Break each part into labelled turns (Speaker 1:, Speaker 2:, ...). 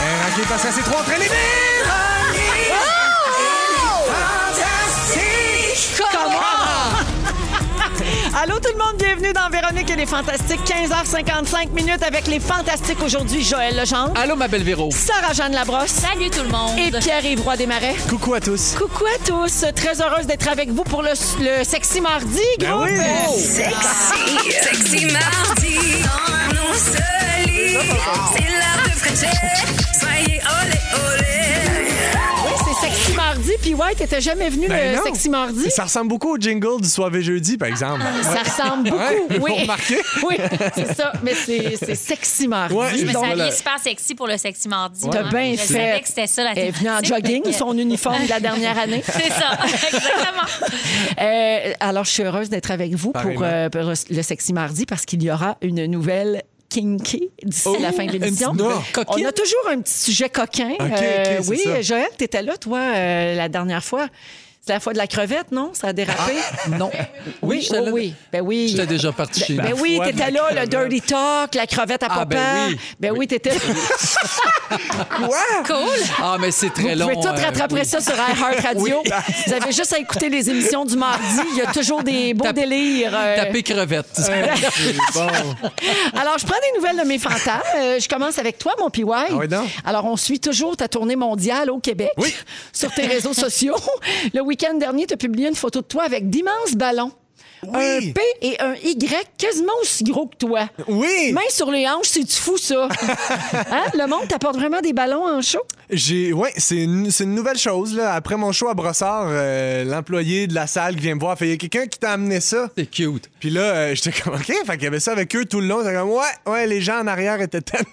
Speaker 1: Véronique est passée à ses trois entrées libres.
Speaker 2: Allô tout le monde, bienvenue dans Véronique et les Fantastiques. 15h55 minutes avec les Fantastiques aujourd'hui. Joël Legendre,
Speaker 3: Allô, ma belle Véro.
Speaker 2: Sarah-Jeanne Labrosse
Speaker 4: Salut tout le monde.
Speaker 2: et Pierre-Yves Roy Desmarais.
Speaker 1: Coucou à tous.
Speaker 2: Coucou à tous, très heureuse d'être avec vous pour le, le Sexy Mardi,
Speaker 1: Ben
Speaker 2: groupe.
Speaker 1: Oh.
Speaker 5: Sexy, sexy mardi dans nos solis. C'est l'heure de Frencher. Soyez olé olé.
Speaker 2: Ben Oui, c'est Sexy Mardi, puis ouais, t'étais jamais venu
Speaker 1: Ben
Speaker 2: le Sexy Mardi.
Speaker 1: Ça ressemble beaucoup au jingle du soir et jeudi, par exemple.
Speaker 2: Ça ressemble beaucoup,
Speaker 1: Ouais,
Speaker 2: oui.
Speaker 1: vous remarquez?
Speaker 2: oui, c'est ça, mais c'est c'est Sexy Mardi.
Speaker 1: Ouais,
Speaker 4: Je me suis
Speaker 1: Donc,
Speaker 4: habillée
Speaker 1: voilà.
Speaker 4: super sexy pour le sexy mardi.
Speaker 2: T'as
Speaker 4: Hein.
Speaker 2: bien
Speaker 4: je
Speaker 2: fait.
Speaker 4: savais que c'était ça la
Speaker 2: Elle est venue en
Speaker 4: thématique.
Speaker 2: jogging, son uniforme de la dernière année.
Speaker 4: C'est ça, exactement.
Speaker 2: Euh, alors, je suis heureuse d'être avec vous pour,
Speaker 1: Pareillement.
Speaker 2: euh, pour le Sexy Mardi parce qu'il y aura une nouvelle kinky d'ici la fin de l'émission.
Speaker 1: Oh, petite nouvelle
Speaker 2: On
Speaker 3: coquine.
Speaker 2: a toujours un petit sujet coquin. Euh,
Speaker 1: OK, OK, c'est
Speaker 2: oui,
Speaker 1: ça.
Speaker 2: Joël, tu étais là, toi, euh, la dernière fois. C'est la fois de la crevette, non? Ça a dérapé?
Speaker 1: Ah,
Speaker 3: Non.
Speaker 2: Oui,
Speaker 3: j'étais
Speaker 2: oh
Speaker 3: là-
Speaker 2: oui. Ben oui.
Speaker 3: J'étais déjà parti chez
Speaker 2: Ben
Speaker 3: nous.
Speaker 2: oui,
Speaker 1: fois de
Speaker 2: t'étais
Speaker 1: la
Speaker 2: là, le dirty talk, la crevette à
Speaker 3: Ah,
Speaker 2: papa.
Speaker 3: ben oui.
Speaker 2: Ben oui, t'étais là.
Speaker 4: Cool.
Speaker 3: Ah, mais c'est très
Speaker 2: Vous
Speaker 3: long.
Speaker 2: pouvez tout
Speaker 3: euh,
Speaker 2: rattraper
Speaker 3: oui.
Speaker 2: ça sur iHeart Radio. Vous avez juste à écouter les émissions du mardi. Il y a toujours des beaux
Speaker 3: Tape-
Speaker 2: délires. euh.
Speaker 3: Taper crevette.
Speaker 2: Alors, je prends des nouvelles de mes fantasmes. Euh, je commence avec toi, mon PY.
Speaker 1: Ah oui, donc?
Speaker 2: Alors, on suit toujours ta tournée mondiale au Québec sur tes réseaux sociaux. Le week-end dernier, tu as publié une photo de toi avec d'immenses ballons. Un P et un Y quasiment aussi gros que toi.
Speaker 1: Oui.
Speaker 2: Main sur les hanches, c'est-tu fou, ça? Hein? Le monde t'apporte vraiment des ballons en show?
Speaker 1: J'ai, ouais, c'est une, c'est une nouvelle chose. Là. Après mon show à Brossard, euh, l'employé de la salle qui vient me voir fait Il y a quelqu'un qui t'a amené ça.
Speaker 3: C'est cute.
Speaker 1: Puis là, euh, j'étais comme, OK, fait qu'il y avait ça avec eux tout le long. J'étais comme, ouais, ouais, les gens en arrière étaient tannés.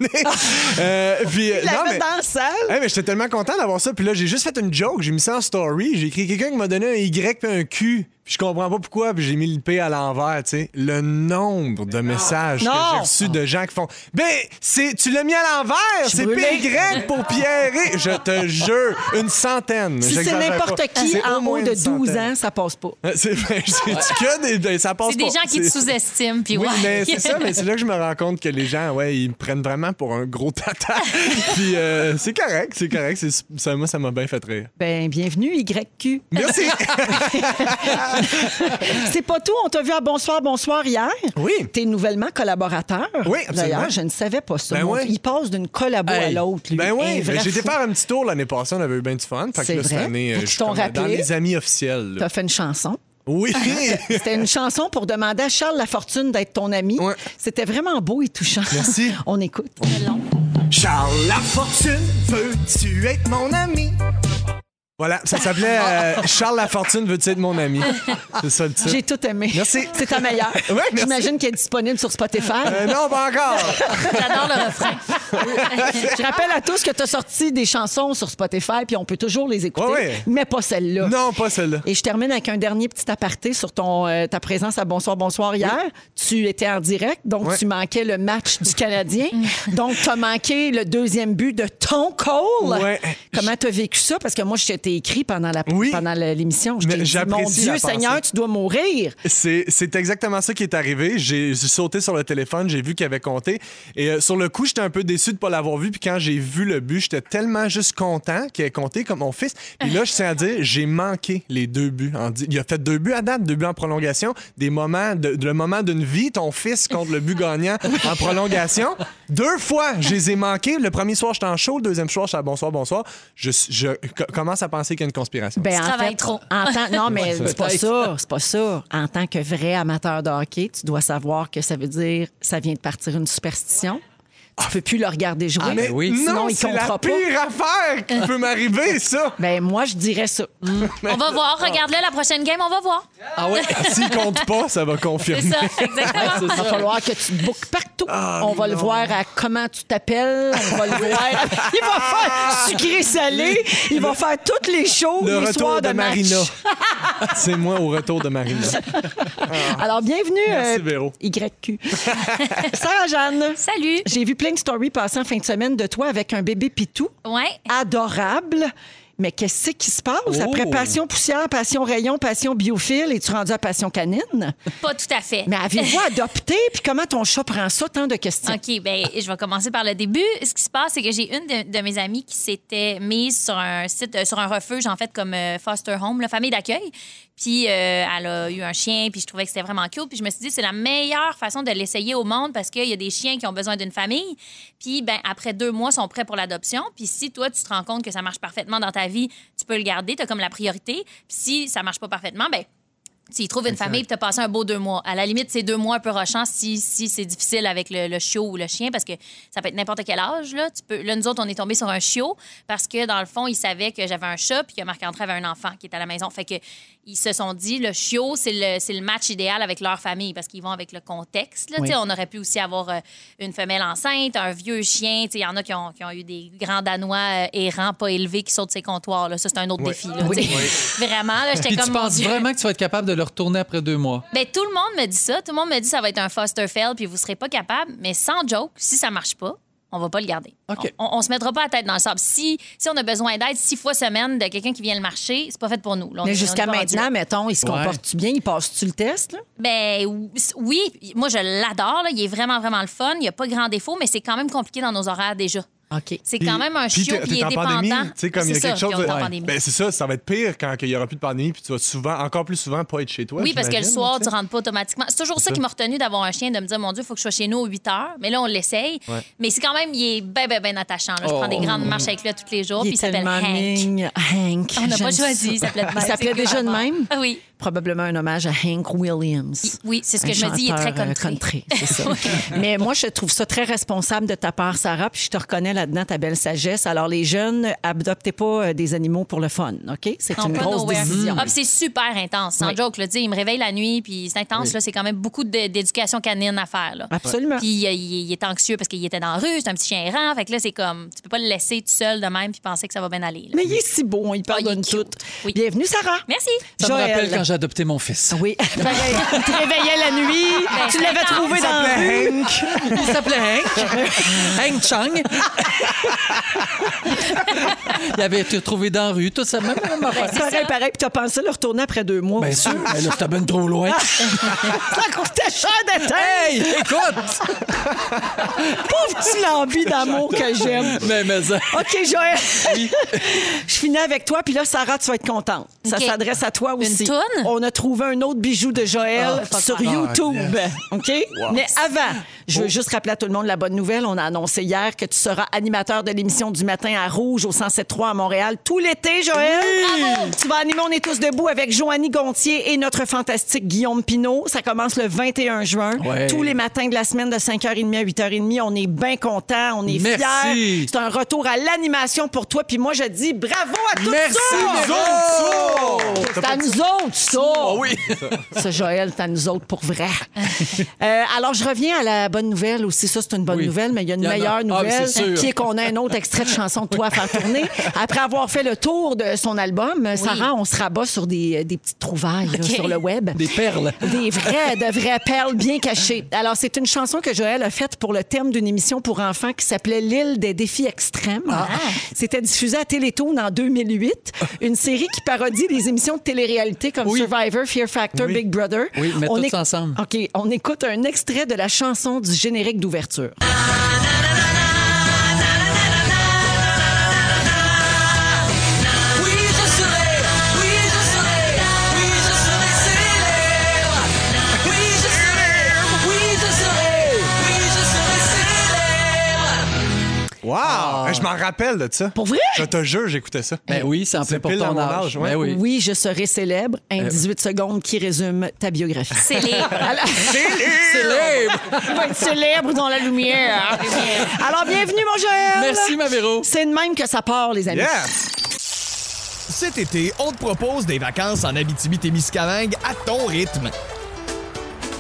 Speaker 1: Euh, puis, euh, non, mais,
Speaker 2: la salle.
Speaker 1: Hey, mais j'étais tellement content d'avoir ça. Puis là, j'ai juste fait une joke. J'ai mis ça en story. J'ai écrit quelqu'un qui m'a donné un Y puis un Q. Puis je comprends pas pourquoi. Puis j'ai mis le P à l'envers, tu sais. Le nombre de messages que
Speaker 2: Non.
Speaker 1: j'ai reçus de gens qui font Ben, c'est, tu l'as mis à l'envers. C'est
Speaker 2: brûlée.
Speaker 1: PY pour Pierre. Je te jure, une centaine.
Speaker 2: Si c'est
Speaker 1: J'exagère
Speaker 2: n'importe
Speaker 1: pas.
Speaker 2: qui
Speaker 1: C'est au
Speaker 2: en
Speaker 1: moins
Speaker 2: haut de
Speaker 1: une
Speaker 2: 12
Speaker 1: centaine.
Speaker 2: ans, ça passe pas.
Speaker 1: Euh, C'est, c'est- c'est que des, ça passe
Speaker 4: C'est des
Speaker 1: pas.
Speaker 4: gens qui te
Speaker 1: C'est-
Speaker 4: sous-estiment. Puis
Speaker 1: oui,
Speaker 4: ouais.
Speaker 1: mais c'est ça, mais c'est là que je me rends compte que les gens, ouais, ils me prennent vraiment pour un gros tata. Puis euh, c'est correct, c'est correct. c'est- ça, moi, ça m'a bien fait rire.
Speaker 2: Ben, bienvenue, YQ.
Speaker 1: Merci.
Speaker 2: C'est pas tout. On t'a vu à Bonsoir, Bonsoir hier.
Speaker 1: Oui.
Speaker 2: T'es nouvellement collaborateur.
Speaker 1: Oui, absolument.
Speaker 2: D'ailleurs, je ne savais pas ça.
Speaker 1: Ben
Speaker 2: Mon-
Speaker 1: ouais.
Speaker 2: Il passe d'une collabo à
Speaker 3: Hey.
Speaker 2: l'autre, lui.
Speaker 1: Ben
Speaker 2: Un
Speaker 1: oui,
Speaker 2: vrai
Speaker 1: j'ai été
Speaker 2: fou.
Speaker 1: faire un petit tour l'année passée, on avait eu bien du fun. Fait que
Speaker 2: C'est
Speaker 1: là, cette
Speaker 2: vrai.
Speaker 1: année, euh,
Speaker 2: Puis
Speaker 1: je
Speaker 2: tu
Speaker 1: suis
Speaker 2: t'en
Speaker 1: comme dans
Speaker 2: rappelais.
Speaker 1: les amis officiels. là.
Speaker 2: T'as fait une chanson.
Speaker 1: Oui.
Speaker 2: C'était une chanson pour demander à Charles Lafortune d'être ton ami.
Speaker 1: Ouais.
Speaker 2: C'était vraiment beau et touchant.
Speaker 1: Merci.
Speaker 2: On écoute.
Speaker 1: Charles Lafortune, veux-tu être mon ami? Voilà, ça s'appelait euh, Charles Lafortune, veux-tu être mon ami? C'est ça le titre.
Speaker 2: J'ai tout aimé.
Speaker 1: Merci.
Speaker 2: C'est ta meilleure.
Speaker 1: Ouais, merci.
Speaker 2: J'imagine qu'elle est disponible sur Spotify.
Speaker 1: Euh, non, pas encore.
Speaker 4: J'adore le refrain.
Speaker 2: Je rappelle à tous que tu as sorti des chansons sur Spotify, puis on peut toujours les écouter,
Speaker 1: Ouais, ouais.
Speaker 2: mais pas celle-là.
Speaker 1: Non, pas celle-là.
Speaker 2: Et je termine avec un dernier petit aparté sur ton, euh, ta présence à Bonsoir, Bonsoir hier. Tu étais en direct, donc
Speaker 1: Ouais.
Speaker 2: tu manquais le match du Canadien. donc, tu as manqué le deuxième but de ton Cole.
Speaker 1: Ouais.
Speaker 2: Comment tu as vécu ça? Parce que moi, je t'ai écrit pendant la
Speaker 1: Oui.
Speaker 2: pendant le- l'émission. Je
Speaker 1: Mais
Speaker 2: t'ai dit, mon
Speaker 1: j'apprécie
Speaker 2: Dieu,
Speaker 1: la pensée.
Speaker 2: Seigneur, tu dois mourir.
Speaker 1: C'est c'est exactement ça qui est arrivé. J'ai sauté sur le téléphone, j'ai vu qu'il avait compté. Et euh, sur le coup, j'étais un peu déçu de ne pas l'avoir vu. Puis quand j'ai vu le but, j'étais tellement juste content qu'il ait compté comme mon fils. Puis là, je tiens à dire, j'ai manqué les deux buts. en di- Il a fait deux buts à date, deux buts en prolongation. Des moments, de, le moment d'une vie, ton fils contre le but gagnant en prolongation. Deux fois, je les ai manqués. Le premier soir, j'étais en show. Le deuxième soir, j'étais à bonsoir, bonsoir. Je, je co- commence à penser qu'il y a une conspiration.
Speaker 2: Ben, en
Speaker 4: travailles
Speaker 2: fait,
Speaker 4: trop.
Speaker 2: en tant- non, mais c'est pas
Speaker 3: peut-être.
Speaker 2: ça. C'est pas ça. En tant que vrai amateur de hockey, tu dois savoir que ça veut dire ça vient de partir une superstition. tu peux plus le regarder jouer.
Speaker 3: mais
Speaker 1: ben
Speaker 3: oui.
Speaker 2: Sinon,
Speaker 1: Ah. non,
Speaker 2: il
Speaker 1: c'est la
Speaker 2: comptera pas.
Speaker 1: pire affaire qui peut m'arriver, ça.
Speaker 2: Ben, moi, je dirais ça.
Speaker 4: On va voir. Regarde-le, la prochaine game, on va voir.
Speaker 3: Ah ouais?
Speaker 1: S'il compte pas, ça va
Speaker 4: C'est
Speaker 1: confirmer.
Speaker 4: ça, exactement.
Speaker 2: Il va falloir que tu te bookes partout.
Speaker 1: Ah,
Speaker 2: on va le voir à comment tu t'appelles. On va le voir. à- Il va faire sucré-salé. Il va faire toutes les shows
Speaker 1: Le
Speaker 2: les soirs
Speaker 1: retour de,
Speaker 2: de match.
Speaker 1: Marina. c'est moi au retour de Marina.
Speaker 2: Alors, bienvenue.
Speaker 1: Ah. Merci,
Speaker 2: euh,
Speaker 1: Véro.
Speaker 2: YQ. Sarah-Jeanne,
Speaker 4: Salut.
Speaker 2: j'ai vu plein de stories passer en fin de semaine de toi avec un bébé pitou.
Speaker 4: Ouais.
Speaker 2: adorable. Mais qu'est-ce qui se passe?
Speaker 1: Oh.
Speaker 2: Après Passion Poussière, Passion Rayon, Passion Biophile, et tu rendu à Passion Canine?
Speaker 4: Pas tout à fait.
Speaker 2: Mais avez-vous adopté? Puis comment ton chat prend ça? Tant de questions.
Speaker 4: OK, ben je vais commencer par le début. Ce qui se passe, c'est que j'ai une de, de mes amies qui s'était mise sur un site, euh, sur un refuge, en fait, comme euh, foster home, la famille d'accueil. Puis euh, elle a eu un chien, puis je trouvais que c'était vraiment cute. Puis je me suis dit, c'est la meilleure façon de l'essayer au monde parce qu'il y a des chiens qui ont besoin d'une famille. Puis ben après deux mois, ils sont prêts pour l'adoption. Puis si toi, tu te rends compte que ça marche parfaitement dans ta vie, tu peux le garder, tu as comme la priorité. Puis si ça marche pas parfaitement, ben tu y trouves une famille, puis tu as passé un beau deux mois. À la limite, c'est deux mois un peu rochant si, si c'est difficile avec le, le chiot ou le chien, parce que ça peut être n'importe quel âge. Là. Tu peux... là, nous autres, on est tombés sur un chiot parce que, dans le fond, ils savaient que j'avais un chat puis que Marc-André avait un enfant qui est à la maison. Fait que ils se sont dit, le chiot, c'est le, c'est le match idéal avec leur famille parce qu'ils vont avec le contexte. là.
Speaker 2: Oui.
Speaker 4: Tu sais, On aurait pu aussi avoir euh, une femelle enceinte, un vieux chien. Tu sais, Il y en a qui ont, qui ont eu des grands Danois euh, errants, pas élevés, qui sautent ses comptoirs. Là. Ça, c'est un autre défi. là, tu sais. Vraiment, là, j'étais
Speaker 3: Puis
Speaker 4: comme...
Speaker 3: tu
Speaker 4: mon
Speaker 3: penses
Speaker 4: Dieu.
Speaker 3: vraiment que tu vas être capable de le retourner après deux mois?
Speaker 4: Ben, tout le monde me dit ça. Tout le monde me dit ça va être un foster fail, puis vous serez pas capable. Mais sans joke, si ça marche pas, on va pas le garder.
Speaker 3: OK.
Speaker 4: On, on se mettra pas la tête dans le sable. Si, si on a besoin d'aide six fois semaine de quelqu'un qui vient le marcher, c'est pas fait pour nous. Là, on
Speaker 2: Mais
Speaker 4: est- on est
Speaker 2: jusqu'à
Speaker 4: pas rendu là.
Speaker 2: maintenant, mettons, il se
Speaker 3: Ouais.
Speaker 2: comporte-tu bien? Il passe-tu le test? là?
Speaker 4: Ben ou- oui, moi je l'adore. là. Il est vraiment vraiment le fun. Il y a pas grand défaut, mais c'est quand même compliqué dans nos horaires déjà.
Speaker 2: OK.
Speaker 4: C'est
Speaker 1: Puis-
Speaker 4: quand même un
Speaker 1: puis
Speaker 4: chiot
Speaker 1: t'es-
Speaker 4: qui
Speaker 1: t'es
Speaker 4: est
Speaker 1: en
Speaker 4: dépendant. Ah,
Speaker 1: pandémie, tu sais, comme il y a
Speaker 4: C'est
Speaker 1: quelque
Speaker 4: ça,
Speaker 1: chose.
Speaker 4: puis on est en
Speaker 1: ouais.
Speaker 4: pandémie.
Speaker 1: Ben, c'est ça, ça va être pire quand il n'y aura plus de pandémie, puis tu vas souvent, encore plus souvent, pas être chez toi.
Speaker 4: Oui, parce que le
Speaker 1: j'imagine,
Speaker 4: soir,
Speaker 1: tu
Speaker 4: tu
Speaker 1: sais.
Speaker 4: rentres pas automatiquement. C'est toujours ça qui m'a retenu d'avoir un chien, de me dire, mon Dieu, il faut que je sois chez nous aux 8 heures. Mais là, on l'essaye. Mais c'est quand même, il est bien, bien, bien attachant. là. Je prends des
Speaker 2: Oh.
Speaker 4: grandes marches avec lui tous les jours.
Speaker 2: Il
Speaker 4: Puis il
Speaker 2: est
Speaker 4: s'appelle
Speaker 2: tellement
Speaker 4: Hank.
Speaker 2: mignon. Hank.
Speaker 4: On n'a
Speaker 2: J'aime
Speaker 4: pas
Speaker 2: ça.
Speaker 4: choisi. Il s'appelait de même,
Speaker 2: Il s'appelait
Speaker 4: c'est
Speaker 2: déjà de
Speaker 4: clairement.
Speaker 2: même.
Speaker 4: Ah oui.
Speaker 2: Probablement un hommage à Hank Williams.
Speaker 4: Oui, c'est ce
Speaker 2: Un
Speaker 4: que je me dis. Il est très
Speaker 2: chanteur, euh,
Speaker 4: country.
Speaker 2: c'est ça. Mais moi, je trouve ça très responsable de ta part, Sarah, puis je te reconnais là-dedans ta belle sagesse. Alors, les jeunes, adoptez pas euh, des animaux pour le fun, OK? C'est
Speaker 4: Non,
Speaker 2: une
Speaker 4: pas
Speaker 2: grosse
Speaker 4: nowhere.
Speaker 2: décision.
Speaker 4: Ah, puis c'est super intense. Sans
Speaker 2: Oui.
Speaker 4: joke, là, Tu sais, il me réveille la nuit, puis c'est intense. là. C'est quand même beaucoup de- d'éducation canine à faire. Là.
Speaker 2: Absolument.
Speaker 4: Puis euh, il, il est anxieux parce qu'il était dans la rue, c'est un petit chien errant. Fait que là, c'est comme, tu peux pas le laisser tout seul de même puis penser que ça va bien aller. là.
Speaker 2: Mais il est si beau, on y pardonne
Speaker 4: Ah, il est
Speaker 2: tout.
Speaker 4: cute. Oui.
Speaker 2: Bienvenue, Sarah.
Speaker 4: Merci.
Speaker 3: Ça
Speaker 2: Joël.
Speaker 3: me rappelle quand j'ai adopté mon fils.
Speaker 2: Oui. Pareil. il te réveillait la nuit.
Speaker 4: Ben,
Speaker 2: tu l'avais
Speaker 4: attends.
Speaker 2: trouvé dans la rue.
Speaker 1: Ben,
Speaker 3: Il s'appelait Hank. Hank Chang. Il avait été retrouvé dans la rue, tout Ben, ça. Ben, Même, même affaire.
Speaker 2: Pareil, pareil. Puis t'as pensé le retourner après deux mois.
Speaker 3: Bien sûr, mais là, c'était ben trop loin.
Speaker 2: Ça coûtait cher d'atteindre.
Speaker 3: Ah, Hey, écoute!
Speaker 2: Pauvre petit lambi d'amour que j'aime.
Speaker 3: Mais, mais, euh, ça-
Speaker 2: OK, Joël. je finis avec toi, puis là, Sarah, tu vas être contente. Ça
Speaker 4: OK.
Speaker 2: s'adresse à toi aussi.
Speaker 4: toune?
Speaker 2: On a trouvé un autre bijou de Joël
Speaker 4: Ah,
Speaker 2: sur
Speaker 4: fuck.
Speaker 2: YouTube. OK? Mais avant, je veux juste rappeler à tout le monde la bonne nouvelle. On a annoncé hier que tu seras animateur de l'émission du matin à Rouge au 107.3 à Montréal tout l'été, Joël. Tu vas animer On est tous debout avec Joanny Gontier et notre fantastique Guillaume Pinault. Ça commence le 21 juin.
Speaker 3: Ouais.
Speaker 2: Tous les matins de la semaine de 5h30 à 8h30. On est bien contents. On est
Speaker 3: Merci.
Speaker 2: fiers. C'est un retour à l'animation pour toi. Puis moi, je dis bravo à tous
Speaker 3: Merci,
Speaker 2: ceux!
Speaker 3: Véro.
Speaker 2: C'est à nous autres, ça!
Speaker 3: Ah oui.
Speaker 2: Ce Joël, c'est à nous autres pour vrai. Euh, alors, je reviens à la bonne nouvelle aussi. Ça, c'est une bonne
Speaker 3: Oui.
Speaker 2: nouvelle, mais il y a une
Speaker 3: Il y en a.
Speaker 2: meilleure
Speaker 3: Ah,
Speaker 2: nouvelle
Speaker 3: mais c'est sûr.
Speaker 2: qui est qu'on a un autre extrait de chanson de toi à faire tourner. Après avoir fait le tour de son album, Sarah, on se rabat sur des, des petites trouvailles là, sur le web.
Speaker 3: Des perles.
Speaker 2: Des vraies, de vraies perles bien cachées. Alors, c'est une chanson que Joël a faite pour le thème d'une émission pour enfants qui s'appelait L'île des défis extrêmes.
Speaker 3: Ah.
Speaker 2: C'était diffusé à Télétoon en 2008. Une série qui parodie des émissions de télé-réalité comme
Speaker 3: Oui.
Speaker 2: Survivor, Fear Factor, Big Brother.
Speaker 3: Oui, mais
Speaker 2: on
Speaker 3: tous
Speaker 2: éc-
Speaker 3: ensemble.
Speaker 2: OK, on écoute un extrait de la chanson du générique d'ouverture.
Speaker 6: Oui, je serai, oui, je serai, oui, je serai célèbre. Oui, je serai, oui, je serai, oui, je serai célèbre.
Speaker 1: Wow! je m'en rappelle de ça.
Speaker 2: Pour vrai?
Speaker 1: Je te jure, j'écoutais ça.
Speaker 3: Ben oui, c'est un
Speaker 1: C'est
Speaker 3: peu pour
Speaker 1: pile à
Speaker 3: ton
Speaker 1: mon
Speaker 3: âge.
Speaker 1: âge, ouais.
Speaker 3: Ben oui. Eh ben.
Speaker 2: oui. je serai célèbre. Un 18 secondes qui résume ta biographie.
Speaker 4: C'est les.
Speaker 2: Alors-
Speaker 3: C'est libre.
Speaker 2: Il va être célèbre dans la lumière. Alors, bienvenue, mon Joël.
Speaker 3: Merci, ma Véro.
Speaker 2: C'est de même que ça part, les amis.
Speaker 1: Yeah!
Speaker 7: Cet été, on te propose des vacances en Abitibi-Témiscamingue à ton rythme.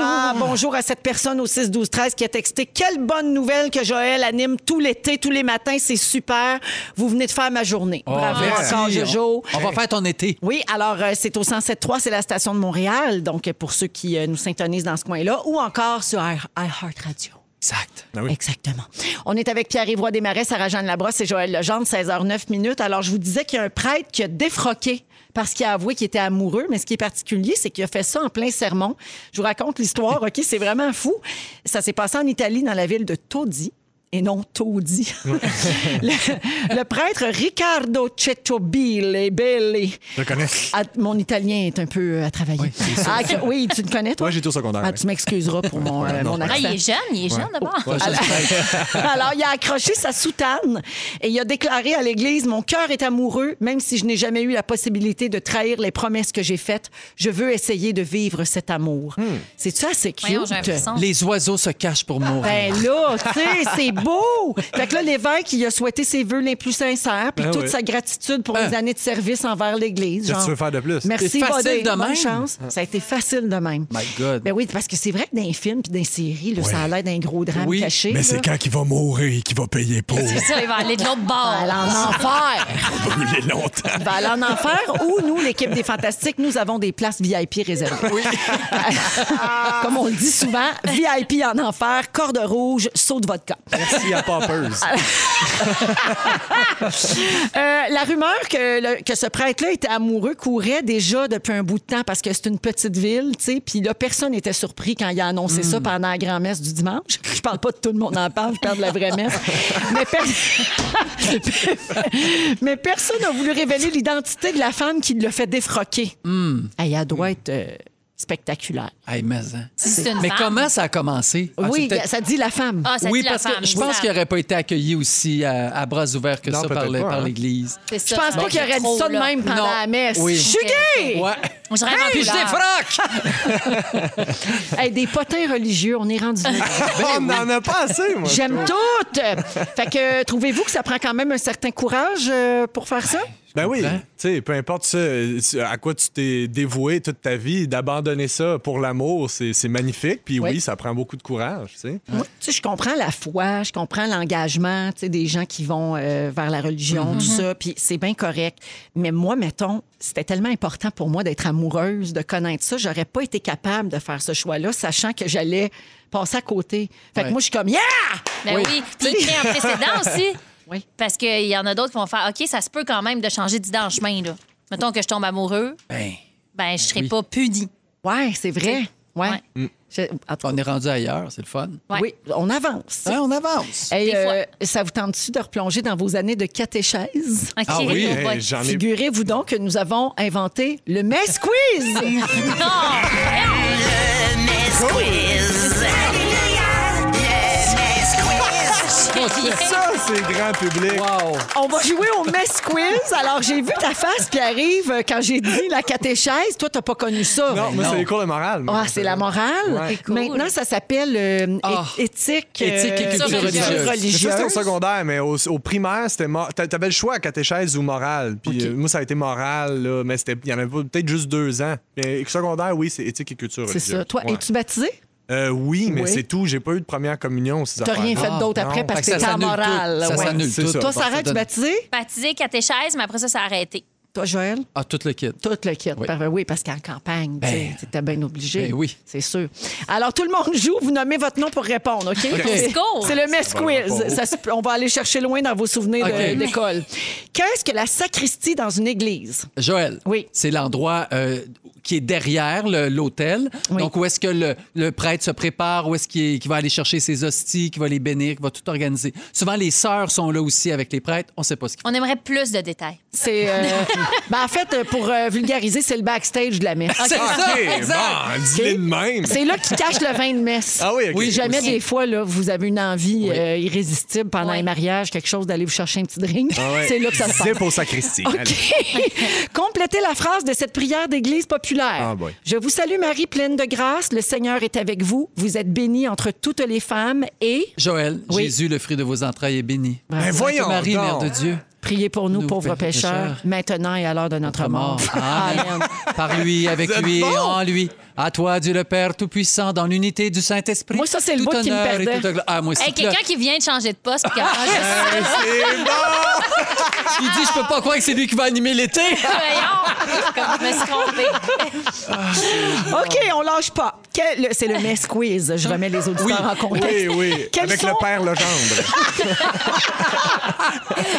Speaker 2: Ah, bonjour à cette personne au 6 12 13 qui a texté quelle bonne nouvelle que Joël anime tout l'été, tous les matins, c'est super. Vous venez de faire ma journée. Bravo
Speaker 3: merci.
Speaker 2: encore Jojo.
Speaker 3: On va faire ton été.
Speaker 2: Oui, alors euh, c'est au 107.3, c'est la station de Montréal, donc euh, pour ceux qui euh, nous syntonisent dans ce coin-là, ou encore sur iHeart Radio.
Speaker 3: Exact.
Speaker 2: Exactement. On est avec Pierre-Yves Roy Desmarais, Sarah-Jeanne Labrosse et Joël Legendre, 16h09 minutes. Alors, je vous disais qu'il y a un prêtre qui a défroqué parce qu'il a avoué qu'il était amoureux, mais ce qui est particulier, c'est qu'il a fait ça en plein sermon. Je vous raconte l'histoire, OK? C'est vraiment fou. Ça s'est passé en Italie, dans la ville de Todi. Et non, Todi. le, le prêtre Riccardo Cettobile Belli.
Speaker 4: ben,
Speaker 1: Je connais.
Speaker 2: Ah, mon italien est un peu euh, à travailler. Ah, Oui, tu le connais, toi?
Speaker 1: Moi, j'étais au secondaire.
Speaker 2: Ah,
Speaker 1: ouais.
Speaker 2: tu m'excuseras pour mon, euh, mon accent.
Speaker 4: Ah, il est jeune, il est jeune d'abord.
Speaker 2: Alors, il a accroché sa soutane et il a déclaré à l'Église Mon cœur est amoureux, même si je n'ai jamais eu la possibilité de trahir les promesses que j'ai faites. Je veux essayer de vivre cet amour. C'est-tu assez cute?
Speaker 4: Voyons, j'ai un frisson.
Speaker 3: Les oiseaux se cachent pour mourir.
Speaker 2: Ben là, tu sais, c'est beau! Fait que là, l'évêque, il a souhaité ses vœux les plus sincères, puis
Speaker 1: Ben
Speaker 2: toute
Speaker 1: oui. Ah.
Speaker 2: sa gratitude pour les années de service envers l'Église.
Speaker 1: Qu'est-ce que
Speaker 2: genre,
Speaker 1: tu veux faire de Ah. plus?
Speaker 2: Merci,
Speaker 3: C'est facile
Speaker 2: Bodé.
Speaker 3: de
Speaker 2: Bonne
Speaker 3: même.
Speaker 2: chance. Ça a été facile de même.
Speaker 3: My God.
Speaker 2: Ben oui, parce que c'est vrai que dans les films puis dans les séries, là, ça a l'air d'un gros drame
Speaker 3: Oui,
Speaker 2: caché.
Speaker 1: Mais
Speaker 2: là.
Speaker 1: c'est quand qu'il va mourir qu'il va payer pour
Speaker 4: C'est ça, il va aller de l'autre
Speaker 2: Elle va
Speaker 4: bord.
Speaker 2: aller en enfer.
Speaker 1: brûler longtemps.
Speaker 2: Elle va aller en enfer ou nous, l'équipe des Fantastiques, nous avons des places VIP réservées. Comme on le dit souvent, VIP en enfer, corde rouge, saut de vodka.
Speaker 1: Merci à Poppers.
Speaker 2: Euh, la rumeur que, le- que ce prêtre-là était amoureux courait déjà depuis un bout de temps parce que c'est une petite ville, tu sais. Puis là, personne n'était surpris quand il a annoncé
Speaker 1: Hmm.
Speaker 2: ça pendant la grand-messe du dimanche. Je parle pas de tout le monde en parle, je parle de la vraie messe. Mais, per- Mais personne n'a voulu révéler l'identité de la femme qui le fait défroquer. Hey, elle doit être euh, spectaculaire.
Speaker 3: Hey, mais hein.
Speaker 4: Si c'est une
Speaker 3: Mais
Speaker 4: femme.
Speaker 3: comment ça a commencé? Ah, c'est
Speaker 2: oui,
Speaker 3: peut-être-
Speaker 2: ça dit la femme.
Speaker 4: Ah, ça
Speaker 3: oui,
Speaker 4: dit la
Speaker 3: parce
Speaker 4: femme,
Speaker 3: que je pense
Speaker 4: exact.
Speaker 3: qu'il n'aurait pas été accueilli aussi euh, à, à bras ouverts que
Speaker 1: Non,
Speaker 3: ça
Speaker 1: peut-être
Speaker 3: par, le-
Speaker 1: pas,
Speaker 3: par
Speaker 1: hein.
Speaker 3: l'Église.
Speaker 4: C'est
Speaker 2: Je
Speaker 4: ça,
Speaker 2: pense pas qu'il aurait dit
Speaker 4: trop,
Speaker 2: ça de
Speaker 4: là.
Speaker 2: même pendant
Speaker 3: Non.
Speaker 2: la messe.
Speaker 3: Oui.
Speaker 2: Je suis gay!
Speaker 3: Ouais.
Speaker 4: Je rêve en
Speaker 3: Ah, Puis je
Speaker 4: couleur.
Speaker 3: défroque!
Speaker 2: Hey, des potins religieux, on est rendu. là.
Speaker 4: Ben
Speaker 1: On n'en a pas assez, moi.
Speaker 2: J'aime toutes. Fait que euh, trouvez-vous que ça prend quand même un certain courage euh, pour faire ça?
Speaker 1: Ben oui, tu
Speaker 3: comprends.
Speaker 1: sais, peu importe ça, euh, ce à quoi tu t'es dévoué toute ta vie, d'abandonner ça pour l'amour, c'est c'est magnifique. Puis oui.
Speaker 2: Oui.
Speaker 1: ça prend beaucoup de courage, tu sais.
Speaker 2: Moi, tu sais, je comprends la foi, je comprends l'engagement, tu sais, des gens qui vont euh, vers la religion,
Speaker 4: Mm-hmm.
Speaker 2: tout ça, puis c'est bien correct. Mais moi, mettons, c'était tellement important pour moi d'être amoureuse, de connaître ça, j'aurais pas été capable de faire ce choix-là, sachant que j'allais passer à côté. Fait que
Speaker 3: Ouais.
Speaker 2: moi, je suis comme, yeah!
Speaker 4: Ben oui. Puis il crée un précédent aussi.
Speaker 2: Oui.
Speaker 4: Parce qu'il y en a d'autres qui vont faire OK, ça se peut quand même de changer d'idée en chemin. Là. Mettons que je tombe amoureux,
Speaker 3: Ben,
Speaker 4: ben je serai pas puni.
Speaker 2: Ouais, c'est vrai. Ouais.
Speaker 4: Ouais.
Speaker 1: Mm.
Speaker 2: Je- en tout cas,
Speaker 3: on est rendu ailleurs, c'est le fun.
Speaker 4: Ouais. Hein?
Speaker 2: Oui, on avance.
Speaker 3: Ouais, on avance.
Speaker 2: Hey,
Speaker 4: Des fois.
Speaker 2: euh, ça vous tente-tu de replonger dans vos années de catéchèse?
Speaker 4: OK,
Speaker 3: Ah oui,
Speaker 4: oh
Speaker 1: Hey,
Speaker 4: boy.
Speaker 1: J'en ai.
Speaker 2: Figurez-vous donc que nous avons inventé le mess quiz.
Speaker 5: Le Mess Quiz. Alléluia. Le Mess Quiz.
Speaker 1: Ça, c'est grand public.
Speaker 3: Wow!
Speaker 2: On va jouer au mess quiz. Alors, j'ai vu ta face qui arrive quand j'ai dit la catéchèse. Toi, t'as pas connu ça.
Speaker 1: Non, moi,
Speaker 3: non.
Speaker 1: c'est les cours de morale. moi.
Speaker 2: Ah, c'est la morale.
Speaker 1: Ouais.
Speaker 4: C'est cool.
Speaker 2: Maintenant, ça s'appelle euh,
Speaker 3: Ah.
Speaker 2: é- éthique, euh,
Speaker 3: Éthique et culture
Speaker 4: religieuse.
Speaker 1: Mais ça, c'était au
Speaker 2: religieuse.
Speaker 1: secondaire, mais au, au primaire, c'était mor- t'a- T'avais le choix à catéchèse ou morale. Puis euh, moi, ça a été morale, là, mais c'était- il y en avait pas- peut-être juste deux ans. Mais secondaire, oui, c'est éthique et culture.
Speaker 2: C'est
Speaker 1: religieuse.
Speaker 2: ça. Toi,
Speaker 1: Ouais.
Speaker 2: es-tu baptisé?
Speaker 1: Euh, oui, mais
Speaker 2: Oui.
Speaker 1: c'est tout. J'ai pas eu de première communion. ces
Speaker 2: T'as rien fait
Speaker 1: affaires-là.
Speaker 2: d'autre
Speaker 1: Ah,
Speaker 2: après
Speaker 1: non.
Speaker 2: parce que
Speaker 3: Ça
Speaker 2: t'es en
Speaker 3: s'annule tout.
Speaker 2: morale.
Speaker 3: Ça
Speaker 2: ouais.
Speaker 3: s'annule
Speaker 1: C'est
Speaker 3: tout.
Speaker 1: ça.
Speaker 2: Toi,
Speaker 3: Bon, ça
Speaker 2: Sarah, tu
Speaker 3: donne-
Speaker 2: baptisé?
Speaker 4: Baptisé, catéchèse, mais après ça, ça a arrêté.
Speaker 2: Toi, Joël?
Speaker 3: Ah, tout le kit.
Speaker 2: Tout le kit.
Speaker 3: Oui.
Speaker 2: Par- Ben Oui, parce qu'en campagne, tu
Speaker 3: Ben.
Speaker 2: étais bien obligé.
Speaker 3: Ben oui.
Speaker 2: C'est sûr. Alors, tout le monde joue. Vous nommez votre nom pour répondre, OK? C'est-
Speaker 4: Go!
Speaker 2: C'est le mess quiz. Ça se peut- on va aller chercher loin dans vos souvenirs de-
Speaker 3: OK.
Speaker 2: d'école. Qu'est-ce que la sacristie dans une église?
Speaker 3: Joël,
Speaker 2: Oui.
Speaker 3: c'est l'endroit euh, qui est derrière le- l'autel.
Speaker 2: Oui.
Speaker 3: Donc, où est-ce que le, le prêtre se prépare, où est-ce qu'il est- qu'il va aller chercher ses hosties, qui va les bénir, qui va tout organiser. Souvent, les sœurs sont là aussi avec les prêtres. On ne sait pas ce qu'ils
Speaker 4: On aimerait plus de détails.
Speaker 2: C'est. euh, ben, en fait, pour euh, vulgariser, c'est le backstage de la messe.
Speaker 3: font. C'est ça, exact.
Speaker 1: Ah, bon, dis-le de même.
Speaker 2: C'est là qu'ils cachent le vin de messe.
Speaker 1: Ah oui, ok.
Speaker 2: Si jamais
Speaker 4: Aussi.
Speaker 2: des fois, là, vous avez une envie euh, irrésistible pendant
Speaker 4: Ouais.
Speaker 2: un mariage, quelque chose, d'aller vous chercher un petit drink, c'est là que ça se passe.
Speaker 1: Ah C'est pour sacristie. Allez.
Speaker 2: OK. Complétez la phrase de cette prière d'église populaire.
Speaker 1: Ah boy.
Speaker 2: Je vous salue, Marie, pleine de grâce. Le Seigneur est avec vous. Vous êtes bénie entre toutes les femmes et.
Speaker 3: Joël,
Speaker 2: Oui.
Speaker 3: Jésus, le fruit de vos entrailles, est béni.
Speaker 1: Ben voyons
Speaker 3: Sainte Marie,
Speaker 1: donc.
Speaker 3: Mère de Dieu,
Speaker 2: Priez pour nous,
Speaker 3: Nous,
Speaker 2: pauvres pécheurs,
Speaker 3: pécheurs,
Speaker 2: maintenant et à l'heure de notre,
Speaker 3: notre
Speaker 2: mort.
Speaker 3: mort.
Speaker 2: Ah,
Speaker 3: Amen. Par lui, avec lui et en lui. À toi, Dieu le Père Tout-Puissant, dans l'unité du Saint-Esprit.
Speaker 2: Moi, ça, c'est le
Speaker 3: tout
Speaker 2: bout qui me
Speaker 3: honneur et
Speaker 2: perdait.
Speaker 3: toute glo- Ah, moi, aussi.
Speaker 4: Hey, quelqu'un qui vient de changer de poste. puis qui a- Ah, je-
Speaker 1: C'est bon!
Speaker 3: Il dit, je peux pas croire que c'est lui qui va animer l'été.
Speaker 4: Voyons! Comme je me suis trompée.
Speaker 2: OK, on lâche pas. Quel- le- C'est le mess quiz. Je remets les auditeurs en contexte.
Speaker 1: Oui, oui.
Speaker 2: Quels
Speaker 1: Avec
Speaker 2: sont-
Speaker 1: le père Legendre.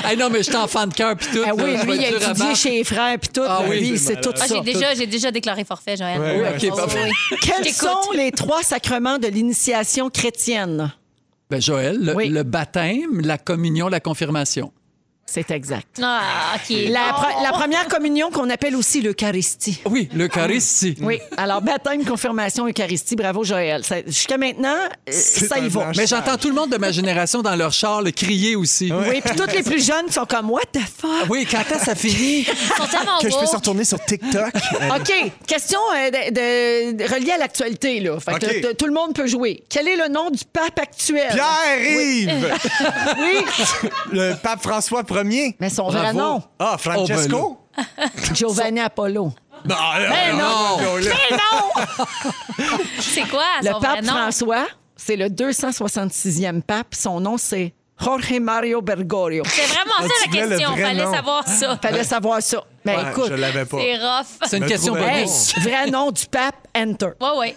Speaker 3: Ah non, mais je suis enfant de cœur, puis tout.
Speaker 2: Ah oui,
Speaker 3: là, je
Speaker 2: lui,
Speaker 3: vais
Speaker 2: il a
Speaker 3: être dur à
Speaker 2: étudié
Speaker 3: battre.
Speaker 2: chez les frères, puis tout.
Speaker 3: Ah oui,
Speaker 2: lui,
Speaker 3: c'est
Speaker 2: c'est tout
Speaker 4: Ah,
Speaker 2: ça.
Speaker 4: j'ai
Speaker 2: tout.
Speaker 4: déjà, j'ai déjà déclaré forfait, Joël.
Speaker 1: Ouais,
Speaker 4: Oui,
Speaker 3: ouais.
Speaker 4: oui,
Speaker 3: Ok, parfait.
Speaker 4: oui.
Speaker 2: Quels
Speaker 4: J'écoute.
Speaker 2: sont les trois sacrements de l'initiation chrétienne?
Speaker 3: Ben, Joël, le,
Speaker 2: Oui.
Speaker 3: le baptême, la communion, la confirmation.
Speaker 2: C'est exact.
Speaker 4: Ah, OK.
Speaker 2: La,
Speaker 4: Oh.
Speaker 2: pre- la première communion qu'on appelle aussi l'Eucharistie.
Speaker 3: Oui, l'Eucharistie.
Speaker 2: Oui, alors baptême, confirmation, Eucharistie, bravo Joël. Ça- Jusqu'à maintenant, euh, ça y
Speaker 1: un
Speaker 2: va.
Speaker 1: ange.
Speaker 3: Mais j'entends tout le monde de ma génération dans leur char le crier aussi.
Speaker 2: Oui, puis toutes les plus jeunes sont comme What the fuck?
Speaker 3: Oui, quand est-ce que ça finit?
Speaker 4: Ils sont tellement
Speaker 1: Que je puisse
Speaker 4: woke.
Speaker 1: retourner sur TikTok. Euh,
Speaker 2: OK, question euh, de, de- de- reliée à l'actualité. là. Fait que
Speaker 1: OK.
Speaker 2: t- tout le monde peut jouer. Quel est le nom du pape actuel?
Speaker 1: Pierre-Yves!
Speaker 2: Oui,
Speaker 1: Le pape François Ier.
Speaker 2: mais son vrai
Speaker 3: Bravo.
Speaker 2: nom,
Speaker 1: Ah, Francesco? Ben,
Speaker 2: Giovanni Apollo.
Speaker 3: Oh, ben
Speaker 1: Non,
Speaker 4: Ben
Speaker 2: Mais non!
Speaker 1: là.
Speaker 2: Mais non!
Speaker 4: C'est quoi?
Speaker 2: Le
Speaker 4: son vrai
Speaker 2: pape
Speaker 4: nom?
Speaker 2: François, c'est le 266e pape. Son nom, c'est Jorge Mario Bergoglio.
Speaker 4: C'est vraiment
Speaker 1: Ah,
Speaker 4: ça
Speaker 1: tu
Speaker 4: la
Speaker 1: voulais le
Speaker 4: question.
Speaker 1: vrai
Speaker 4: Fallait
Speaker 1: nom.
Speaker 4: savoir ça.
Speaker 2: Fallait savoir ça. Mais
Speaker 1: Ouais,
Speaker 2: écoute,
Speaker 1: je l'avais pas.
Speaker 4: C'est rough.
Speaker 3: C'est une
Speaker 1: Le
Speaker 3: question
Speaker 1: trouver
Speaker 2: hey,
Speaker 3: bonus.
Speaker 2: vrai nom du pape, enter.
Speaker 4: Ouais, ouais.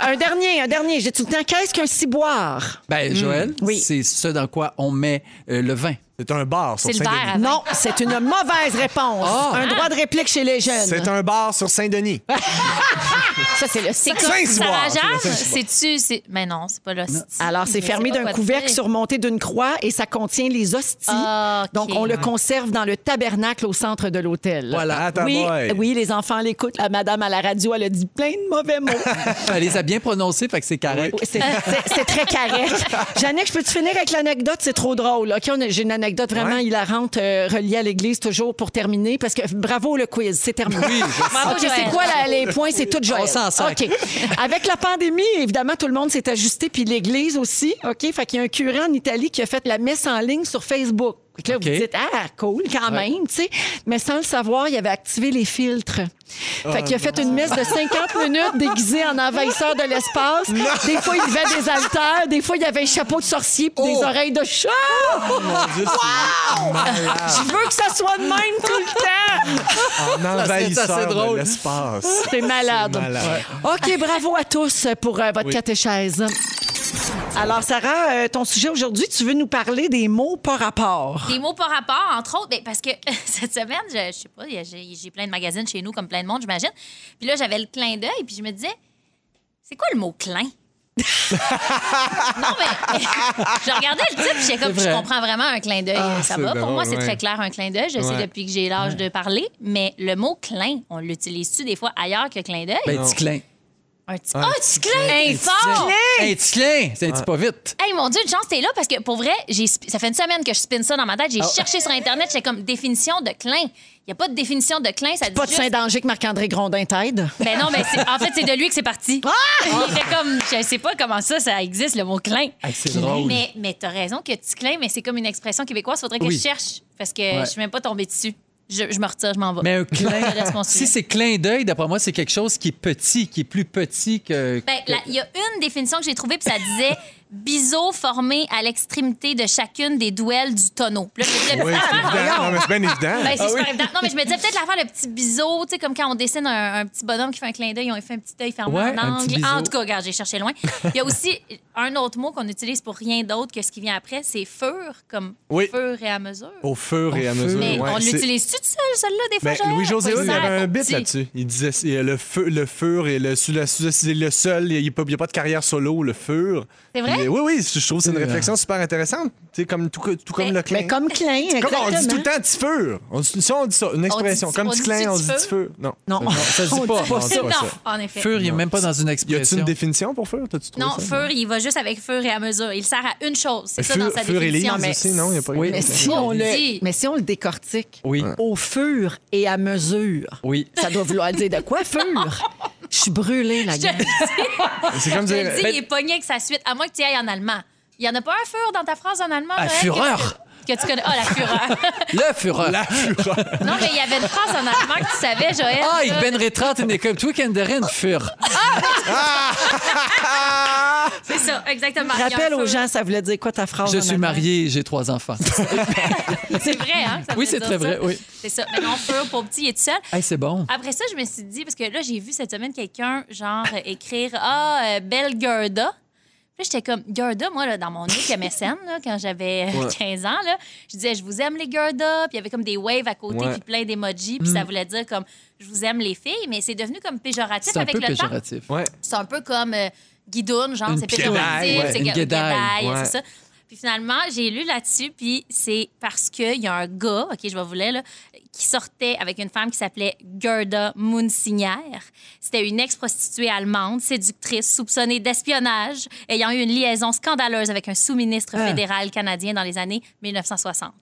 Speaker 2: Un dernier, un dernier. J'ai tout le temps. Qu'est-ce qu'un ciboire?
Speaker 3: Ben, Joël,
Speaker 2: Mm. Oui.
Speaker 3: c'est ce dans quoi on met euh, le vin.
Speaker 1: C'est un bar sur
Speaker 4: C'est le verre
Speaker 1: Saint-Denis.
Speaker 4: avant.
Speaker 2: Non, c'est une mauvaise réponse.
Speaker 3: Ah.
Speaker 2: Un droit de réplique chez les jeunes.
Speaker 1: C'est un bar sur Saint-Denis.
Speaker 2: Ça, c'est le
Speaker 4: C'est
Speaker 2: sac.
Speaker 4: comme
Speaker 1: Saint-Cyboire, c'est le
Speaker 4: Sarah-Jeanne?
Speaker 1: Saint-Cyboire.
Speaker 4: C'est-tu? c'est- Mais non, c'est pas là.
Speaker 2: Alors, c'est fermé d'un couvercle surmonté d'une croix et ça contient les hosties.
Speaker 4: Ah, OK.
Speaker 2: Donc, on le conserve dans le tabernacle au centre de l'hôtel.
Speaker 3: Voilà.
Speaker 1: Ah, ta
Speaker 2: Oui,
Speaker 1: boy.
Speaker 2: oui, les enfants l'écoutent. La madame à la radio, elle a dit plein de mauvais mots.
Speaker 3: Elle les a bien prononcés, fait que c'est carré.
Speaker 2: Oui, C'est c'est- c'est très carré. Jannick, je peux-tu finir avec l'anecdote? C'est trop drôle. OK, on a- j'ai une anecdote vraiment
Speaker 1: Ouais.
Speaker 2: hilarante euh, reliée à l'Église, toujours pour terminer, parce que bravo le quiz, c'est terminé.
Speaker 3: Oui, je-
Speaker 4: Bravo,
Speaker 2: OK,
Speaker 4: Joël.
Speaker 2: c'est quoi la- les points? C'est tout Joël.
Speaker 3: On s'en sert.
Speaker 2: OK. Avec la pandémie, évidemment, tout le monde s'est ajusté, puis l'Église aussi. OK, fait qu'il y a un curé en Italie qui a fait la messe en ligne sur Facebook. Fait que là,
Speaker 3: OK.
Speaker 2: vous dites, ah, cool, quand même, tu sais. Mais sans le savoir, il avait activé les filtres. Fait qu'il a fait une messe de 50 minutes déguisée en envahisseur de l'espace. Des fois, il levait des haltères. Des fois, il avait un chapeau de sorcier puis des oreilles de chat. Ah. Je veux que ça soit de même tout le
Speaker 1: Un
Speaker 2: temps.
Speaker 3: c'est assez
Speaker 1: envahisseur de
Speaker 3: drôle.
Speaker 1: l'espace.
Speaker 2: C'est malade.
Speaker 1: Malade.
Speaker 2: OK, bravo à tous pour euh, votre catéchèse. Alors, Sarah, euh, ton sujet aujourd'hui, tu veux nous parler des mots par rapport.
Speaker 4: Des mots par rapport, entre autres, ben, parce que cette semaine, je, je sais pas, il y a- j'ai j'ai plein de magazines chez nous, comme plein de monde, j'imagine. Puis là, j'avais le clin d'œil, puis je me disais, c'est quoi le mot clin? non, mais je regardais le titre, puis j'étais comme,
Speaker 3: C'est vrai.
Speaker 4: je comprends vraiment un clin d'œil. ça
Speaker 1: Ah, c'est
Speaker 4: va. Pour
Speaker 1: drôle,
Speaker 4: moi, c'est
Speaker 1: ouais.
Speaker 4: très clair, un clin d'œil. Je
Speaker 1: Ouais.
Speaker 4: sais depuis que j'ai l'âge de parler, mais le mot clin, on l'utilise-tu des fois ailleurs que clin d'œil?
Speaker 3: Ben, petit clin.
Speaker 4: un petit. Ah, tu clin!
Speaker 3: Un petit
Speaker 4: fort!
Speaker 3: clin. Un petit clin. C'est un petit pas vite.
Speaker 4: Hey, mon Dieu, une chance, t'es là parce que pour vrai, j'ai sp- ça fait une semaine que je spinne ça dans ma tête. J'ai
Speaker 3: Ah
Speaker 4: cherché sur Internet, j'ai comme définition de clin. Il n'y a pas de définition de clin, ça dit.
Speaker 2: Pas de
Speaker 4: juste-
Speaker 2: Saint-Danger que Marc-André Grondin t'aide.
Speaker 4: Ben non, mais c'est- en fait, c'est de lui que c'est parti. Il était comme, je sais pas comment ça, ça existe, le mot clin.
Speaker 3: Ah, c'est drôle.
Speaker 4: Mais, mais t'as raison que tu clin, mais c'est comme une expression québécoise, faudrait que
Speaker 3: Oui.
Speaker 4: je cherche parce que
Speaker 3: Ouais.
Speaker 4: je suis même pas tombée dessus. Je, je me retire, je m'en vais.
Speaker 3: Mais un clin.
Speaker 4: Je laisse mon
Speaker 3: Si
Speaker 4: sujet.
Speaker 3: c'est clin d'œil, d'après moi, c'est quelque chose qui est petit, qui est plus petit que.
Speaker 4: Ben,
Speaker 3: que-
Speaker 4: la- il y a une définition que j'ai trouvée, puis ça disait biseaux formés à l'extrémité de chacune des douelles du tonneau. Puis là, je me disais,
Speaker 1: Oui, c'est évident. Non, mais c'est bien évident.
Speaker 4: Ah, Ben, c'est super évident. Non, mais je me disais peut-être l'affaire, le petit biseau, tu sais, comme quand on dessine un, un petit bonhomme qui fait un clin d'œil, on fait un petit œil fermé
Speaker 3: Ouais,
Speaker 4: en
Speaker 3: un petit
Speaker 4: angle.
Speaker 3: biseau.
Speaker 4: En tout cas, regarde, j'ai cherché loin. Il y a aussi un autre mot qu'on utilise pour rien d'autre que ce qui vient après, c'est fur, comme
Speaker 1: Oui.
Speaker 4: fur et à mesure.
Speaker 1: Au fur et à
Speaker 3: fur.
Speaker 1: mesure.
Speaker 4: Mais
Speaker 1: ouais,
Speaker 4: on
Speaker 1: c'est-
Speaker 4: l'utilise-tu tout seul, celle-là, des fois?
Speaker 1: Ben,
Speaker 4: Joël?
Speaker 1: Louis-José
Speaker 4: Faut
Speaker 1: Hood, il
Speaker 4: faire
Speaker 1: avait un bit
Speaker 4: petit.
Speaker 1: là-dessus. Il disait c'est, euh, le feu, le fur et le, su- la su- c'est le seul, il n'y a, pas- il y a pas de carrière solo, le fur.
Speaker 4: C'est vrai?
Speaker 1: Puis, euh, oui, oui, je trouve que c'est une
Speaker 3: Euh.
Speaker 1: réflexion super intéressante. Tu sais, comme tout, co- tout comme
Speaker 4: Mais-
Speaker 1: le clin.
Speaker 2: Mais comme Klein,
Speaker 1: Comme on dit tout
Speaker 2: exactement.
Speaker 1: le temps petit fur. On, dit- ça, on dit ça, une expression.
Speaker 4: dit-
Speaker 1: comme
Speaker 4: on
Speaker 1: petit
Speaker 4: dit
Speaker 1: clin, on
Speaker 4: petit
Speaker 1: dit petit fur. Non.
Speaker 2: Non,
Speaker 3: Non, ça se dit
Speaker 2: on
Speaker 3: pas.
Speaker 2: dit
Speaker 1: Non, on dit pas
Speaker 4: Non,
Speaker 1: ça.
Speaker 4: en effet.
Speaker 3: Fur, il n'est même pas dans une
Speaker 1: Y a-t-il
Speaker 3: expression.
Speaker 1: une définition pour fur? T'as-tu trouvé
Speaker 4: Non,
Speaker 1: ça?
Speaker 4: fur, il va juste avec fur et à mesure. Il sert à une chose. C'est ça
Speaker 1: Ben, Fur-
Speaker 4: dans sa
Speaker 1: Fur et Lise
Speaker 4: définition.
Speaker 1: aussi, non? Y a pas
Speaker 3: Oui.
Speaker 2: Mais
Speaker 3: Mais
Speaker 2: si, on le,
Speaker 4: dit.
Speaker 2: mais si on le décortique,
Speaker 3: Oui,
Speaker 2: au fur et à mesure,
Speaker 3: oui.
Speaker 2: ça doit vouloir dire de quoi fur? Je suis brûlée, la
Speaker 4: Je
Speaker 2: gueule.
Speaker 1: C'est comme
Speaker 4: Je
Speaker 1: dire. ben,
Speaker 4: te le dis, il est pogné avec sa suite, à moins que tu y ailles en allemand. Il n'y en a pas un fur dans ta phrase en allemand?
Speaker 3: La
Speaker 4: Joël, que-
Speaker 3: fureur.
Speaker 4: Que, tu connais. Ah, la fureur.
Speaker 3: Le fureur.
Speaker 1: La fureur.
Speaker 4: non, mais il y avait une phrase en allemand que tu savais, Joël. Euh, là.
Speaker 3: Ah, ich bin retraite in comme Toi, Kenderen, fur.
Speaker 4: C'est ça, exactement. Il y a un
Speaker 2: Rappelle aux
Speaker 4: fur.
Speaker 2: gens, ça voulait dire quoi ta phrase?
Speaker 3: Je
Speaker 2: en
Speaker 3: suis
Speaker 2: allemand?
Speaker 3: mariée, j'ai trois enfants.
Speaker 4: C'est vrai, hein? que ça veut
Speaker 3: Oui, c'est
Speaker 4: dire
Speaker 3: très
Speaker 4: ça.
Speaker 3: vrai, oui.
Speaker 4: C'est ça. Mais non, fur pour petit, il est seul.
Speaker 3: Hey, c'est bon.
Speaker 4: Après ça, je me suis dit, parce que là, j'ai vu cette semaine quelqu'un, genre, euh, écrire Ah, euh, belle Gerda. Puis là, j'étais comme, Gerda, moi, là, dans mon nick MSN, là, quand j'avais euh, 15 ans, là, je disais, je vous aime les Gerda. Puis il y avait comme des waves à côté,
Speaker 1: Ouais.
Speaker 4: puis plein d'emojis. Puis ça
Speaker 3: Mm.
Speaker 4: voulait dire comme, je vous aime les filles. Mais c'est devenu comme péjoratif
Speaker 3: C'est un
Speaker 4: avec
Speaker 3: peu
Speaker 4: le temps.
Speaker 3: péjoratif.
Speaker 1: Ouais.
Speaker 4: C'est un peu comme euh, guidoune, genre,
Speaker 3: Une
Speaker 4: c'est péjoratif,
Speaker 3: guédaille, ouais.
Speaker 4: c'est
Speaker 3: Une
Speaker 4: ga-
Speaker 3: guédaille,
Speaker 4: guédaille,
Speaker 1: ouais.
Speaker 4: c'est ça. Puis finalement, j'ai lu là-dessus, puis c'est parce qu'il y a un gars, OK, je vais vous lire, là, qui sortait avec une femme qui s'appelait Gerda Munsignère. C'était une ex-prostituée allemande, séductrice, soupçonnée d'espionnage, ayant eu une liaison scandaleuse avec un sous-ministre
Speaker 3: Ah.
Speaker 4: fédéral canadien dans les années 1960.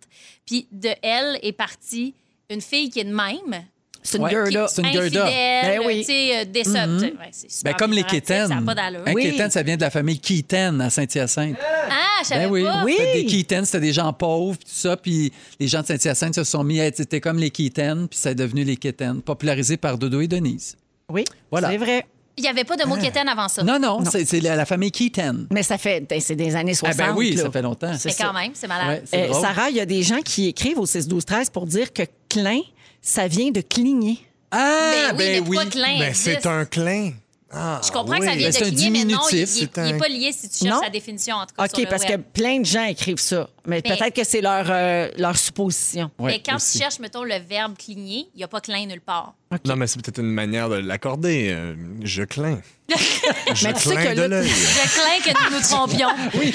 Speaker 4: Puis de elle est partie une fille qui est de même,
Speaker 2: C'est une
Speaker 3: Ouais.
Speaker 2: gueule, là.
Speaker 3: C'est une gueule d'or.
Speaker 4: infidèle,
Speaker 2: Ben oui.
Speaker 4: tu sais, euh, décevante. Ouais, c'est super
Speaker 3: Ben, comme les
Speaker 4: Ah, péjoratif,
Speaker 3: Kéten.
Speaker 4: Ça n'a pas d'allure.
Speaker 3: Hein,
Speaker 2: Oui.
Speaker 3: Kéten, ça vient de la famille Keaton à Saint-Hyacinthe.
Speaker 4: Ah, je savais
Speaker 3: Ben oui.
Speaker 4: pas.
Speaker 2: Oui.
Speaker 3: C'était des Keaton, c'était des gens pauvres, puis tout ça. Puis les gens de Saint-Hyacinthe se sont mis à être c'était comme les Keaton, puis ça est devenu les Keaton, popularisé par Dodo et Denise.
Speaker 2: Oui,
Speaker 3: Voilà.
Speaker 2: c'est vrai.
Speaker 4: Il n'y avait pas de mot quétaine avant ça.
Speaker 3: Ah. Non, non, c'est c'est la, la famille Keaton.
Speaker 2: Mais ça fait, c'est des années 60.
Speaker 3: Ah ben oui,
Speaker 2: là.
Speaker 3: ça fait longtemps.
Speaker 2: C'est
Speaker 4: mais
Speaker 2: ça.
Speaker 4: quand même, c'est malade.
Speaker 3: Ouais, c'est
Speaker 2: Euh,
Speaker 3: drôle.
Speaker 2: Sarah, il y a des gens qui écrivent au 6 12 13 pour dire que clin, ça vient de cligner.
Speaker 3: Ah,
Speaker 4: Ben oui, mais
Speaker 3: ben oui.
Speaker 4: pourquoi Klein
Speaker 1: Ben,
Speaker 4: existe?
Speaker 1: c'est un clin. Ah,
Speaker 4: Je comprends que ça
Speaker 1: oui.
Speaker 4: vient
Speaker 3: Ben, c'est un
Speaker 4: de cligner, mais non, il
Speaker 3: diminutif,
Speaker 4: n'est
Speaker 1: c'est un-
Speaker 4: pas lié si tu cherches
Speaker 2: Non?
Speaker 4: sa définition, en tout cas.
Speaker 2: OK, parce que plein de gens écrivent ça. Mais
Speaker 4: Mais-
Speaker 2: peut-être que c'est leur, euh, leur supposition.
Speaker 3: Ouais,
Speaker 4: mais quand
Speaker 3: aussi.
Speaker 4: tu cherches, mettons, le verbe cligner, il n'y a pas clin nulle part.
Speaker 1: Non, mais c'est peut-être une manière de l'accorder. euh, je clin. je
Speaker 2: Mais tu sais
Speaker 1: clin
Speaker 2: que
Speaker 1: de
Speaker 2: là,
Speaker 1: l'œil.
Speaker 4: Je clin que nous nous trompions.
Speaker 3: Oui,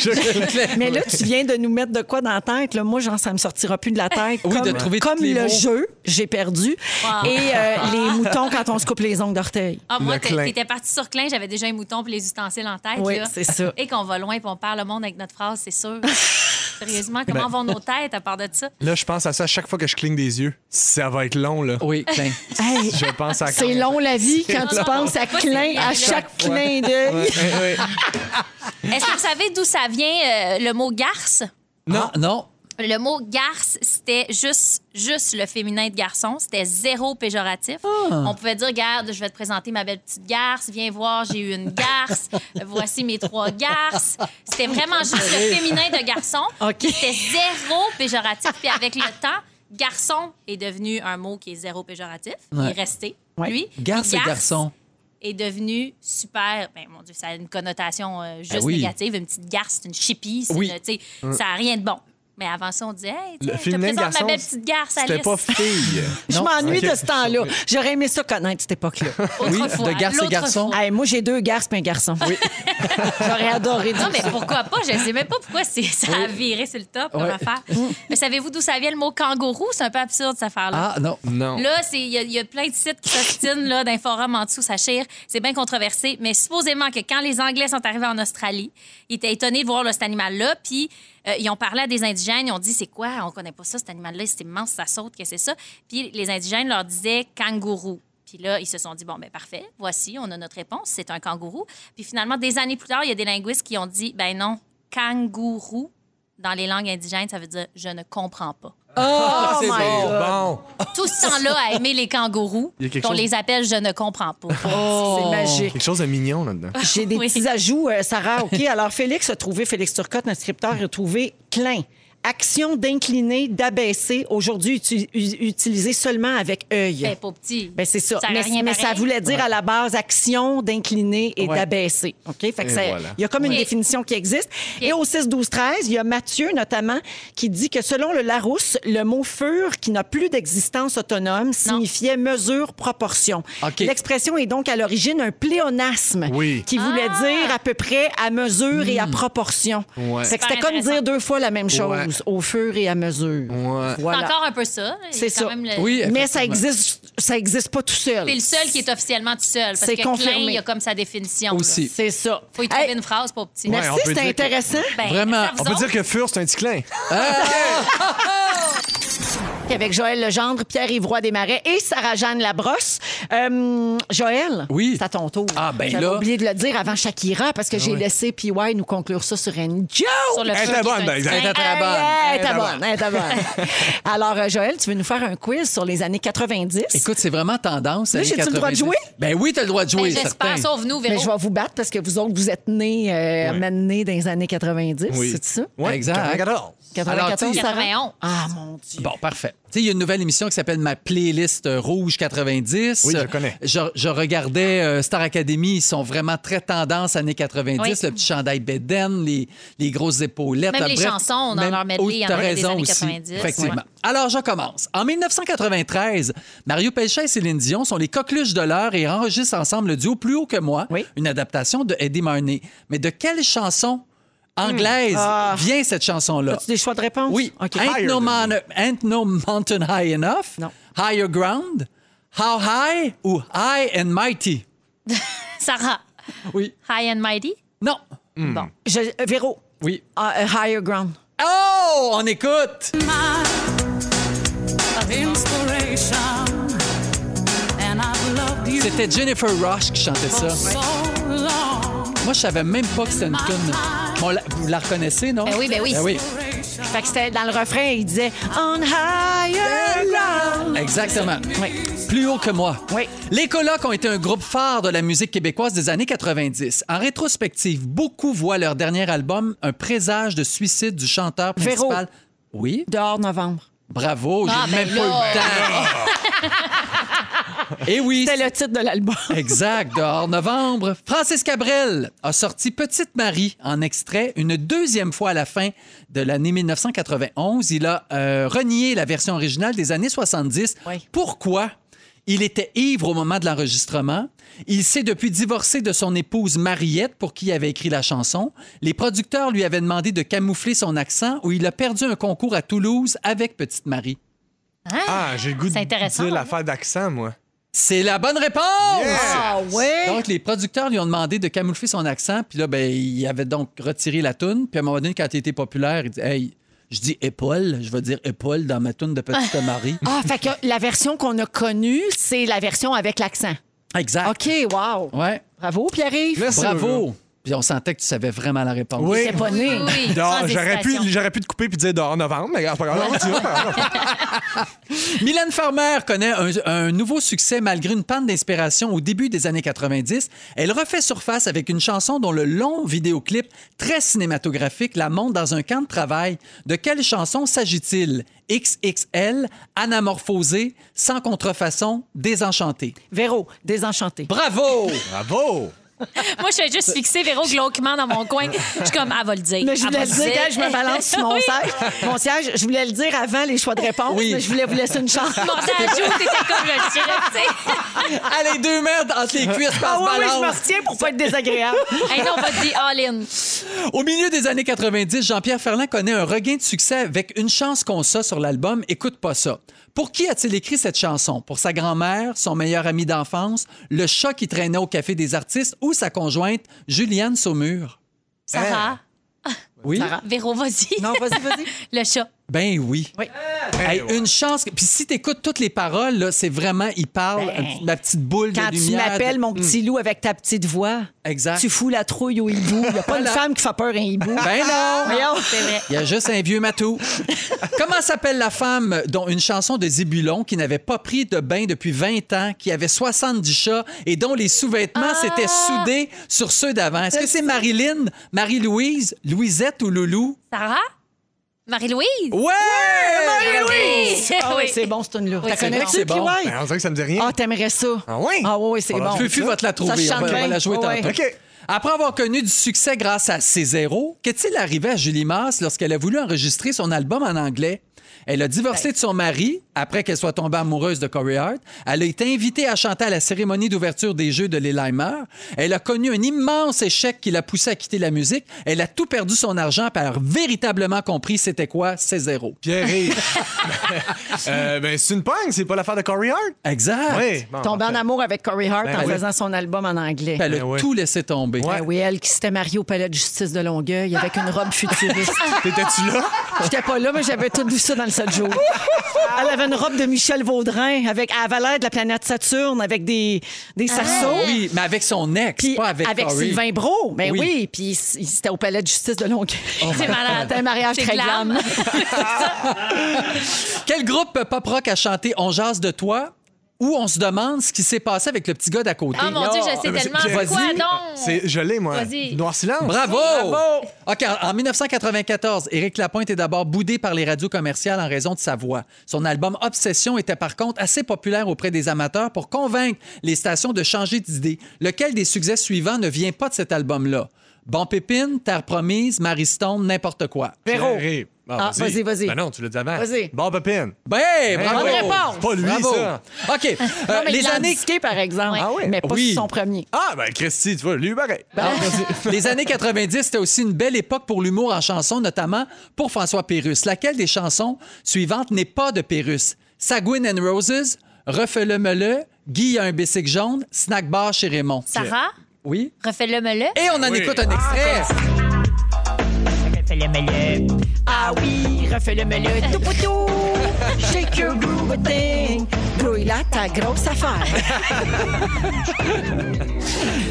Speaker 2: Mais là, tu viens de nous mettre de quoi dans la tête. Là. Moi, genre, ça me sortira plus de la tête.
Speaker 3: Oui,
Speaker 2: comme
Speaker 3: de trouver
Speaker 2: comme
Speaker 3: tous les
Speaker 2: le
Speaker 3: mots.
Speaker 2: jeu, j'ai perdu.
Speaker 4: Wow.
Speaker 2: Et euh, les moutons quand on se coupe les ongles d'orteil.
Speaker 4: Ah, moi,
Speaker 1: Le
Speaker 4: t'es-
Speaker 1: clin.
Speaker 4: t'étais parti sur clin, j'avais déjà un mouton et les ustensiles en tête.
Speaker 2: Oui,
Speaker 4: là.
Speaker 2: c'est ça.
Speaker 4: Et qu'on va loin et qu'on perd le monde avec notre phrase, c'est sûr. Sérieusement,
Speaker 3: Eh ben.
Speaker 4: comment vont nos têtes à part de ça?
Speaker 1: Là, je pense à ça à chaque fois que je cligne des yeux. Ça va être long, là.
Speaker 3: Oui, ben Klein.
Speaker 2: Hey,
Speaker 1: Je pense à
Speaker 2: c'est long la vie quand tu
Speaker 4: C'est long.
Speaker 2: penses à clin, à chaque clin d'œil.
Speaker 1: Ouais, ouais, ouais.
Speaker 4: Est-ce que vous savez d'où ça vient euh, le mot garce?
Speaker 3: Non, non.
Speaker 4: Le mot garce, c'était juste, juste le féminin de garçon. C'était zéro péjoratif. On pouvait dire, garde, je vais te présenter ma belle petite garce. Viens voir, j'ai eu une garce. Voici mes trois garces. C'était vraiment juste le féminin de garçon.
Speaker 2: OK.
Speaker 4: C'était zéro péjoratif. Puis avec le temps, garçon est devenu un mot qui est zéro péjoratif. Il
Speaker 3: Ouais.
Speaker 4: est resté,
Speaker 2: Ouais.
Speaker 4: lui.
Speaker 3: Garce et
Speaker 4: Garce
Speaker 3: garçon.
Speaker 4: est devenu super. Ben, mon Dieu, ça a une connotation euh, juste
Speaker 3: Ah oui.
Speaker 4: négative. Une petite garce, c'est une chipie. c'est
Speaker 3: Oui.
Speaker 4: une- tu sais, Ça n'a rien de bon. Mais avant ça, on disait, hey, tu
Speaker 1: Le
Speaker 4: sais, je te
Speaker 1: féminin de
Speaker 4: présente
Speaker 1: garçon,
Speaker 4: ma belle petite garce,
Speaker 1: C'était
Speaker 4: Alice.
Speaker 1: pas fille.
Speaker 2: Je
Speaker 3: Non.
Speaker 2: m'ennuie
Speaker 1: Ok.
Speaker 2: de ce temps-là. J'aurais aimé ça connaître cette époque-là.
Speaker 4: Autrefois,
Speaker 3: de garce et
Speaker 4: l'autre
Speaker 3: garçon.
Speaker 4: fois.
Speaker 2: Hey, moi, j'ai deux garces et un garçon. J'aurais adoré dire
Speaker 4: Non, mais pourquoi pas? Je ne sais même pas pourquoi c'est- ça a viré sur le top comme
Speaker 3: Ouais.
Speaker 4: affaire. Mais savez-vous d'où ça vient le mot kangourou? C'est un peu absurde, cette affaire-là.
Speaker 3: Ah, non.
Speaker 1: Non.
Speaker 4: Là, c'est- il y, a- il y a plein de sites qui s'obstinent là, d'un forum en dessous, ça chire. C'est bien controversé. Mais supposément que quand les Anglais sont arrivés en Australie, ils étaient étonnés de voir là, cet animal-là. Puis euh, ils ont parlé à des indigènes. Ils ont dit c'est quoi On connaît pas ça, cet animal-là. C'est immense, ça saute, que c'est ça. Puis les indigènes leur disaient kangourou. Puis là, ils se sont dit, bon, ben parfait, voici, on a notre réponse, c'est un kangourou. Puis finalement, des années plus tard, il y a des linguistes qui ont dit, ben non, kangourou, dans les langues indigènes, ça veut dire je ne comprends pas.
Speaker 2: Oh,
Speaker 3: c'est
Speaker 2: my
Speaker 3: bon.
Speaker 2: God.
Speaker 1: Bon,
Speaker 4: Tout ce temps-là à aimer les kangourous,
Speaker 1: Il y a quelque
Speaker 4: qu'on
Speaker 1: chose- Oh.
Speaker 4: les appelle Je ne comprends pas.
Speaker 2: C'est magique.
Speaker 1: quelque chose de mignon là-dedans.
Speaker 2: oh. J'ai des
Speaker 4: Oui.
Speaker 2: petits ajouts, euh, Sarah. OK, alors Félix a trouvé, Félix Turcotte, notre scripteur, a trouvé clin. Action d'incliner, d'abaisser, aujourd'hui utu- u- utilisé seulement avec œil.
Speaker 4: Ben, pas petit.
Speaker 2: Ben, c'est ça.
Speaker 4: Ça a
Speaker 2: mais
Speaker 4: rien
Speaker 2: mais ça
Speaker 4: pareil.
Speaker 2: voulait dire à la base action d'incliner et
Speaker 3: Ouais.
Speaker 2: d'abaisser. OK? Fait que
Speaker 1: Et
Speaker 2: ça-
Speaker 1: voilà.
Speaker 2: Il y a comme une
Speaker 4: Ouais.
Speaker 2: définition qui existe. Et au 6-12-13, il y a Mathieu, notamment, qui dit que selon le Larousse, le mot fur, qui n'a plus d'existence autonome, signifiait mesure, proportion.
Speaker 3: OK.
Speaker 2: L'expression est donc à l'origine un pléonasme
Speaker 1: Oui. Hmm.
Speaker 2: qui voulait
Speaker 4: Ah!
Speaker 2: dire à peu près à mesure et à proportion.
Speaker 1: Ouais.
Speaker 2: Fait que
Speaker 4: Super
Speaker 2: c'était comme dire
Speaker 4: intéressant.
Speaker 2: deux fois la même chose,
Speaker 1: Ouais.
Speaker 2: au fur et à mesure.
Speaker 1: Ouais.
Speaker 4: C'est
Speaker 2: Voilà.
Speaker 4: encore un peu ça. Il y a
Speaker 2: C'est
Speaker 4: quand
Speaker 2: ça.
Speaker 4: même le-
Speaker 3: Oui,
Speaker 2: Mais ça existe, ça existe pas tout seul.
Speaker 4: C'est le seul qui est officiellement tout seul. Parce
Speaker 2: C'est
Speaker 4: que
Speaker 2: confirmé.
Speaker 4: Klein, il a comme sa définition. là.
Speaker 3: Aussi.
Speaker 2: C'est ça.
Speaker 4: Faut y
Speaker 2: Hey,
Speaker 4: trouver une phrase pour petit.
Speaker 1: Ouais, on
Speaker 2: Merci,
Speaker 1: peut
Speaker 2: c'était
Speaker 1: dire que-
Speaker 2: intéressant.
Speaker 4: Ben,
Speaker 3: Vraiment.
Speaker 4: ça vous
Speaker 1: On peut
Speaker 4: autres,
Speaker 1: dire que Fur, c'est un petit clin.
Speaker 2: Avec Joël Legendre, Pierre-Yves Roy Desmarais et Sarah-Jeanne Labrosse. Euh, Joël,
Speaker 3: Oui.
Speaker 2: c'est à ton tour.
Speaker 3: Ah, ben
Speaker 2: J'avais
Speaker 3: là.
Speaker 2: oublié de le dire avant Shakira parce que j'ai laissé PY nous conclure ça sur une joke.
Speaker 4: sur le
Speaker 1: Elle
Speaker 4: feu
Speaker 1: était
Speaker 4: qui
Speaker 1: bonne,
Speaker 4: est un
Speaker 1: ben,
Speaker 4: petit
Speaker 1: elle
Speaker 4: clin.
Speaker 3: était très bonne.
Speaker 2: Hey,
Speaker 3: Elle
Speaker 2: t'as
Speaker 3: était
Speaker 2: bonne, hey, t'as bonne. Alors, euh, Joël, tu veux nous faire un quiz sur les années 90?
Speaker 3: Écoute, c'est vraiment tendance.
Speaker 2: Là,
Speaker 3: années
Speaker 2: j'ai-tu le droit de
Speaker 3: 90.
Speaker 2: jouer?
Speaker 3: Ben oui, t'as le droit de
Speaker 4: Ben,
Speaker 3: jouer, certain.
Speaker 4: J'espère, sauve-nous,
Speaker 2: Mais
Speaker 4: Véro.
Speaker 2: je vais vous battre parce que vous autres, vous êtes nés, euh, maintenant dans les années 90,
Speaker 1: Oui.
Speaker 2: c'est ça?
Speaker 1: Ouais,
Speaker 3: Exact.
Speaker 1: 94.
Speaker 2: 94,
Speaker 3: Alors, tu sais,
Speaker 2: Sarah?
Speaker 4: 91.
Speaker 2: Ah, mon Dieu.
Speaker 3: Bon, parfait. Tu sais, il y a une nouvelle émission qui s'appelle Ma playlist euh, rouge 90.
Speaker 1: Oui, je connais.
Speaker 3: Je, je regardais euh, Star Academy, ils sont vraiment très tendance années 90,
Speaker 4: Oui.
Speaker 3: le petit chandail Beden, les, les grosses épaulettes.
Speaker 4: Même
Speaker 3: là,
Speaker 4: les
Speaker 3: bref,
Speaker 4: chansons dans leur medley,
Speaker 3: oh,
Speaker 4: il y en
Speaker 3: t'as
Speaker 4: avait des
Speaker 3: raison
Speaker 4: années
Speaker 3: aussi,
Speaker 4: 90,
Speaker 3: Effectivement.
Speaker 4: ouais.
Speaker 3: Alors, je commence. En 1993, Mario Pelchat et Céline Dion sont les coqueluches de l'heure et enregistrent ensemble le duo Plus haut que moi,
Speaker 2: Oui.
Speaker 3: une adaptation de Eddie Marnay. Mais de quelle chanson anglaise
Speaker 4: Hmm.
Speaker 2: Ah.
Speaker 3: vient cette chanson-là?
Speaker 2: As-tu des choix de réponse?
Speaker 3: Oui.
Speaker 2: OK. Ah,
Speaker 3: Ain't, no man- ain't no mountain high enough.
Speaker 2: Non.
Speaker 3: Higher ground. How high ou high and mighty.
Speaker 4: Sarah,
Speaker 3: Oui.
Speaker 4: High and Mighty.
Speaker 3: Non.
Speaker 4: Bon.
Speaker 2: Je, euh, Véro,
Speaker 3: Oui.
Speaker 2: ah, euh, Higher Ground.
Speaker 3: Oh, on écoute. C'était Jennifer Rush qui chantait ça. Moi, je savais même pas que c'était une tune. Bon, la- vous la reconnaissez, non?
Speaker 4: Ben oui, ben oui.
Speaker 3: Ben oui.
Speaker 2: Fait que c'était dans le refrain, il disait On higher ground.
Speaker 3: Exactement.
Speaker 2: Oui.
Speaker 3: Plus haut que moi.
Speaker 2: Oui.
Speaker 3: Les colocs ont été un groupe phare de la musique québécoise des années 90. En rétrospective, beaucoup voient leur dernier album un présage de suicide du chanteur
Speaker 2: Véro.
Speaker 3: principal. Oui,
Speaker 2: Dehors novembre.
Speaker 3: bravo, j'ai
Speaker 4: Ah, ben
Speaker 3: même pas eu
Speaker 4: là.
Speaker 3: le temps. Et oui,
Speaker 2: C'était le titre de l'album.
Speaker 3: Exact. Dehors novembre, Francis Cabrel a sorti Petite Marie en extrait une deuxième fois à la fin de l'année 1991. Il a euh, renié la version originale des années 70.
Speaker 2: Oui.
Speaker 3: Pourquoi? Il était ivre au moment de l'enregistrement. Il s'est depuis divorcé de son épouse Mariette, pour qui il avait écrit la chanson. Les producteurs lui avaient demandé de camoufler son accent, où il a perdu un concours à Toulouse avec Petite Marie.
Speaker 4: Hein?
Speaker 1: Ah, j'ai le goût de
Speaker 4: C'est intéressant,
Speaker 1: dire
Speaker 4: hein?
Speaker 1: l'affaire d'accent, moi.
Speaker 3: C'est la bonne réponse!
Speaker 2: Ah ouais.
Speaker 3: Donc, les producteurs lui ont demandé de camoufler son accent. Puis là, ben, il avait donc retiré la toune. Puis à un moment donné, quand il était populaire, il dit Hey, je dis épaule, je vais dire épaule dans ma toune de Petite Marie.
Speaker 2: Ah, fait que la version qu'on a connue, c'est la version avec l'accent.
Speaker 3: Exact.
Speaker 2: OK, wow.
Speaker 3: Ouais.
Speaker 2: Bravo, Pierre-Yves.
Speaker 1: Merci,
Speaker 3: Bravo. Puis on sentait que tu savais vraiment la réponse.
Speaker 1: Oui.
Speaker 2: T'es pas né.
Speaker 4: Oui,
Speaker 1: Dehors,
Speaker 4: sans
Speaker 1: J'aurais pu,
Speaker 4: hésitation.
Speaker 1: j'aurais pu te couper puis dire dehors novembre, mais c'est pas grave. tu vois, par exemple.
Speaker 3: Mylène Farmer connaît un, un nouveau succès malgré une panne d'inspiration au début des années 90. Elle refait surface avec une chanson dont le long vidéoclip très cinématographique la montre dans un camp de travail. De quelle chanson s'agit-il? XXL, anamorphosée, sans contrefaçon, désenchantée.
Speaker 2: Véro, désenchanté.
Speaker 3: Bravo!
Speaker 1: Bravo!
Speaker 4: Moi, je suis juste fixée Véro glauquement dans mon coin. Je suis comme, elle va le dire.
Speaker 2: Mais je
Speaker 4: Elle va
Speaker 2: voulais le dire,
Speaker 4: le dire.
Speaker 2: quand je me balance sur mon
Speaker 4: Oui.
Speaker 2: siège. Mon siège, je voulais le dire avant les choix de réponse,
Speaker 3: Oui.
Speaker 2: mais je voulais vous laisser une chance.
Speaker 4: Mon ajout, t'étais comme le chien,
Speaker 3: Allez, deux mètres entre les cuisses
Speaker 2: Ah
Speaker 3: par
Speaker 2: oui, oui, je me
Speaker 3: balance.
Speaker 2: retiens pour pas être désagréable.
Speaker 4: tu sais. Hey, non, on va te dire all-in.
Speaker 3: Au milieu des années 90, Jean-Pierre Ferland connaît un regain de succès avec une chance qu'on ça sur l'album Écoute pas ça. Pour qui a-t-il écrit cette chanson Pour sa grand-mère, son meilleur ami d'enfance, le chat qui traînait au café des artistes ou sa conjointe Juliane Saumur
Speaker 4: Sarah,
Speaker 3: Oui.
Speaker 2: Sarah.
Speaker 4: Véro, vas-y.
Speaker 2: Non, vas-y, vas-y.
Speaker 4: Le chat.
Speaker 3: Ben oui.
Speaker 2: Oui.
Speaker 3: Hey, Une chance. que- Puis si t'écoutes toutes les paroles, là, c'est vraiment, il parle,
Speaker 2: Ben,
Speaker 3: un petit- la petite boule
Speaker 2: Quand
Speaker 3: de
Speaker 2: tu
Speaker 3: lumière.
Speaker 2: m'appelles mon petit loup avec ta petite voix,
Speaker 3: Exact.
Speaker 2: tu fous la trouille au hibou. Il n'y a pas une femme qui fait peur à un hibou. oh!
Speaker 3: Ben non!
Speaker 2: Voyons.
Speaker 4: C'est vrai.
Speaker 3: Il y a juste un vieux matou. Comment s'appelle la femme dont une chanson de Zébulon qui n'avait pas pris de bain depuis 20 ans, qui avait 70 chats et dont les sous-vêtements s'étaient soudés sur ceux d'avant? Est-ce que c'est Marilyn, Marie-Louise, Louisette ou Loulou?
Speaker 4: Sarah? Marie-Louise?
Speaker 1: Oh!
Speaker 3: Ouais!
Speaker 4: Marie-Louise!
Speaker 2: Ah oui, c'est bon, c'est une lourde.
Speaker 4: Oui,
Speaker 2: T'as
Speaker 4: c'est
Speaker 2: connais-tu,
Speaker 3: bon. C'est bon.
Speaker 2: Piouaille?
Speaker 1: Ben, on dirait que ça me dit rien.
Speaker 2: Ah, t'aimerais ça.
Speaker 1: Ah oui?
Speaker 2: Ah oui, c'est
Speaker 1: Voilà.
Speaker 2: bon.
Speaker 3: Fufu va te la trouver.
Speaker 2: chante
Speaker 3: on, va, on va
Speaker 2: bien.
Speaker 3: la jouer
Speaker 2: Ouais,
Speaker 3: tantôt.
Speaker 2: ouais.
Speaker 1: OK.
Speaker 3: Après avoir connu du succès grâce à ses zéros, qu'est-il arrivé à Julie Masse lorsqu'elle a voulu enregistrer son album en anglais? Elle a
Speaker 1: Ben.
Speaker 3: divorcé de son mari après qu'elle soit tombée amoureuse de Corey Hart. Elle a été invitée à chanter à la cérémonie d'ouverture des Jeux de Lillehammer. Elle a connu un immense échec qui l'a poussée à quitter la musique. Elle a tout perdu son argent par véritablement compris c'était quoi ses zéros.
Speaker 1: Pierre euh, Ben, c'est une pogne, c'est pas l'affaire de Corey Hart.
Speaker 3: Exact.
Speaker 1: Oui. bon,
Speaker 2: Tombée en
Speaker 1: parfait.
Speaker 2: amour avec Corey Hart
Speaker 1: Ben
Speaker 2: en
Speaker 1: oui.
Speaker 2: faisant son album en anglais.
Speaker 3: Elle a
Speaker 1: Ben oui.
Speaker 3: tout laissé tomber.
Speaker 1: Ouais.
Speaker 2: Ben oui, elle qui s'était mariée au palais de justice de Longueuil avec une robe futuriste.
Speaker 1: T'étais-tu là?
Speaker 2: J'étais pas là, mais j'avais tout vu ça dans le 7 jours. Elle avait une robe de Michel Vaudrin, avec, elle avait l'air de la planète Saturne, avec des, des
Speaker 3: Ah.
Speaker 2: sarceaux.
Speaker 3: Oui, mais avec son ex,
Speaker 2: Puis
Speaker 3: pas avec, Corey.
Speaker 2: Sylvain Brault. Ben
Speaker 3: Oui.
Speaker 2: oui, puis il- il- c'était au palais de justice de Longueuil.
Speaker 4: Oh, ben, C'est malade.
Speaker 2: C'était un mariage
Speaker 4: C'est
Speaker 2: très
Speaker 4: glam.
Speaker 2: glam.
Speaker 3: Quel groupe pop rock a chanté On jase de toi ou on se demande ce qui s'est passé avec le petit gars d'à côté?
Speaker 4: Oh mon Dieu, je sais
Speaker 1: Ben, c'est
Speaker 4: tellement.
Speaker 1: Pierre-
Speaker 4: C'est quoi
Speaker 3: Vas-y.
Speaker 4: donc?
Speaker 1: C'est, je l'ai, moi.
Speaker 4: Vas-y.
Speaker 1: Noir silence.
Speaker 3: Bravo! OK, en- en 1994, Éric Lapointe est d'abord boudé par les radios commerciales en raison de sa voix. Son album Obsession était par contre assez populaire auprès des amateurs pour convaincre les stations de changer d'idée. Lequel des succès suivants ne vient pas de cet album-là? Bon Pépine, Terre Promise, Marie Stone, n'importe quoi.
Speaker 2: Véro.
Speaker 1: Pierre-
Speaker 2: Ah, vas-y, vas-y.
Speaker 1: Ben non, tu l'as dit avant.
Speaker 2: Vas-y.
Speaker 1: Bon, Pépine.
Speaker 3: Ben, bravo!
Speaker 2: bonne réponse.
Speaker 1: C'est pas lui,
Speaker 3: Bravo.
Speaker 1: ça.
Speaker 3: OK. euh,
Speaker 2: Non, mais
Speaker 3: les
Speaker 2: il l'a
Speaker 3: années
Speaker 2: indiqué, par exemple,
Speaker 4: Ouais. Ah
Speaker 1: ouais?
Speaker 2: mais pas
Speaker 3: Oui.
Speaker 2: sur son premier.
Speaker 1: Ah, ben, Christy, tu vois, lui, pareil.
Speaker 3: Les années 90, c'était aussi une belle époque pour l'humour en chansons, notamment pour François Pérusse. Laquelle des chansons suivantes n'est pas de Pérusse? Sagouin and Roses, Refais-le me Guy a un bicycle jaune, Snack Bar chez Raymond.
Speaker 4: Sarah?
Speaker 3: Oui.
Speaker 4: Refais-le me le.
Speaker 3: Et on en
Speaker 1: Oui.
Speaker 3: écoute un extrait.
Speaker 2: Ah oui, refais-le me le tout poutou. J'ai que bouting. Grouille-la ta grosse affaire.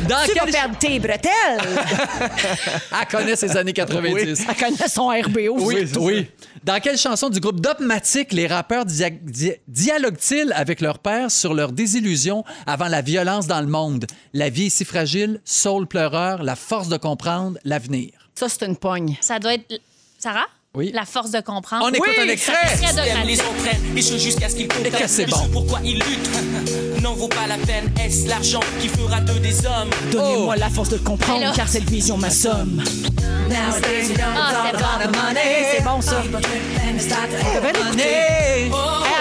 Speaker 3: Dans
Speaker 2: tu vas
Speaker 3: quel...
Speaker 2: perdre tes bretelles.
Speaker 3: Elle connaît ses années 90.
Speaker 2: Elle connaît son RBO.
Speaker 3: Oui,
Speaker 1: c'est
Speaker 3: oui. Dans quelle chanson du groupe Dogmatic les rappeurs dia- dia- dialoguent-ils avec leur père sur leur désillusion avant la violence dans le monde? La vie est si fragile, Soul pleureur, la force de comprendre, l'avenir.
Speaker 2: Ça, c'est une pogne.
Speaker 4: Ça doit être. Sarah?
Speaker 3: Oui.
Speaker 4: La force de comprendre.
Speaker 3: On écoute
Speaker 4: Oui!
Speaker 3: un extrait!
Speaker 4: Très
Speaker 8: Ils aiment les
Speaker 4: dogmatique.
Speaker 8: entraînent, les choses jusqu'à ce qu'ils comprennent.
Speaker 3: que c'est
Speaker 8: Les
Speaker 3: bon.
Speaker 8: choses pourquoi ils luttent n'en vaut pas la peine. Est-ce l'argent qui fera d'eux des hommes Oh.
Speaker 2: Donnez-moi la force de le comprendre,
Speaker 4: Alors?
Speaker 2: car cette vision m'assomme.
Speaker 4: Ah, c'est bon.
Speaker 2: C'est bon, ça. T'as bien écouté.
Speaker 3: Hey!
Speaker 2: Hey,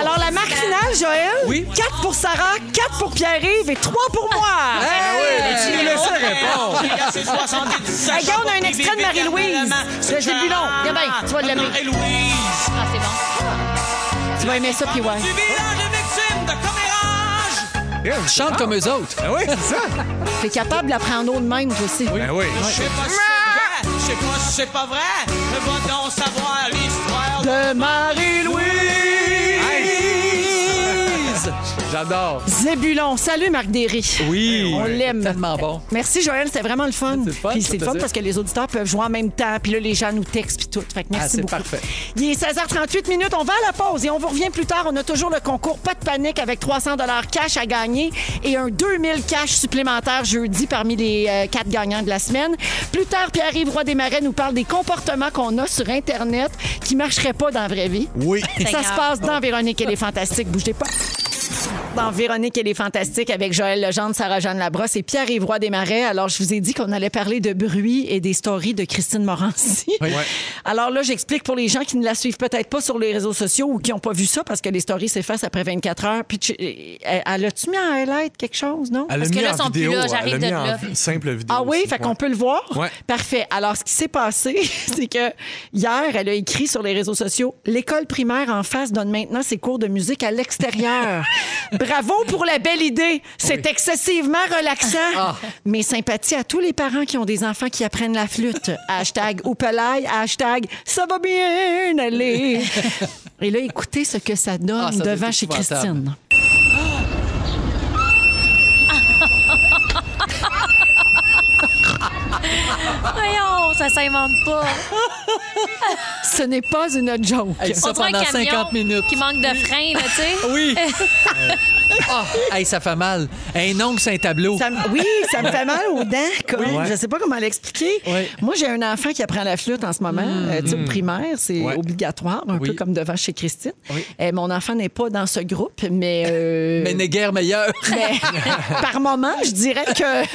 Speaker 2: alors, la marque finale, Joël?
Speaker 3: Oui.
Speaker 2: 4 pour Sarah, 4 pour Pierre-Yves et 3 pour moi.
Speaker 3: Hey!
Speaker 8: ben Tu
Speaker 3: nous laisses répondre.
Speaker 2: Regarde, on a un extrait de Marie-Louise. Le Zébulon. Viens bien, tu vas l'aimer.
Speaker 8: Marie-Louise,
Speaker 4: Ah, c'est bon.
Speaker 2: Tu vas aimer ça, puis ouais.
Speaker 8: du village des victimes de commérage.
Speaker 3: Chante comme eux autres.
Speaker 1: Ben oui, c'est ça.
Speaker 2: T'es capable de la prendre autre même, toi aussi.
Speaker 1: Ben oui.
Speaker 8: Je sais pas si c'est vrai, je sais pas si c'est pas vrai. Mais va donc savoir l'histoire
Speaker 2: De Marie-Louise.
Speaker 3: J'adore.
Speaker 2: Zébulon. Salut, Marc Derry.
Speaker 3: Oui.
Speaker 2: On l'aime.
Speaker 3: Tellement bon.
Speaker 2: Merci Joël, c'était vraiment le fun.
Speaker 3: C'est le fun,
Speaker 2: Puis
Speaker 3: ça
Speaker 2: c'est le fun
Speaker 3: plaisir.
Speaker 2: parce que les auditeurs peuvent jouer en même temps, puis là les gens nous textent puis tout. Fait que
Speaker 3: Ah,
Speaker 2: merci
Speaker 3: c'est
Speaker 2: beaucoup.
Speaker 3: parfait.
Speaker 2: Il est 16h38 minutes, on va à la pause et on vous revient plus tard. On a toujours le concours pas de panique avec 300 dollars cash à gagner et un 2000 cash supplémentaire jeudi parmi les euh, quatre gagnants de la semaine. Plus tard, Pierre-Yves Roy Desmarais nous parle des comportements qu'on a sur internet qui marcheraient pas dans la vraie vie.
Speaker 1: Oui.
Speaker 2: Ça se passe dans Véronique et les Fantastiques. Bougez pas. Dans Véronique et les Fantastiques avec Joël Legendre, Sarah-Jeanne Labrosse et Pierre-Yves Roy Desmarais. Alors, je vous ai dit qu'on allait parler de bruit et des stories de Christine Morancy. Alors là, j'explique pour les gens qui ne la suivent peut-être pas sur les réseaux sociaux ou qui n'ont pas vu ça parce que les stories s'effacent après 24 heures. Puis, tu- elle elle a-tu mis en highlight quelque chose, non?
Speaker 1: Elle l'a
Speaker 4: Parce que
Speaker 1: mis
Speaker 4: là,
Speaker 1: en
Speaker 4: sont plus
Speaker 1: vidéo.
Speaker 4: là,
Speaker 1: Elle
Speaker 4: j'arrive
Speaker 1: l'a mis
Speaker 4: de là.
Speaker 1: en simple vidéo.
Speaker 2: Ah oui,
Speaker 1: aussi.
Speaker 2: fait qu'on
Speaker 1: Ouais.
Speaker 2: peut le voir.
Speaker 1: Ouais.
Speaker 2: Parfait. Alors, ce qui s'est passé, c'est que hier, elle a écrit sur les réseaux sociaux L'école primaire en face donne maintenant ses cours de musique à l'extérieur. Bravo pour la belle idée. C'est excessivement relaxant.
Speaker 3: Ah.
Speaker 2: Mais sympathie à tous les parents qui ont des enfants qui apprennent la flûte. Hashtag Oupelaï, hashtag Ça va bien aller. Et là, écoutez ce que ça donne
Speaker 3: Ah, ça doit
Speaker 2: devant
Speaker 3: être
Speaker 2: chez
Speaker 3: épouvantable.
Speaker 2: Christine.
Speaker 4: Voyons, ça s'invente pas.
Speaker 2: Ce n'est pas une joke.
Speaker 3: Hey, ça
Speaker 4: On dirait
Speaker 3: pendant
Speaker 4: un camion
Speaker 3: 50 minutes.
Speaker 4: qui manque de frein, là, tu sais.
Speaker 3: Oui. Ah, hey, ça fait mal. Un ongle, c'est un tableau.
Speaker 9: Ça me- oui, ça me fait mal aux dents. Comme, Je sais pas comment l'expliquer.
Speaker 3: Oui.
Speaker 2: Moi, j'ai un enfant qui apprend la flûte en ce moment, euh, tu sais, au primaire, c'est
Speaker 3: Mm. Ouais.
Speaker 2: obligatoire, un
Speaker 3: Oui.
Speaker 2: peu comme devant chez Christine.
Speaker 3: Oui.
Speaker 2: Euh, mon enfant n'est pas dans ce groupe, mais... euh,
Speaker 3: Mais n'est guère meilleur.
Speaker 2: mais par moment, je dirais que...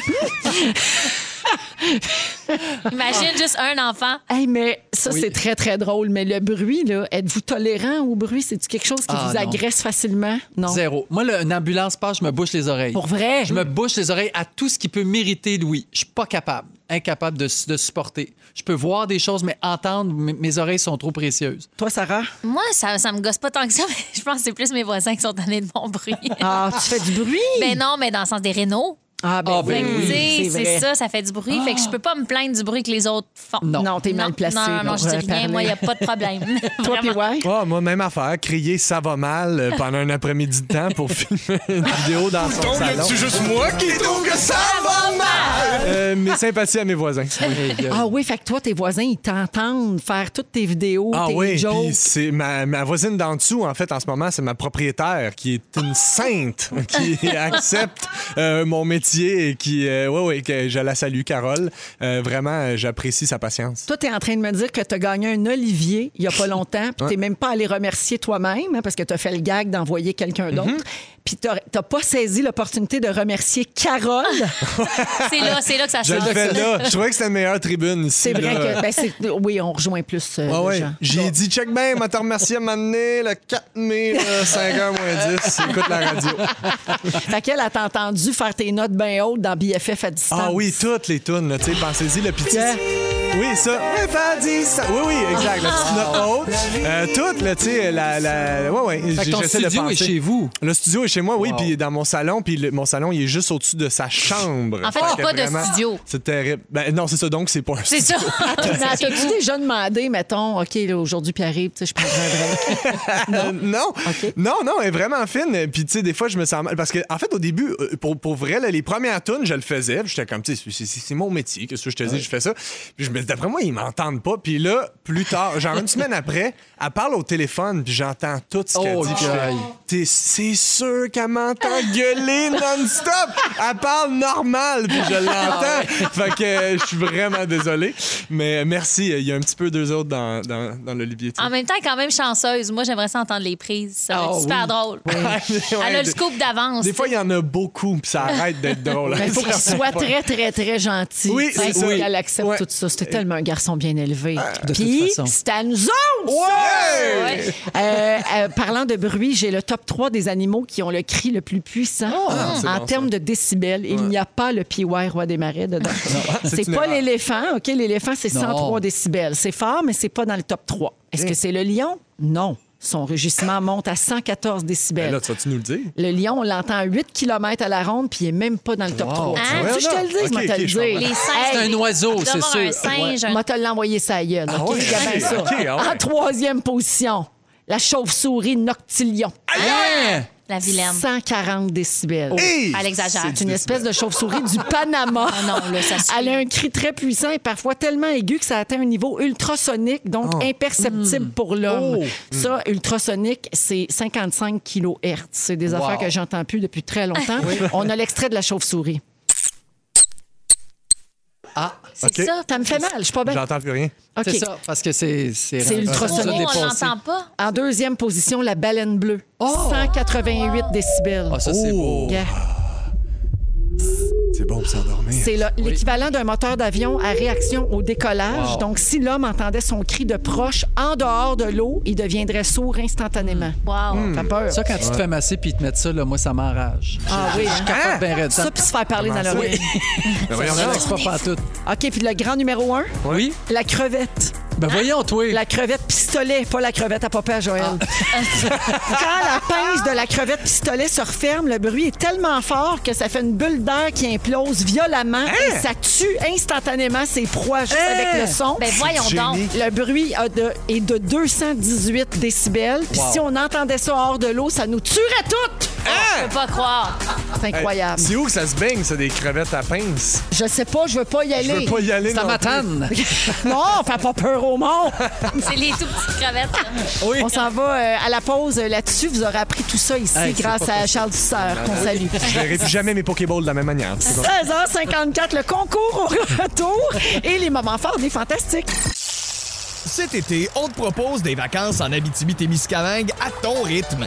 Speaker 4: Imagine juste un enfant.
Speaker 2: Hey, mais ça,
Speaker 3: Oui.
Speaker 2: c'est très, très drôle. Mais le bruit, là, êtes-vous tolérant au bruit? C'est-tu quelque chose qui
Speaker 3: Ah,
Speaker 2: vous
Speaker 3: non.
Speaker 2: agresse facilement? Non.
Speaker 3: Zéro. Moi, le- une ambulance passe, je me bouche les oreilles.
Speaker 2: Pour vrai?
Speaker 3: Je me bouche les oreilles à tout ce qui peut mériter Louis. Je suis pas capable, incapable de, de supporter. Je peux voir des choses, mais entendre, mes- mes oreilles sont trop précieuses.
Speaker 9: Toi, Sarah?
Speaker 4: Moi, ça, ça me gosse pas tant que ça, mais je pense que c'est plus mes voisins qui sont tannés de mon bruit.
Speaker 2: Ah, tu fais du bruit?
Speaker 4: Ben non, mais dans le sens des rénaux.
Speaker 2: Ah, ben,
Speaker 3: Ah, ben
Speaker 4: Fait que,
Speaker 3: oui,
Speaker 4: tu sais,
Speaker 2: c'est vrai.
Speaker 4: c'est ça, ça fait du bruit. Fait que je peux pas me plaindre du bruit que les autres font.
Speaker 3: Non.
Speaker 2: Non, t'es mal placé.
Speaker 4: Non, non, non,
Speaker 2: pour,
Speaker 4: je
Speaker 2: euh,
Speaker 4: dis rien. Moi, il n'y a
Speaker 2: parler.
Speaker 4: pas de problème.
Speaker 2: Toi, puis
Speaker 4: Vraiment.
Speaker 2: ouais.
Speaker 1: Ah, moi, même affaire. Crier ça va mal euh, pendant un après-midi de temps pour filmer une vidéo dans son salon.
Speaker 6: juste moi qui trouve que ça va mal?
Speaker 1: Euh, mes sympathies à mes voisins. Euh,
Speaker 2: Ah oui, fait que toi, tes voisins, ils t'entendent faire toutes tes vidéos,
Speaker 1: Ah
Speaker 2: tes
Speaker 1: oui,
Speaker 2: jokes.
Speaker 1: puis c'est ma, ma voisine d'en dessous, en fait, en ce moment, c'est ma propriétaire qui est une sainte, qui accepte euh, mon métier et qui, euh, ouais, ouais, que je la salue, Carole. Euh, vraiment, euh, j'apprécie sa patience.
Speaker 2: Toi, tu es en train de me dire que tu as gagné un Olivier il n'y a pas longtemps, puis tu même pas allé remercier toi-même hein, parce que tu as fait le gag d'envoyer quelqu'un
Speaker 1: Mm-hmm.
Speaker 2: d'autre. Puis tu n'as pas saisi l'opportunité de remercier Carole.
Speaker 4: C'est là, c'est là que ça
Speaker 1: Je le
Speaker 4: change.
Speaker 1: fais là. Je trouvais que c'était une meilleure tribune ici.
Speaker 2: C'est vrai
Speaker 1: là.
Speaker 2: que. ben, c'est- oui, on rejoint plus
Speaker 1: Ouais,
Speaker 2: euh, les
Speaker 1: Ah ouais.
Speaker 2: gens.
Speaker 1: J'ai dit, check bien, m'a te remercié à un moment donné, le 4 mai, 5h moins 10, écoute la radio.
Speaker 2: Fait qu'elle elle t'a entendu faire tes notes bien hautes dans BFF à distance.
Speaker 1: Ah oui, toutes les tunes, là, tu sais, pensez-y, le petit. Oui, ça. Oui, pas dit ça. Oui, oui, exact. La
Speaker 3: Ah.
Speaker 1: petite note haute. Euh, toutes, là, tu sais, la, la. Ouais, ouais.
Speaker 3: Fait que ton
Speaker 1: j'essaie de
Speaker 3: studio est
Speaker 1: penser.
Speaker 3: chez vous.
Speaker 1: Le studio est chez moi, oui,
Speaker 3: Wow.
Speaker 1: puis dans mon salon, puis le- mon salon, il est juste au-dessus de sa chambre.
Speaker 4: En fait,
Speaker 1: Fait
Speaker 4: t'as
Speaker 1: que
Speaker 4: pas de
Speaker 1: vraiment,
Speaker 4: studio.
Speaker 1: C'est terrible. Ben non, c'est ça, donc c'est pas un
Speaker 4: C'est
Speaker 1: studio.
Speaker 4: ça.
Speaker 2: Mais T'as-tu déjà demandé, mettons, OK, là, aujourd'hui, Pierre-Yves, tu sais, je prendrais un break.
Speaker 1: Euh, non. non, non, elle est vraiment fine. Puis, tu sais, des fois, je me sens mal. Parce que, en fait, au début, euh, pour, pour vrai, là, les premières tunes, je le faisais. Puis J'étais comme, tu sais, c'est- c'est c'est mon métier. Qu'est-ce que je te dis? Je fais ça. Puis, je me dis, d'après moi, ils m'entendent pas. Puis là, plus tard, genre une semaine après, elle parle au téléphone. Puis j'entends tout ce qu'elle
Speaker 3: Oh,
Speaker 1: dit. Puis je fais,
Speaker 3: aïe.
Speaker 1: T'es- C'est sûr qu'elle m'entend gueuler non-stop. Elle parle normal. Puis je l'entends. fait que euh, je suis vraiment désolé. Mais euh, merci. Il y a un petit peu deux autres dans, dans, dans l'Olivier. tu sais.
Speaker 4: En même temps, elle est quand même chanceuse. Moi, j'aimerais ça entendre les prises. Ça va
Speaker 3: Ah
Speaker 4: être super
Speaker 3: oui.
Speaker 4: drôle. Elle a
Speaker 1: Ouais,
Speaker 4: le scoop d'avance.
Speaker 1: Des fois, il y en a beaucoup, puis ça arrête d'être drôle.
Speaker 2: Il Ben, faut qu'il soit très, très, très gentil.
Speaker 1: Oui,
Speaker 2: Tu sais,
Speaker 1: c'est
Speaker 2: faut
Speaker 1: ça.
Speaker 2: qu'elle accepte
Speaker 1: Ouais. Euh,
Speaker 2: tout ça. C'était tellement un garçon bien élevé.
Speaker 3: de
Speaker 2: Puis,
Speaker 3: toute façon.
Speaker 2: c'est à nous autres!
Speaker 4: Ouais.
Speaker 2: Euh, euh, parlant de bruit, j'ai le top 3 des animaux qui ont le cri le plus puissant
Speaker 1: Ah, c'est
Speaker 2: en
Speaker 1: bon,
Speaker 2: termes de décibels. Il n'y a pas le PY roi des marais dedans.
Speaker 1: c'est
Speaker 2: c'est
Speaker 1: une
Speaker 2: pas
Speaker 1: erreur.
Speaker 2: l'éléphant. OK, l'éléphant, c'est
Speaker 3: Non.
Speaker 2: 103 décibels. C'est fort, mais c'est pas dans le top 3.
Speaker 1: Eh.
Speaker 2: Est-ce que c'est le lion? Non. Son rugissement monte à 114 décibels.
Speaker 1: Ben Là, tu vas-tu nous le dire?
Speaker 2: Le lion, on l'entend à 8 km à la ronde, puis il n'est même pas dans le top
Speaker 3: Wow.
Speaker 2: 3.
Speaker 4: Hein?
Speaker 2: Ah, Tu veux que je te le dise,
Speaker 1: Ah Ouais,
Speaker 2: je vais
Speaker 1: non.
Speaker 2: te
Speaker 1: Ok, ok, je
Speaker 2: le dire.
Speaker 4: Les singes.
Speaker 3: C'est un
Speaker 4: les-
Speaker 3: oiseau,
Speaker 4: tu dois
Speaker 3: c'est
Speaker 4: avoir
Speaker 3: sûr.
Speaker 4: un singe.
Speaker 2: Je
Speaker 4: un-
Speaker 2: vais te l'envoyer ça gueule.
Speaker 1: Ah
Speaker 2: OK,
Speaker 1: ouais,
Speaker 2: il y a bien
Speaker 1: ok,
Speaker 2: ça.
Speaker 1: ok, ah ouais.
Speaker 2: En troisième position, la chauve-souris noctilion.
Speaker 3: Hein?
Speaker 4: Ah! La vilaine.
Speaker 2: 140 décibels.
Speaker 1: Hey!
Speaker 4: Elle exagère. Ah
Speaker 2: C'est une espèce de chauve-souris du Panama.
Speaker 4: non, là, ça suffit.
Speaker 2: Elle a un cri très puissant et parfois tellement aigu que ça atteint un niveau ultrasonique, donc
Speaker 3: Oh. Mm.
Speaker 2: imperceptible pour l'homme. Ça, ultrasonique, c'est 55 kHz. C'est des affaires que j'entends plus depuis très longtemps. On a l'extrait de la chauve-souris.
Speaker 3: Ah,
Speaker 4: C'est
Speaker 1: Ok.
Speaker 4: ça.
Speaker 2: Ça me fait mal, je suis pas bien.
Speaker 1: J'entends plus rien.
Speaker 2: OK.
Speaker 3: c'est ça, parce que c'est...
Speaker 2: C'est ultrasonique.
Speaker 4: Nous, on
Speaker 3: dépassé.
Speaker 4: l'entend pas.
Speaker 2: En deuxième position, la baleine bleue. 188 décibels.
Speaker 3: Oh. Ah, ça, c'est
Speaker 1: Oh.
Speaker 3: beau.
Speaker 2: Yeah.
Speaker 1: C'est bon pour s'endormir.
Speaker 2: C'est le- l'équivalent d'un moteur d'avion à réaction au décollage.
Speaker 3: Wow.
Speaker 2: Donc, si l'homme entendait son cri de proche en dehors de l'eau, il deviendrait sourd instantanément.
Speaker 4: Wow.
Speaker 2: T'as peur.
Speaker 3: Hmm. Ça, quand tu te fais masser puis ils te mettent ça, là, moi, ça m'enrage.
Speaker 2: ah oui.
Speaker 3: Capote bien raide.
Speaker 2: Ça, puis se faire parler dans l'oreille.
Speaker 1: Ben voyons
Speaker 3: Non,
Speaker 1: donc.
Speaker 3: c'est pas pantoute.
Speaker 2: OK, puis le grand numéro un,
Speaker 3: Oui?
Speaker 2: la crevette.
Speaker 3: Ben voyons, toi. Ah.
Speaker 2: La crevette pistolet, pas la crevette à papa Joël. Quand elle
Speaker 10: pince de la crevette pistolet se referme. Le bruit est tellement fort que ça fait une bulle d'air qui implose violemment
Speaker 3: Hein?
Speaker 10: et ça tue instantanément ses proies juste avec le son.
Speaker 4: Ben voyons donc.
Speaker 10: Le bruit a de- est de 218 décibels. Puis si on entendait ça hors de l'eau, ça nous tuerait toutes.
Speaker 2: Ah!
Speaker 4: Je peux pas croire.
Speaker 10: C'est incroyable.
Speaker 1: C'est où que ça se baigne, ça, des crevettes à pince?
Speaker 10: Je sais pas, je veux pas y aller.
Speaker 1: Je veux pas y aller,
Speaker 3: Ça
Speaker 1: non.
Speaker 3: m'attend.
Speaker 10: non, fais pas peur au monde.
Speaker 4: C'est les tout petites crevettes. là.
Speaker 10: On s'en va euh, à la pause euh, là-dessus. Vous aurez appris tout ça ici
Speaker 3: Hey, c'est
Speaker 10: grâce
Speaker 3: pas
Speaker 10: à
Speaker 3: possible.
Speaker 10: Charles Dussert, qu'on salue.
Speaker 1: Je verrai plus jamais mes Pokéballs de la même manière. tu sais.
Speaker 10: 16h54, le concours au retour et les moments forts des Fantastiques.
Speaker 7: Cet été, on te propose des vacances en Abitibi-Témiscamingue à ton rythme.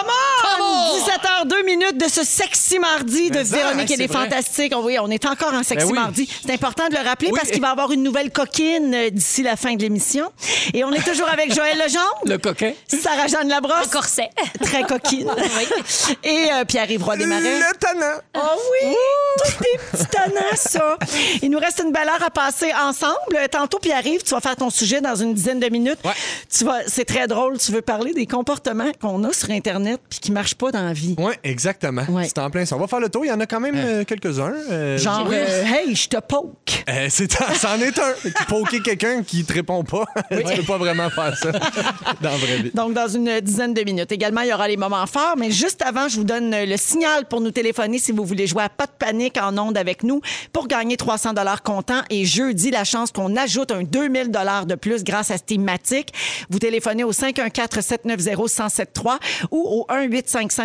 Speaker 2: 17h02 minutes de ce sexy mardi de
Speaker 1: Mais ça,
Speaker 2: Véronique
Speaker 1: hein,
Speaker 2: et les
Speaker 1: c'est vrai.
Speaker 2: Fantastiques. Oh oui, on est encore en sexy
Speaker 3: Ben oui.
Speaker 2: mardi. C'est important de le rappeler parce qu'il va y avoir une nouvelle coquine euh, d'ici la fin de l'émission. Et on est toujours avec Joël Legendre.
Speaker 3: Le coquin.
Speaker 2: Sarah-Jeanne Labrosse.
Speaker 4: Un corset.
Speaker 2: Très coquine.
Speaker 4: Oui.
Speaker 2: Et euh, Pierre-Yves Roy Desmarais.
Speaker 1: Le tannant.
Speaker 2: Oh oui! Tous des petits tannants, ça! Il nous reste une belle heure à passer ensemble. Tantôt, puis arrive, tu vas faire ton sujet dans une dizaine de minutes. Tu vas, c'est très drôle, tu veux parler des comportements qu'on a sur Internet puis qui marchent pas dans la vie.
Speaker 1: Oui, exactement.
Speaker 2: Ouais.
Speaker 1: C'est en plein ça. On va faire le tour. Il y en a quand même euh, quelques-uns. Euh,
Speaker 2: Genre, euh, hey, je te poke!
Speaker 1: euh, c'est, c'en est un. Poker quelqu'un qui te répond pas. tu peux pas vraiment faire ça dans la vraie vie.
Speaker 2: Donc, dans une dizaine de minutes. Également, il y aura les moments forts, mais juste avant, je vous donne le signal pour nous téléphoner si vous voulez jouer à Pas de panique en ondes avec nous pour gagner 300 dollars comptant et jeudi, la chance qu'on ajoute un 2000 dollars de plus grâce à cette thématique. Vous téléphonez au 514-790-1073 ou au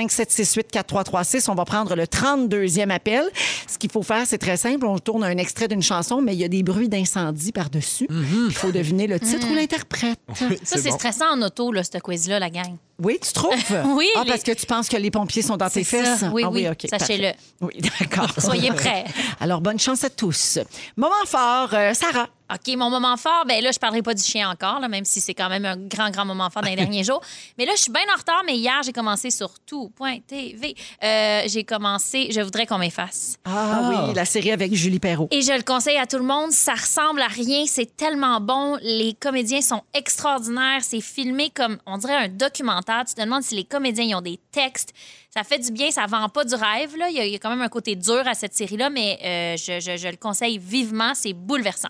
Speaker 2: 1-855-768-4336. On va prendre le 32e appel. Ce qu'il faut faire, c'est très simple. On tourne un extrait d'une chanson, mais il y a des bruits d'incendie par-dessus. Il faut deviner le titre ou l'interprète.
Speaker 4: Ça, c'est stressant en auto, là, ce quiz-là, la gang.
Speaker 2: Oui, tu trouves?
Speaker 4: Oui,
Speaker 2: Ah,
Speaker 4: les-
Speaker 2: parce que tu penses que les pompiers sont dans tes
Speaker 4: C'est
Speaker 2: fesses?
Speaker 4: ça. Oui,
Speaker 2: Ah
Speaker 4: oui.
Speaker 2: OK,
Speaker 4: Sachez-le.
Speaker 2: parfait. Oui, d'accord.
Speaker 4: Soyez prêts.
Speaker 2: Alors, bonne chance à tous. Moment fort, euh, Sarah.
Speaker 4: OK, mon moment fort, ben là, je parlerai pas du chien encore, là, même si c'est quand même un grand, grand moment fort dans les derniers jours. Mais là, je suis bien en retard, mais hier, j'ai commencé sur tout.tv. Euh, j'ai commencé Je voudrais qu'on m'efface.
Speaker 2: Ah, oui, la série avec Julie Perrault.
Speaker 4: Et je le conseille à tout le monde, ça ressemble à rien, c'est tellement bon, les comédiens sont extraordinaires, c'est filmé comme, on dirait un documentaire, tu te demandes si les comédiens ils ont des textes, ça fait du bien, ça vend pas du rêve, là. Il, y a, il y a quand même un côté dur à cette série-là, mais euh, je, je- je le conseille vivement, c'est bouleversant.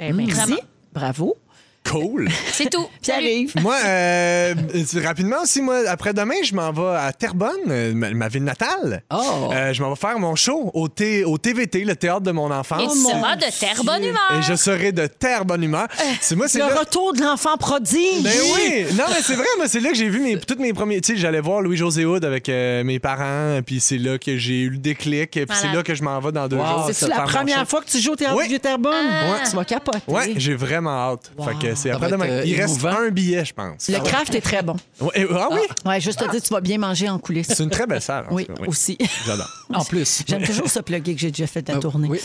Speaker 2: Eh, merci.
Speaker 4: Vraiment.
Speaker 2: Bravo.
Speaker 1: Cool.
Speaker 4: C'est tout.
Speaker 2: Pierre
Speaker 4: Salut.
Speaker 2: arrive.
Speaker 1: moi, euh, c'est- rapidement aussi, moi, après-demain, je m'en vais à Terrebonne, euh, ma, ma ville natale.
Speaker 3: Oh.
Speaker 1: Euh, je m'en vais faire mon show au, T- au TVT, le théâtre de mon
Speaker 4: Et
Speaker 2: Oh,
Speaker 1: enfance.
Speaker 4: tu seras de terre bonne humeur.
Speaker 1: Et je serai de terre bonne humeur. C'est moi, c'est
Speaker 2: Le
Speaker 1: là-
Speaker 2: retour de l'enfant prodige.
Speaker 1: Ben oui! Non, mais c'est vrai, moi, c'est là que j'ai vu mes, toutes mes premiers. Tu sais, j'allais voir Louis-José Hood avec euh, mes parents, puis c'est là que j'ai eu le déclic, et puis c'est
Speaker 4: Malade.
Speaker 1: là que je m'en vais dans deux
Speaker 3: Wow.
Speaker 1: jours.
Speaker 2: C'est
Speaker 1: faire
Speaker 2: la
Speaker 1: mon
Speaker 2: première
Speaker 1: show.
Speaker 2: fois que tu joues au Théâtre
Speaker 1: Oui.
Speaker 2: du Vieux-Terrebonne.
Speaker 4: Ah.
Speaker 2: Tu vas capoter.
Speaker 1: Ouais, j'ai vraiment hâte. Fait que c'est
Speaker 3: Ça va
Speaker 1: après-demain.
Speaker 3: être, euh,
Speaker 1: Il reste
Speaker 3: émouvant.
Speaker 1: un billet, je pense.
Speaker 2: Le craft est très bon.
Speaker 1: Ouais, et- ah oui?
Speaker 2: Ouais, juste te dire, tu vas bien manger en coulisses.
Speaker 1: C'est une très belle salle. en
Speaker 2: Oui,
Speaker 1: tout cas,
Speaker 2: aussi.
Speaker 1: J'adore.
Speaker 3: En plus.
Speaker 2: J'aime toujours ce plugger que j'ai déjà fait
Speaker 1: Ah,
Speaker 2: de la tournée.
Speaker 3: Oui.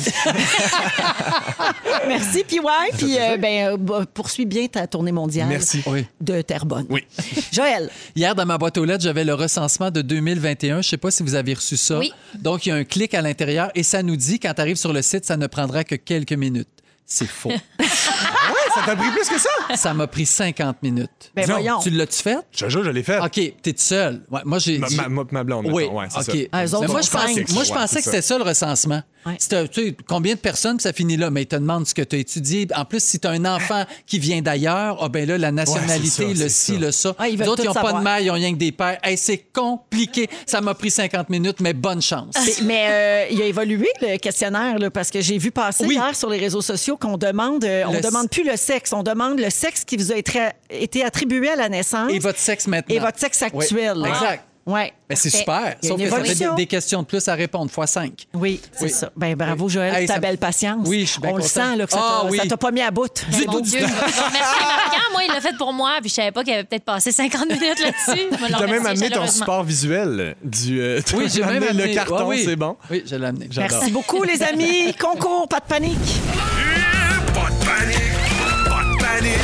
Speaker 2: Merci, PY. Puis, euh, ben, euh, bah, poursuis bien ta tournée mondiale.
Speaker 1: Merci.
Speaker 3: Oui.
Speaker 2: De Terrebonne.
Speaker 1: Oui.
Speaker 2: Joël,
Speaker 3: Hier, dans ma boîte aux lettres, j'avais le recensement de 2021. Je ne sais pas si vous avez reçu ça.
Speaker 4: Oui.
Speaker 3: Donc, il y a un clic à l'intérieur et ça nous dit, quand tu arrives sur le site, ça ne prendra que quelques minutes. C'est faux.
Speaker 1: Ça t'a pris plus que ça?
Speaker 3: ça m'a pris 50 minutes.
Speaker 2: ben
Speaker 1: Disons,
Speaker 2: voyons.
Speaker 3: Tu l'as-tu fait?
Speaker 1: Je te jure, je l'ai fait.
Speaker 3: OK, t'es tout seul. Ouais, moi, j'ai.
Speaker 1: Ma-
Speaker 3: j'ai-
Speaker 1: ma- ma- ma blonde,
Speaker 3: Oui,
Speaker 1: mettons, ouais, c'est ça.
Speaker 3: OK.
Speaker 2: Ah, eux autres
Speaker 3: Mais moi,
Speaker 2: sont
Speaker 3: je pensais,
Speaker 2: cinq.
Speaker 3: moi, je
Speaker 1: Ouais,
Speaker 3: pensais
Speaker 1: c'est
Speaker 3: que
Speaker 1: ça.
Speaker 3: c'était ça le recensement.
Speaker 2: Ouais.
Speaker 3: C'était, tu sais, combien de personnes, puis ça finit là. Mais ils te demandent ce que tu as étudié. En plus, si tu as un enfant qui vient d'ailleurs, ah ben là, la nationalité,
Speaker 1: Ouais, c'est ça,
Speaker 3: le
Speaker 1: c'est
Speaker 3: ci,
Speaker 1: ça.
Speaker 3: le ça.
Speaker 2: Ah, ils
Speaker 3: les
Speaker 2: veulent
Speaker 3: autres,
Speaker 2: tout
Speaker 3: ils n'ont pas
Speaker 2: savoir.
Speaker 3: de mère, ils n'ont rien que des pères. Hey, c'est compliqué. Ça m'a pris 50 minutes, mais bonne chance.
Speaker 2: Mais- Mais euh, il a évolué le questionnaire là, parce que j'ai vu passer
Speaker 3: Oui.
Speaker 2: hier sur les réseaux sociaux qu'on demande, euh, on
Speaker 3: Le-
Speaker 2: demande plus le sexe, on demande le sexe qui vous a été, été attribué à la naissance
Speaker 3: Et votre sexe maintenant.
Speaker 2: et votre sexe
Speaker 3: Oui. Ah.
Speaker 2: actuel. Ah.
Speaker 3: Exact.
Speaker 2: Ouais.
Speaker 3: Ben, c'est
Speaker 4: Parfait.
Speaker 3: super.
Speaker 2: Il y a
Speaker 3: Sauf
Speaker 2: une
Speaker 3: que ça fait
Speaker 2: évolution.
Speaker 3: des, des questions de plus à répondre, fois 5.
Speaker 2: Oui, c'est
Speaker 3: Oui.
Speaker 2: ça. Ben, bravo, Joël,
Speaker 3: Hey,
Speaker 2: ta
Speaker 3: ça-
Speaker 2: belle patience.
Speaker 3: Oui, je suis bien
Speaker 2: On le
Speaker 3: content.
Speaker 2: sent, là, que ça
Speaker 3: Ah,
Speaker 2: t'a
Speaker 3: oui.
Speaker 2: ça t'a pas mis à bout.
Speaker 4: Ben,
Speaker 3: Zut,
Speaker 4: mon
Speaker 3: zut,
Speaker 4: Dieu,
Speaker 3: zut.
Speaker 4: je vais vous remercier, Marc-Anne. Moi, il l'a fait pour moi, puis je savais pas qu'il avait peut-être passé 50 minutes là-dessus. Je vais le
Speaker 1: T'as même
Speaker 4: remercier
Speaker 1: amené ton
Speaker 4: chaleureusement.
Speaker 1: support visuel du. euh, t'as
Speaker 3: Oui, j'ai même
Speaker 1: amené
Speaker 3: amené-
Speaker 1: le carton,
Speaker 3: Ouais, oui.
Speaker 1: c'est bon.
Speaker 3: Oui, je l'ai amené.
Speaker 1: J'adore.
Speaker 2: Merci beaucoup, les amis. Concours, pas de panique.
Speaker 11: Eh, Pas de panique, pas de panique,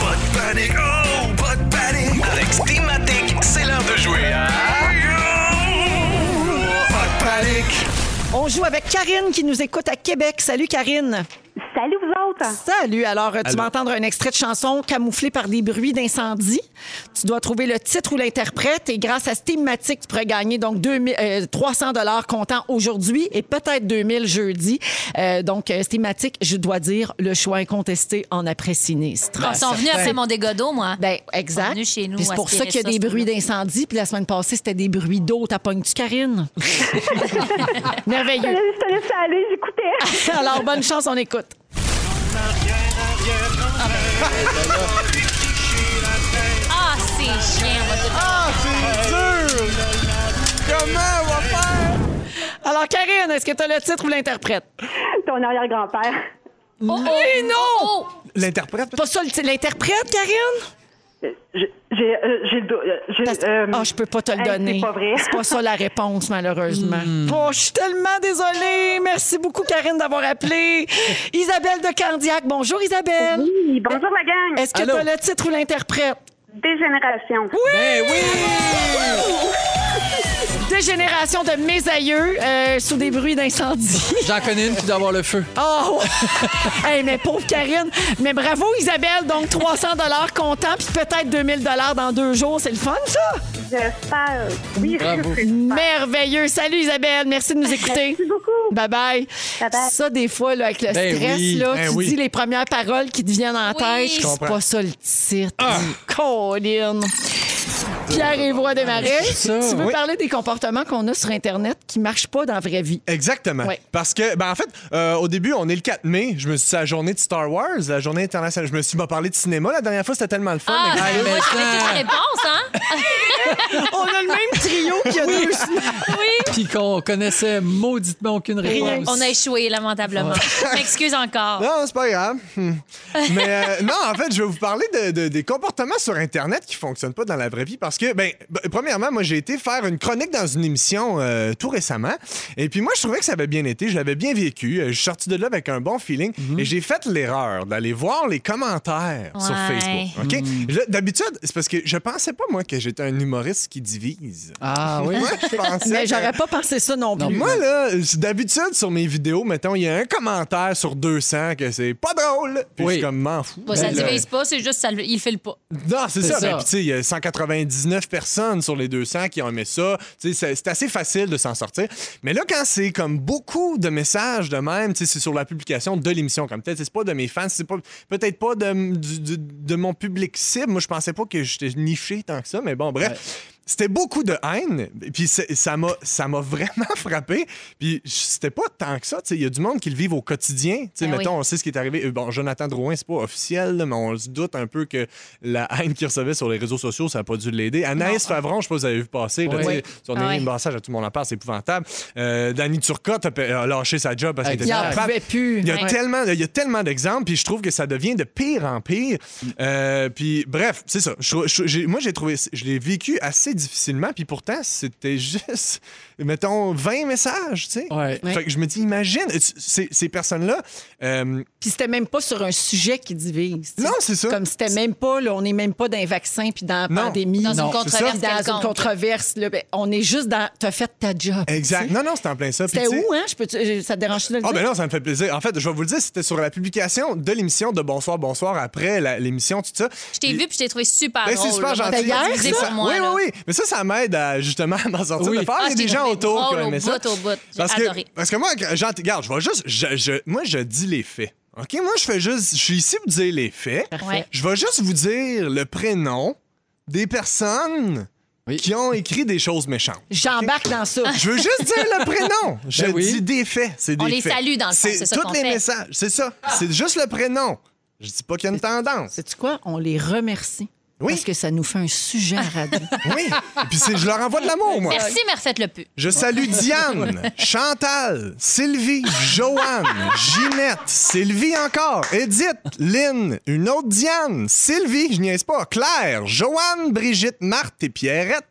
Speaker 11: pas de panique, oh, pas de panique. Avec Steamatic, c'est l'heure de jouer à. Pas de panique.
Speaker 2: On joue avec Karine qui nous écoute à Québec. Salut, Karine.
Speaker 12: Salut vous autres!
Speaker 2: Salut. Alors, euh, tu vas entendre un extrait de chanson camouflé par des bruits d'incendie. Tu dois trouver le titre ou l'interprète et grâce à cette thématique, tu pourrais gagner donc 2000, euh, 300 dollars comptant aujourd'hui et peut-être 2000 jeudi. Euh, donc, euh, cette thématique, je dois dire, le choix incontesté en après-sinistre.
Speaker 4: Ah, Ils sont venus après mon dégât d'eau, moi.
Speaker 2: Ben,
Speaker 4: Ils sont
Speaker 2: exact.
Speaker 4: venus chez nous
Speaker 2: Puis c'est pour ça
Speaker 4: aspirer
Speaker 2: qu'il y a des
Speaker 4: ce
Speaker 2: bruits
Speaker 4: coup-là.
Speaker 2: d'incendie. Puis la semaine passée, c'était des bruits d'eau. T'as pogné-tu, Karine? Merveilleux.
Speaker 12: Je te laisse aller, j'écoutais.
Speaker 2: Alors, bonne chance, on écoute.
Speaker 4: Ah, c'est chiant, on va dire.
Speaker 2: Alors, Karine, est-ce que tu as le titre ou l'interprète?
Speaker 12: Ton arrière-grand-père.
Speaker 4: Oh, oh, non!
Speaker 1: L'interprète,
Speaker 2: Pas ça, le titre- l'interprète, Karine?
Speaker 12: Euh, J'ai. J'ai. euh, j'ai le do- euh,
Speaker 2: Parce-
Speaker 12: j'ai,
Speaker 2: Ah,
Speaker 12: euh,
Speaker 2: je peux pas te le
Speaker 12: hey,
Speaker 2: donner.
Speaker 12: C'est pas vrai.
Speaker 2: C'est pas ça la réponse, malheureusement.
Speaker 4: Hmm.
Speaker 2: Oh, je suis tellement désolée. Merci beaucoup, Karine, d'avoir appelé. Isabelle de Candiac. Bonjour, Isabelle.
Speaker 12: Oui, bonjour la gang.
Speaker 2: Est-ce que tu
Speaker 3: Allô?
Speaker 2: as le titre ou l'interprète?
Speaker 12: Dégénération.
Speaker 3: Ben oui!
Speaker 2: Dégénération de mes aïeux euh, sous des bruits d'incendie.
Speaker 3: J'en connais une qui doit avoir le feu.
Speaker 2: Oh! hey, mais pauvre Karine. Mais bravo, Isabelle. Donc, 300 comptant, puis peut-être 2000 dans deux jours. C'est le fun, ça?
Speaker 12: J'espère. Oui,
Speaker 3: Bravo.
Speaker 12: je suis
Speaker 2: Merveilleux. Salut, Isabelle. Merci de nous écouter.
Speaker 12: Merci beaucoup.
Speaker 2: Bye-bye.
Speaker 12: Bye-bye.
Speaker 2: Ça, des fois, là, avec le
Speaker 3: Ben
Speaker 2: stress,
Speaker 3: oui.
Speaker 2: là,
Speaker 1: Ben
Speaker 2: tu
Speaker 1: oui.
Speaker 2: dis les premières paroles qui te viennent en
Speaker 4: Oui.
Speaker 2: tête.
Speaker 4: Je
Speaker 2: C'est
Speaker 1: comprends.
Speaker 2: pas ça le titre. Colline. Pierre Évoix Desmarais,
Speaker 3: ça,
Speaker 2: tu veux
Speaker 1: oui.
Speaker 2: parler des comportements qu'on a sur Internet qui marchent pas dans la vraie vie.
Speaker 1: Exactement.
Speaker 2: Ouais.
Speaker 1: Parce que, ben en fait, euh, au début, on est le 4 mai. Je me suis dit, c'est la journée de Star Wars, la journée internationale. Je me suis pas parlé de cinéma la dernière fois, c'était tellement le fun.
Speaker 4: Ah,
Speaker 1: Mais-
Speaker 3: Hey,
Speaker 4: ben, moi,
Speaker 3: maintenant.
Speaker 4: j'avais toutes les réponses, hein?
Speaker 2: On a le même trio qu'il y a deux semaines.
Speaker 3: Puis qu'on connaissait mauditement aucune
Speaker 2: Rien.
Speaker 3: réponse.
Speaker 4: On a échoué, lamentablement. Je m'excuse encore.
Speaker 1: Non, c'est pas grave. Hmm. Mais euh, non, en fait, je vais vous parler de, de- des comportements sur Internet qui fonctionnent pas dans la vraie vie parce que, ben, b- premièrement, moi, j'ai été faire une chronique dans une émission euh, tout récemment. Et puis, moi, je trouvais que ça avait bien été. Je l'avais bien vécu. Euh, Je suis sorti de là avec un bon feeling.
Speaker 3: Mhm.
Speaker 1: Et j'ai fait l'erreur d'aller voir les commentaires sur
Speaker 4: Ouais.
Speaker 1: Facebook. OK?
Speaker 3: Mhm.
Speaker 1: Là, D'habitude, c'est parce que je pensais pas, moi, que j'étais un humoriste qui divise.
Speaker 3: Ah oui.
Speaker 1: Moi, je pensais.
Speaker 2: Mais
Speaker 1: que-
Speaker 2: j'aurais pas pensé ça non plus.
Speaker 3: Non.
Speaker 1: moi, là, c'est d'habitude, sur mes vidéos, mettons, il y a un commentaire sur 200 que c'est pas drôle. Puis
Speaker 3: Oui.
Speaker 1: je suis comme, m'en fous.
Speaker 4: Bon, ça
Speaker 1: Ben,
Speaker 4: ne
Speaker 1: là,
Speaker 4: divise pas, c'est juste ça, le- il fait le pas.
Speaker 1: Non, c'est
Speaker 3: C'est
Speaker 1: ça.
Speaker 3: ça.
Speaker 1: Ben, puis, tu sais, il y a 199 personnes sur les 200 qui ont aimé ça. Tu sais, c'est c'est assez facile de s'en sortir. Mais là, quand c'est comme beaucoup de messages de même, tu sais, c'est sur la publication de l'émission comme telle. C'est pas de mes fans, c'est pas peut-être pas de, du- du- de mon public cible. Moi, je pensais pas que j'étais niché tant que ça, mais bon, bref. C'était beaucoup de haine, puis c'est- ça m'a ça m'a vraiment frappé. Puis c'était pas tant que ça, tu sais, il y a du monde qui le vivent au quotidien, tu sais,
Speaker 4: Ben oui.
Speaker 1: mettons, on sait ce qui est arrivé. Euh, Bon, Jonathan Drouin, c'est pas officiel, là, mais on se doute un peu que la haine qu'il recevait sur les réseaux sociaux, ça n'a pas dû l'aider. Anaïs Favron, je sais pas si vous avez vu passer, là,
Speaker 3: Oui.
Speaker 1: tu sais, son
Speaker 4: Ah
Speaker 1: énième
Speaker 4: ouais.
Speaker 1: brassage à tout le monde en parle, c'est épouvantable. Euh, Danny Turcotte a, pa- a lâché sa job parce qu'il était
Speaker 2: Il en
Speaker 1: capable.
Speaker 2: pouvait plus.
Speaker 1: Il y a
Speaker 4: Ouais.
Speaker 1: tellement, il y a tellement d'exemples, puis je trouve que ça devient de pire en pire. Euh, puis bref, c'est ça. Je trou- je- j'ai- moi, j'ai trouvé, je l'ai vécu assez difficilement, puis pourtant, c'était juste, mettons, 20 messages, tu sais.
Speaker 3: Ouais.
Speaker 1: Fait que je me dis, imagine, c- ces, ces personnes-là. euh,
Speaker 2: Puis c'était même pas sur un sujet qui divise. tu sais.
Speaker 1: non, c'est ça.
Speaker 2: Comme c'était même pas, là, on n'est même pas dans un vaccin puis dans la
Speaker 1: Non.
Speaker 2: pandémie.
Speaker 4: Dans
Speaker 3: Non,
Speaker 4: une
Speaker 2: Puis
Speaker 4: controverse
Speaker 2: dans une
Speaker 4: quelconque.
Speaker 2: controverse. là, ben, on est juste dans. T'as fait ta job.
Speaker 1: Exact.
Speaker 2: tu sais.
Speaker 1: Non, non, c'était en plein ça. Puis
Speaker 2: C'était
Speaker 1: tu sais-
Speaker 2: où, hein? Je peux, ça te dérange-tu de le
Speaker 1: Ah,
Speaker 2: dire?
Speaker 1: ben non, ça me fait plaisir. En fait, je vais vous le dire, c'était sur la publication de l'émission de Bonsoir, Bonsoir après la- l'émission, tout ça.
Speaker 4: Je t'ai
Speaker 1: Puis-
Speaker 4: vu puis je t'ai trouvé super
Speaker 1: Ben,
Speaker 4: Ah, drôle.
Speaker 1: c'est super
Speaker 4: là.
Speaker 1: gentil.
Speaker 2: D'ailleurs,
Speaker 4: Tu le disais
Speaker 1: ça-
Speaker 4: pour moi,
Speaker 1: oui,
Speaker 4: là.
Speaker 1: oui, oui. Mais ça, ça m'aide à, justement à m'en sortir
Speaker 3: Oui.
Speaker 1: de faire. Il y
Speaker 4: Ah,
Speaker 1: a
Speaker 4: je
Speaker 1: des
Speaker 4: t'ai
Speaker 1: gens
Speaker 4: trouvé
Speaker 1: autour qui
Speaker 4: drôle
Speaker 1: ont
Speaker 4: au
Speaker 1: aimé ça.
Speaker 4: bout, au bout. J'ai
Speaker 1: Parce que,
Speaker 4: adoré.
Speaker 1: parce que moi, quand- j'en- regarde, je vais juste. je- je- moi, je dis les faits. OK? Moi, je fais juste. Je suis ici pour dire les faits.
Speaker 4: Ouais.
Speaker 1: Je vais juste vous dire le prénom des personnes
Speaker 3: Oui.
Speaker 1: qui ont écrit des choses méchantes.
Speaker 2: J'embarque dans
Speaker 4: Ah.
Speaker 2: ça.
Speaker 1: Je veux juste dire le prénom. Je
Speaker 3: Ben oui.
Speaker 1: dis des faits. C'est des
Speaker 4: On les
Speaker 1: faits.
Speaker 4: salue, dans le fond, c'est ça
Speaker 1: Tous
Speaker 4: qu'on
Speaker 1: les
Speaker 4: fait.
Speaker 1: messages. C'est ça. C'est juste le prénom. Je dis pas qu'il y a une tendance.
Speaker 2: Sais-tu quoi? On les remercie.
Speaker 1: Oui.
Speaker 13: Parce que ça nous fait un sujet à radio.
Speaker 1: Oui. Et puis c'est- je leur envoie de l'amour, moi.
Speaker 4: Merci, mais refaites-le plus.
Speaker 1: Je salue Diane, Chantal, Sylvie, Joanne, Ginette, Sylvie encore, Edith, Lynn, une autre Diane, Sylvie, je niaise pas, Claire, Joanne, Brigitte, Marthe et Pierrette.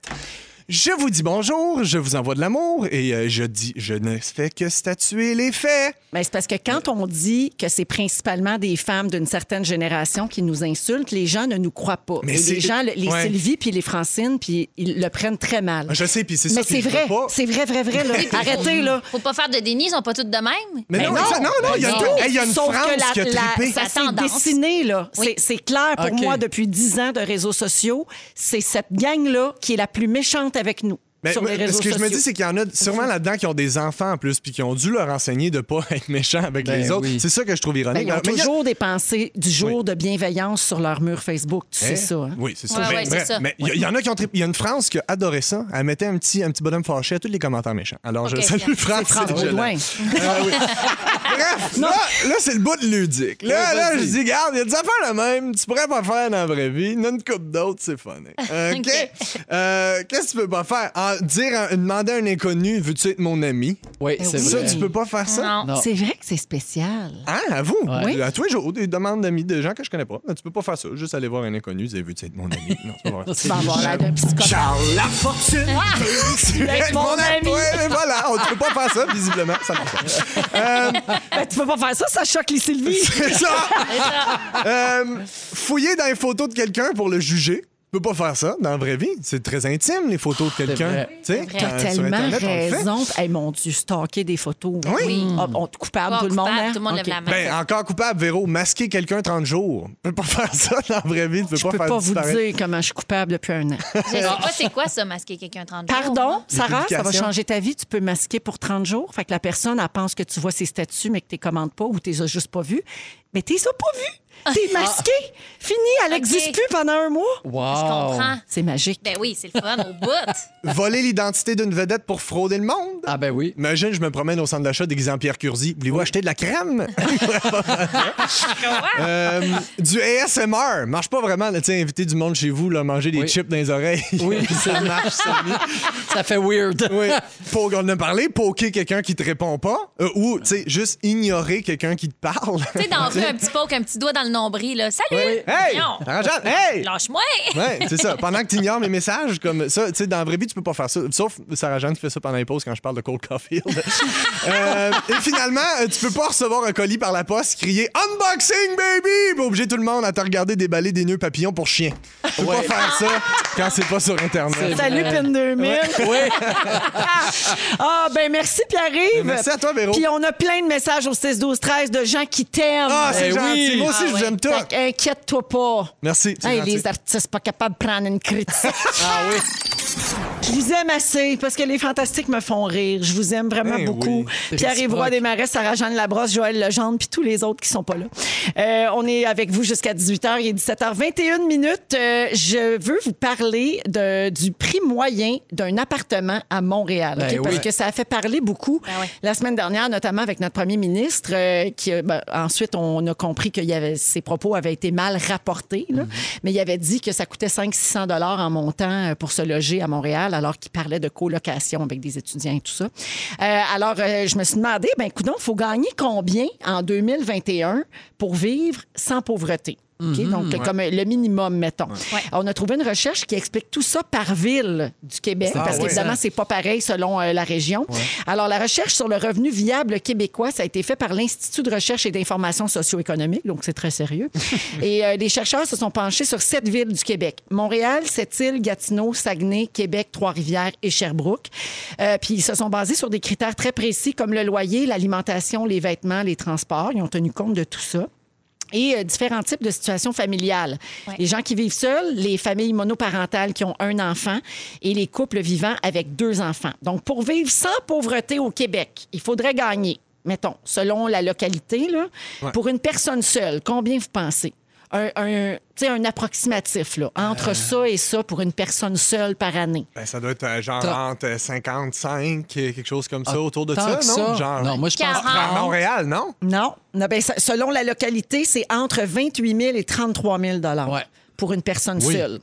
Speaker 1: Je vous dis bonjour, je vous envoie de l'amour et euh, je dis, je ne fais que statuer les faits.
Speaker 2: Mais Ben, c'est parce que quand on dit que c'est principalement des femmes d'une certaine génération qui nous insultent, les gens ne nous croient pas.
Speaker 1: Mais
Speaker 2: Et
Speaker 1: c'est-
Speaker 2: les gens, le- les
Speaker 1: Ouais.
Speaker 2: Sylvie puis les Francine, puis ils le prennent très mal.
Speaker 1: Je sais, puis c'est ça
Speaker 2: Mais
Speaker 1: qui
Speaker 2: c'est
Speaker 1: me
Speaker 2: vrai,
Speaker 1: fait pas.
Speaker 2: c'est vrai, vrai, vrai. Là.
Speaker 4: Oui, puis
Speaker 2: Arrêtez,
Speaker 4: faut-
Speaker 2: là.
Speaker 4: Faut pas faire de déni, ils sont pas toutes de même.
Speaker 1: Mais
Speaker 2: Ben
Speaker 1: non, ça- non, non, il y a
Speaker 4: Mais
Speaker 1: tout.
Speaker 4: non.
Speaker 1: Hey, il y a une
Speaker 2: Sauf
Speaker 1: France
Speaker 2: que la,
Speaker 1: qui a
Speaker 2: la-
Speaker 1: trippé.
Speaker 2: ça s'est
Speaker 4: tendance.
Speaker 2: dessiné, là.
Speaker 4: Oui.
Speaker 2: C'est- C'est clair pour
Speaker 3: OK.
Speaker 2: moi depuis 10 ans de réseaux sociaux. C'est cette gang-là qui est la plus méchante avec nous
Speaker 1: Mais
Speaker 2: sur
Speaker 1: moi,
Speaker 2: les réseaux
Speaker 1: ce que
Speaker 2: sociaux.
Speaker 1: je me dis, c'est qu'il y en a sûrement là-dedans qui ont des enfants en plus, puis qui ont dû leur enseigner de pas être méchants avec
Speaker 3: Ben
Speaker 1: les autres.
Speaker 3: oui.
Speaker 1: C'est ça que je trouve
Speaker 2: Ben,
Speaker 1: ironique.
Speaker 2: ils ont
Speaker 1: Mais il y a-
Speaker 2: toujours des pensées du jour de bienveillance sur leur mur Facebook. Tu sais
Speaker 1: Hein?
Speaker 2: ça, hein?
Speaker 1: Oui, c'est ça.
Speaker 4: Ouais,
Speaker 1: mais
Speaker 4: ouais, c'est
Speaker 1: bref,
Speaker 4: ça.
Speaker 1: mais il y, y en a qui ont tri- Il y a une France qui a adoré ça. Elle mettait un petit, un petit bonhomme fâché à tous les commentaires méchants. Alors,
Speaker 4: Ok,
Speaker 1: je salue
Speaker 4: c'est-
Speaker 1: France.
Speaker 2: C'est Franck
Speaker 1: je l'aime.
Speaker 2: Baudouin.
Speaker 1: Ah oui. Bref, là, là, c'est le bout de ludique. Là,
Speaker 3: Ouais,
Speaker 1: là,
Speaker 3: vas-y.
Speaker 1: je dis, garde, il y a des affaires la même. Tu pourrais pas faire dans la vraie vie. Il y en a une coupe d'autres, c'est fun. OK.
Speaker 4: Ok.
Speaker 1: Euh, Qu'est-ce que tu peux pas faire? Ah, dire, à- demander à un inconnu, veux-tu être mon ami?
Speaker 3: Oui, c'est
Speaker 1: Ça,
Speaker 3: vrai.
Speaker 1: tu peux pas faire ça?
Speaker 4: Non.
Speaker 3: Non.
Speaker 13: C'est vrai que c'est spécial.
Speaker 1: Hein, à vous?
Speaker 3: Oui.
Speaker 1: À tous les jours, des demandes d'amis de gens que je connais pas. Tu peux pas faire ça. Juste aller voir un inconnu, dire veux-tu être mon ami? Non, Ah, c'est pas vrai.
Speaker 13: Tu vas avoir l'air d'un psychopathe.
Speaker 7: Charles Lafortune.
Speaker 4: Ah.
Speaker 1: tu es mon ami. Ouais, mais voilà, on ne peut pas faire ça, visiblement. Ça marche pas. Euh,
Speaker 2: Ben, tu peux pas faire ça, ça choque les Sylvie.
Speaker 1: c'est ça. Euh, fouiller dans les photos de quelqu'un pour le juger. Tu peux pas faire ça dans la vraie vie. C'est très intime, les photos de quelqu'un.
Speaker 3: vrai.
Speaker 1: Tu sais,
Speaker 4: vrai.
Speaker 1: quand-
Speaker 2: T'as
Speaker 1: Euh, sur
Speaker 2: tellement
Speaker 1: Internet, on le fait.
Speaker 2: raison. Hey, mon Dieu, stocker des photos.
Speaker 1: Oui.
Speaker 2: Ah, bon, coupable,
Speaker 4: Pas
Speaker 2: tout le monde.
Speaker 4: coupable,
Speaker 2: hein?
Speaker 4: tout le monde lève
Speaker 2: OK.
Speaker 4: la main.
Speaker 1: Ben, encore coupable, Véro. Masquer quelqu'un 30 jours. Tu peux pas faire ça dans la vraie vie. Tu peux
Speaker 2: Je
Speaker 1: pas
Speaker 2: peux
Speaker 1: faire
Speaker 2: pas vous
Speaker 1: disparaître.
Speaker 2: dire comment je suis coupable depuis un an.
Speaker 4: Je sais pas c'est quoi ça, masquer quelqu'un 30 jours,
Speaker 2: Pardon,
Speaker 4: moi.
Speaker 2: Sarah, ça va
Speaker 1: publications.
Speaker 2: changer ta vie. Tu peux masquer pour 30 jours. Fait que la personne, elle pense que tu vois ses statuts, mais que tu les commandes pas ou tu les as juste pas vus. Mais tu les as pas vus. T'es masqué. Fini, elle
Speaker 4: Ah. Ok.
Speaker 2: n'existe plus pendant un mois.
Speaker 1: Oh.
Speaker 4: Je
Speaker 3: Wow.
Speaker 4: comprends.
Speaker 2: C'est magique.
Speaker 4: Ben oui, c'est le fun au bout.
Speaker 1: Voler l'identité d'une vedette pour frauder le monde.
Speaker 3: Ah ben oui.
Speaker 1: Imagine, je me promène au centre d'achat déguisé en Pierre Curzi. Voulez-vous acheter de la crème? Euh, du ASMR. Marche pas vraiment. là, Tu sais, inviter du monde chez vous, là, manger des
Speaker 3: Oui.
Speaker 1: chips dans les oreilles.
Speaker 3: Oui,
Speaker 1: ça marche, ça.
Speaker 3: Ça fait weird.
Speaker 1: Oui. Pour, on en a parlé, poker quelqu'un qui te répond pas. euh, ou, tu sais, juste ignorer quelqu'un qui te parle.
Speaker 4: tu sais, dans la rue, un petit poke, un petit doigt dans le nombril, là. Salut!
Speaker 1: Hey!
Speaker 4: Voyons.
Speaker 1: Arrangeante, hey!
Speaker 4: Lâche-moi!
Speaker 1: Ouais, c'est ça. Pendant que tu ignores mes messages, comme ça, tu sais, dans la vraie vie, tu peux pas faire ça. Sauf Sarah Jeanne qui fait ça pendant les pauses quand je parle de Cold Caulfield. Euh, et finalement, euh, tu peux pas recevoir un colis par la poste, crier Unboxing, baby! Puis obliger tout le monde à te regarder déballer des nœuds papillons pour chien. Tu peux
Speaker 3: Ouais.
Speaker 1: pas faire ça quand c'est pas sur Internet.
Speaker 2: Salut,
Speaker 3: Ouais.
Speaker 2: PIN 2000.
Speaker 3: Oui.
Speaker 2: Ah, ben merci, Pierre-Yves.
Speaker 1: Merci à toi, Véro.
Speaker 2: Puis on a plein de messages au 6-12-13 de gens qui t'aiment.
Speaker 1: Ah, c'est
Speaker 3: Eh
Speaker 1: gentil.
Speaker 3: oui.
Speaker 1: Moi aussi,
Speaker 4: Ah
Speaker 1: je vous
Speaker 4: ouais.
Speaker 1: aime tout.
Speaker 2: Fait que Inquiète-toi pas.
Speaker 1: Merci. c'est
Speaker 2: Hey,
Speaker 1: gentil.
Speaker 2: les artistes pas capables de prendre une critique.
Speaker 3: Ah
Speaker 2: Je vous aime assez parce que les fantastiques me font rire. Je vous aime vraiment
Speaker 1: Eh
Speaker 2: beaucoup.
Speaker 3: Ben oui.
Speaker 2: Pierre-Yves Roy
Speaker 3: Réciproque.
Speaker 2: Desmarais, Sarah-Jeanne Labrosse, Joël Legendre, puis tous les autres qui sont pas là. Euh, on est avec vous jusqu'à 18h. Il est 17h21 minutes. Euh, je veux vous parler de- du prix moyen d'un appartement à Montréal.
Speaker 3: Ben
Speaker 2: OK? Parce
Speaker 3: oui.
Speaker 2: que ça a fait parler beaucoup
Speaker 4: Ben oui.
Speaker 2: la semaine dernière, notamment avec notre premier ministre, euh, qui euh, ben, ensuite on a compris que il y avait- ses propos avaient été mal rapportés, là. mais il avait dit que ça coûtait 500-600 dollars en montant euh, pour se loger à Montréal, alors qu'il parlait de colocation avec des étudiants et tout ça. Euh, alors euh, je me suis demandé, ben écoute, il faut gagner combien en 2021 pour vivre sans pauvreté. OK? donc, comme le minimum, mettons. On a trouvé une recherche qui explique tout ça par ville du Québec,
Speaker 3: Ah,
Speaker 2: parce
Speaker 3: ouais.
Speaker 2: qu'évidemment, c'est pas pareil selon euh, la région. Alors, la recherche sur le revenu viable québécois, ça a été fait par l'Institut de recherche et d'information socio-économique, donc c'est très sérieux. et euh, les chercheurs se sont penchés sur sept villes du Québec. Montréal, Sept-Îles, Gatineau, Saguenay, Québec, Trois-Rivières et Sherbrooke. Euh, puis, ils se sont basés sur des critères très précis comme le loyer, l'alimentation, les vêtements, les transports. Ils ont tenu compte de tout ça et euh, différents types de situations familiales.
Speaker 4: Ouais.
Speaker 2: Les gens qui vivent seuls, les familles monoparentales qui ont un enfant et les couples vivant avec deux enfants. Donc, pour vivre sans pauvreté au Québec, il faudrait gagner, mettons, selon la localité, là, pour une personne seule, combien vous pensez? Un, un, tu sais, un approximatif, là, entre ça et ça pour une personne seule par année.
Speaker 1: Ben, ça doit être euh, genre
Speaker 3: Tra-
Speaker 1: entre euh, 55, euh, quelque chose comme ça,
Speaker 3: Ah,
Speaker 1: autour de
Speaker 3: tant
Speaker 1: ça,
Speaker 3: que
Speaker 1: non? Genre...
Speaker 3: Non, moi, je Ah, pense...
Speaker 4: Quarante.
Speaker 1: À Montréal, non?
Speaker 2: Non. Non, ben, ça- selon la localité, c'est entre 28 000 et 33 000
Speaker 3: Ouais.
Speaker 2: pour une personne
Speaker 14: Oui.
Speaker 2: seule.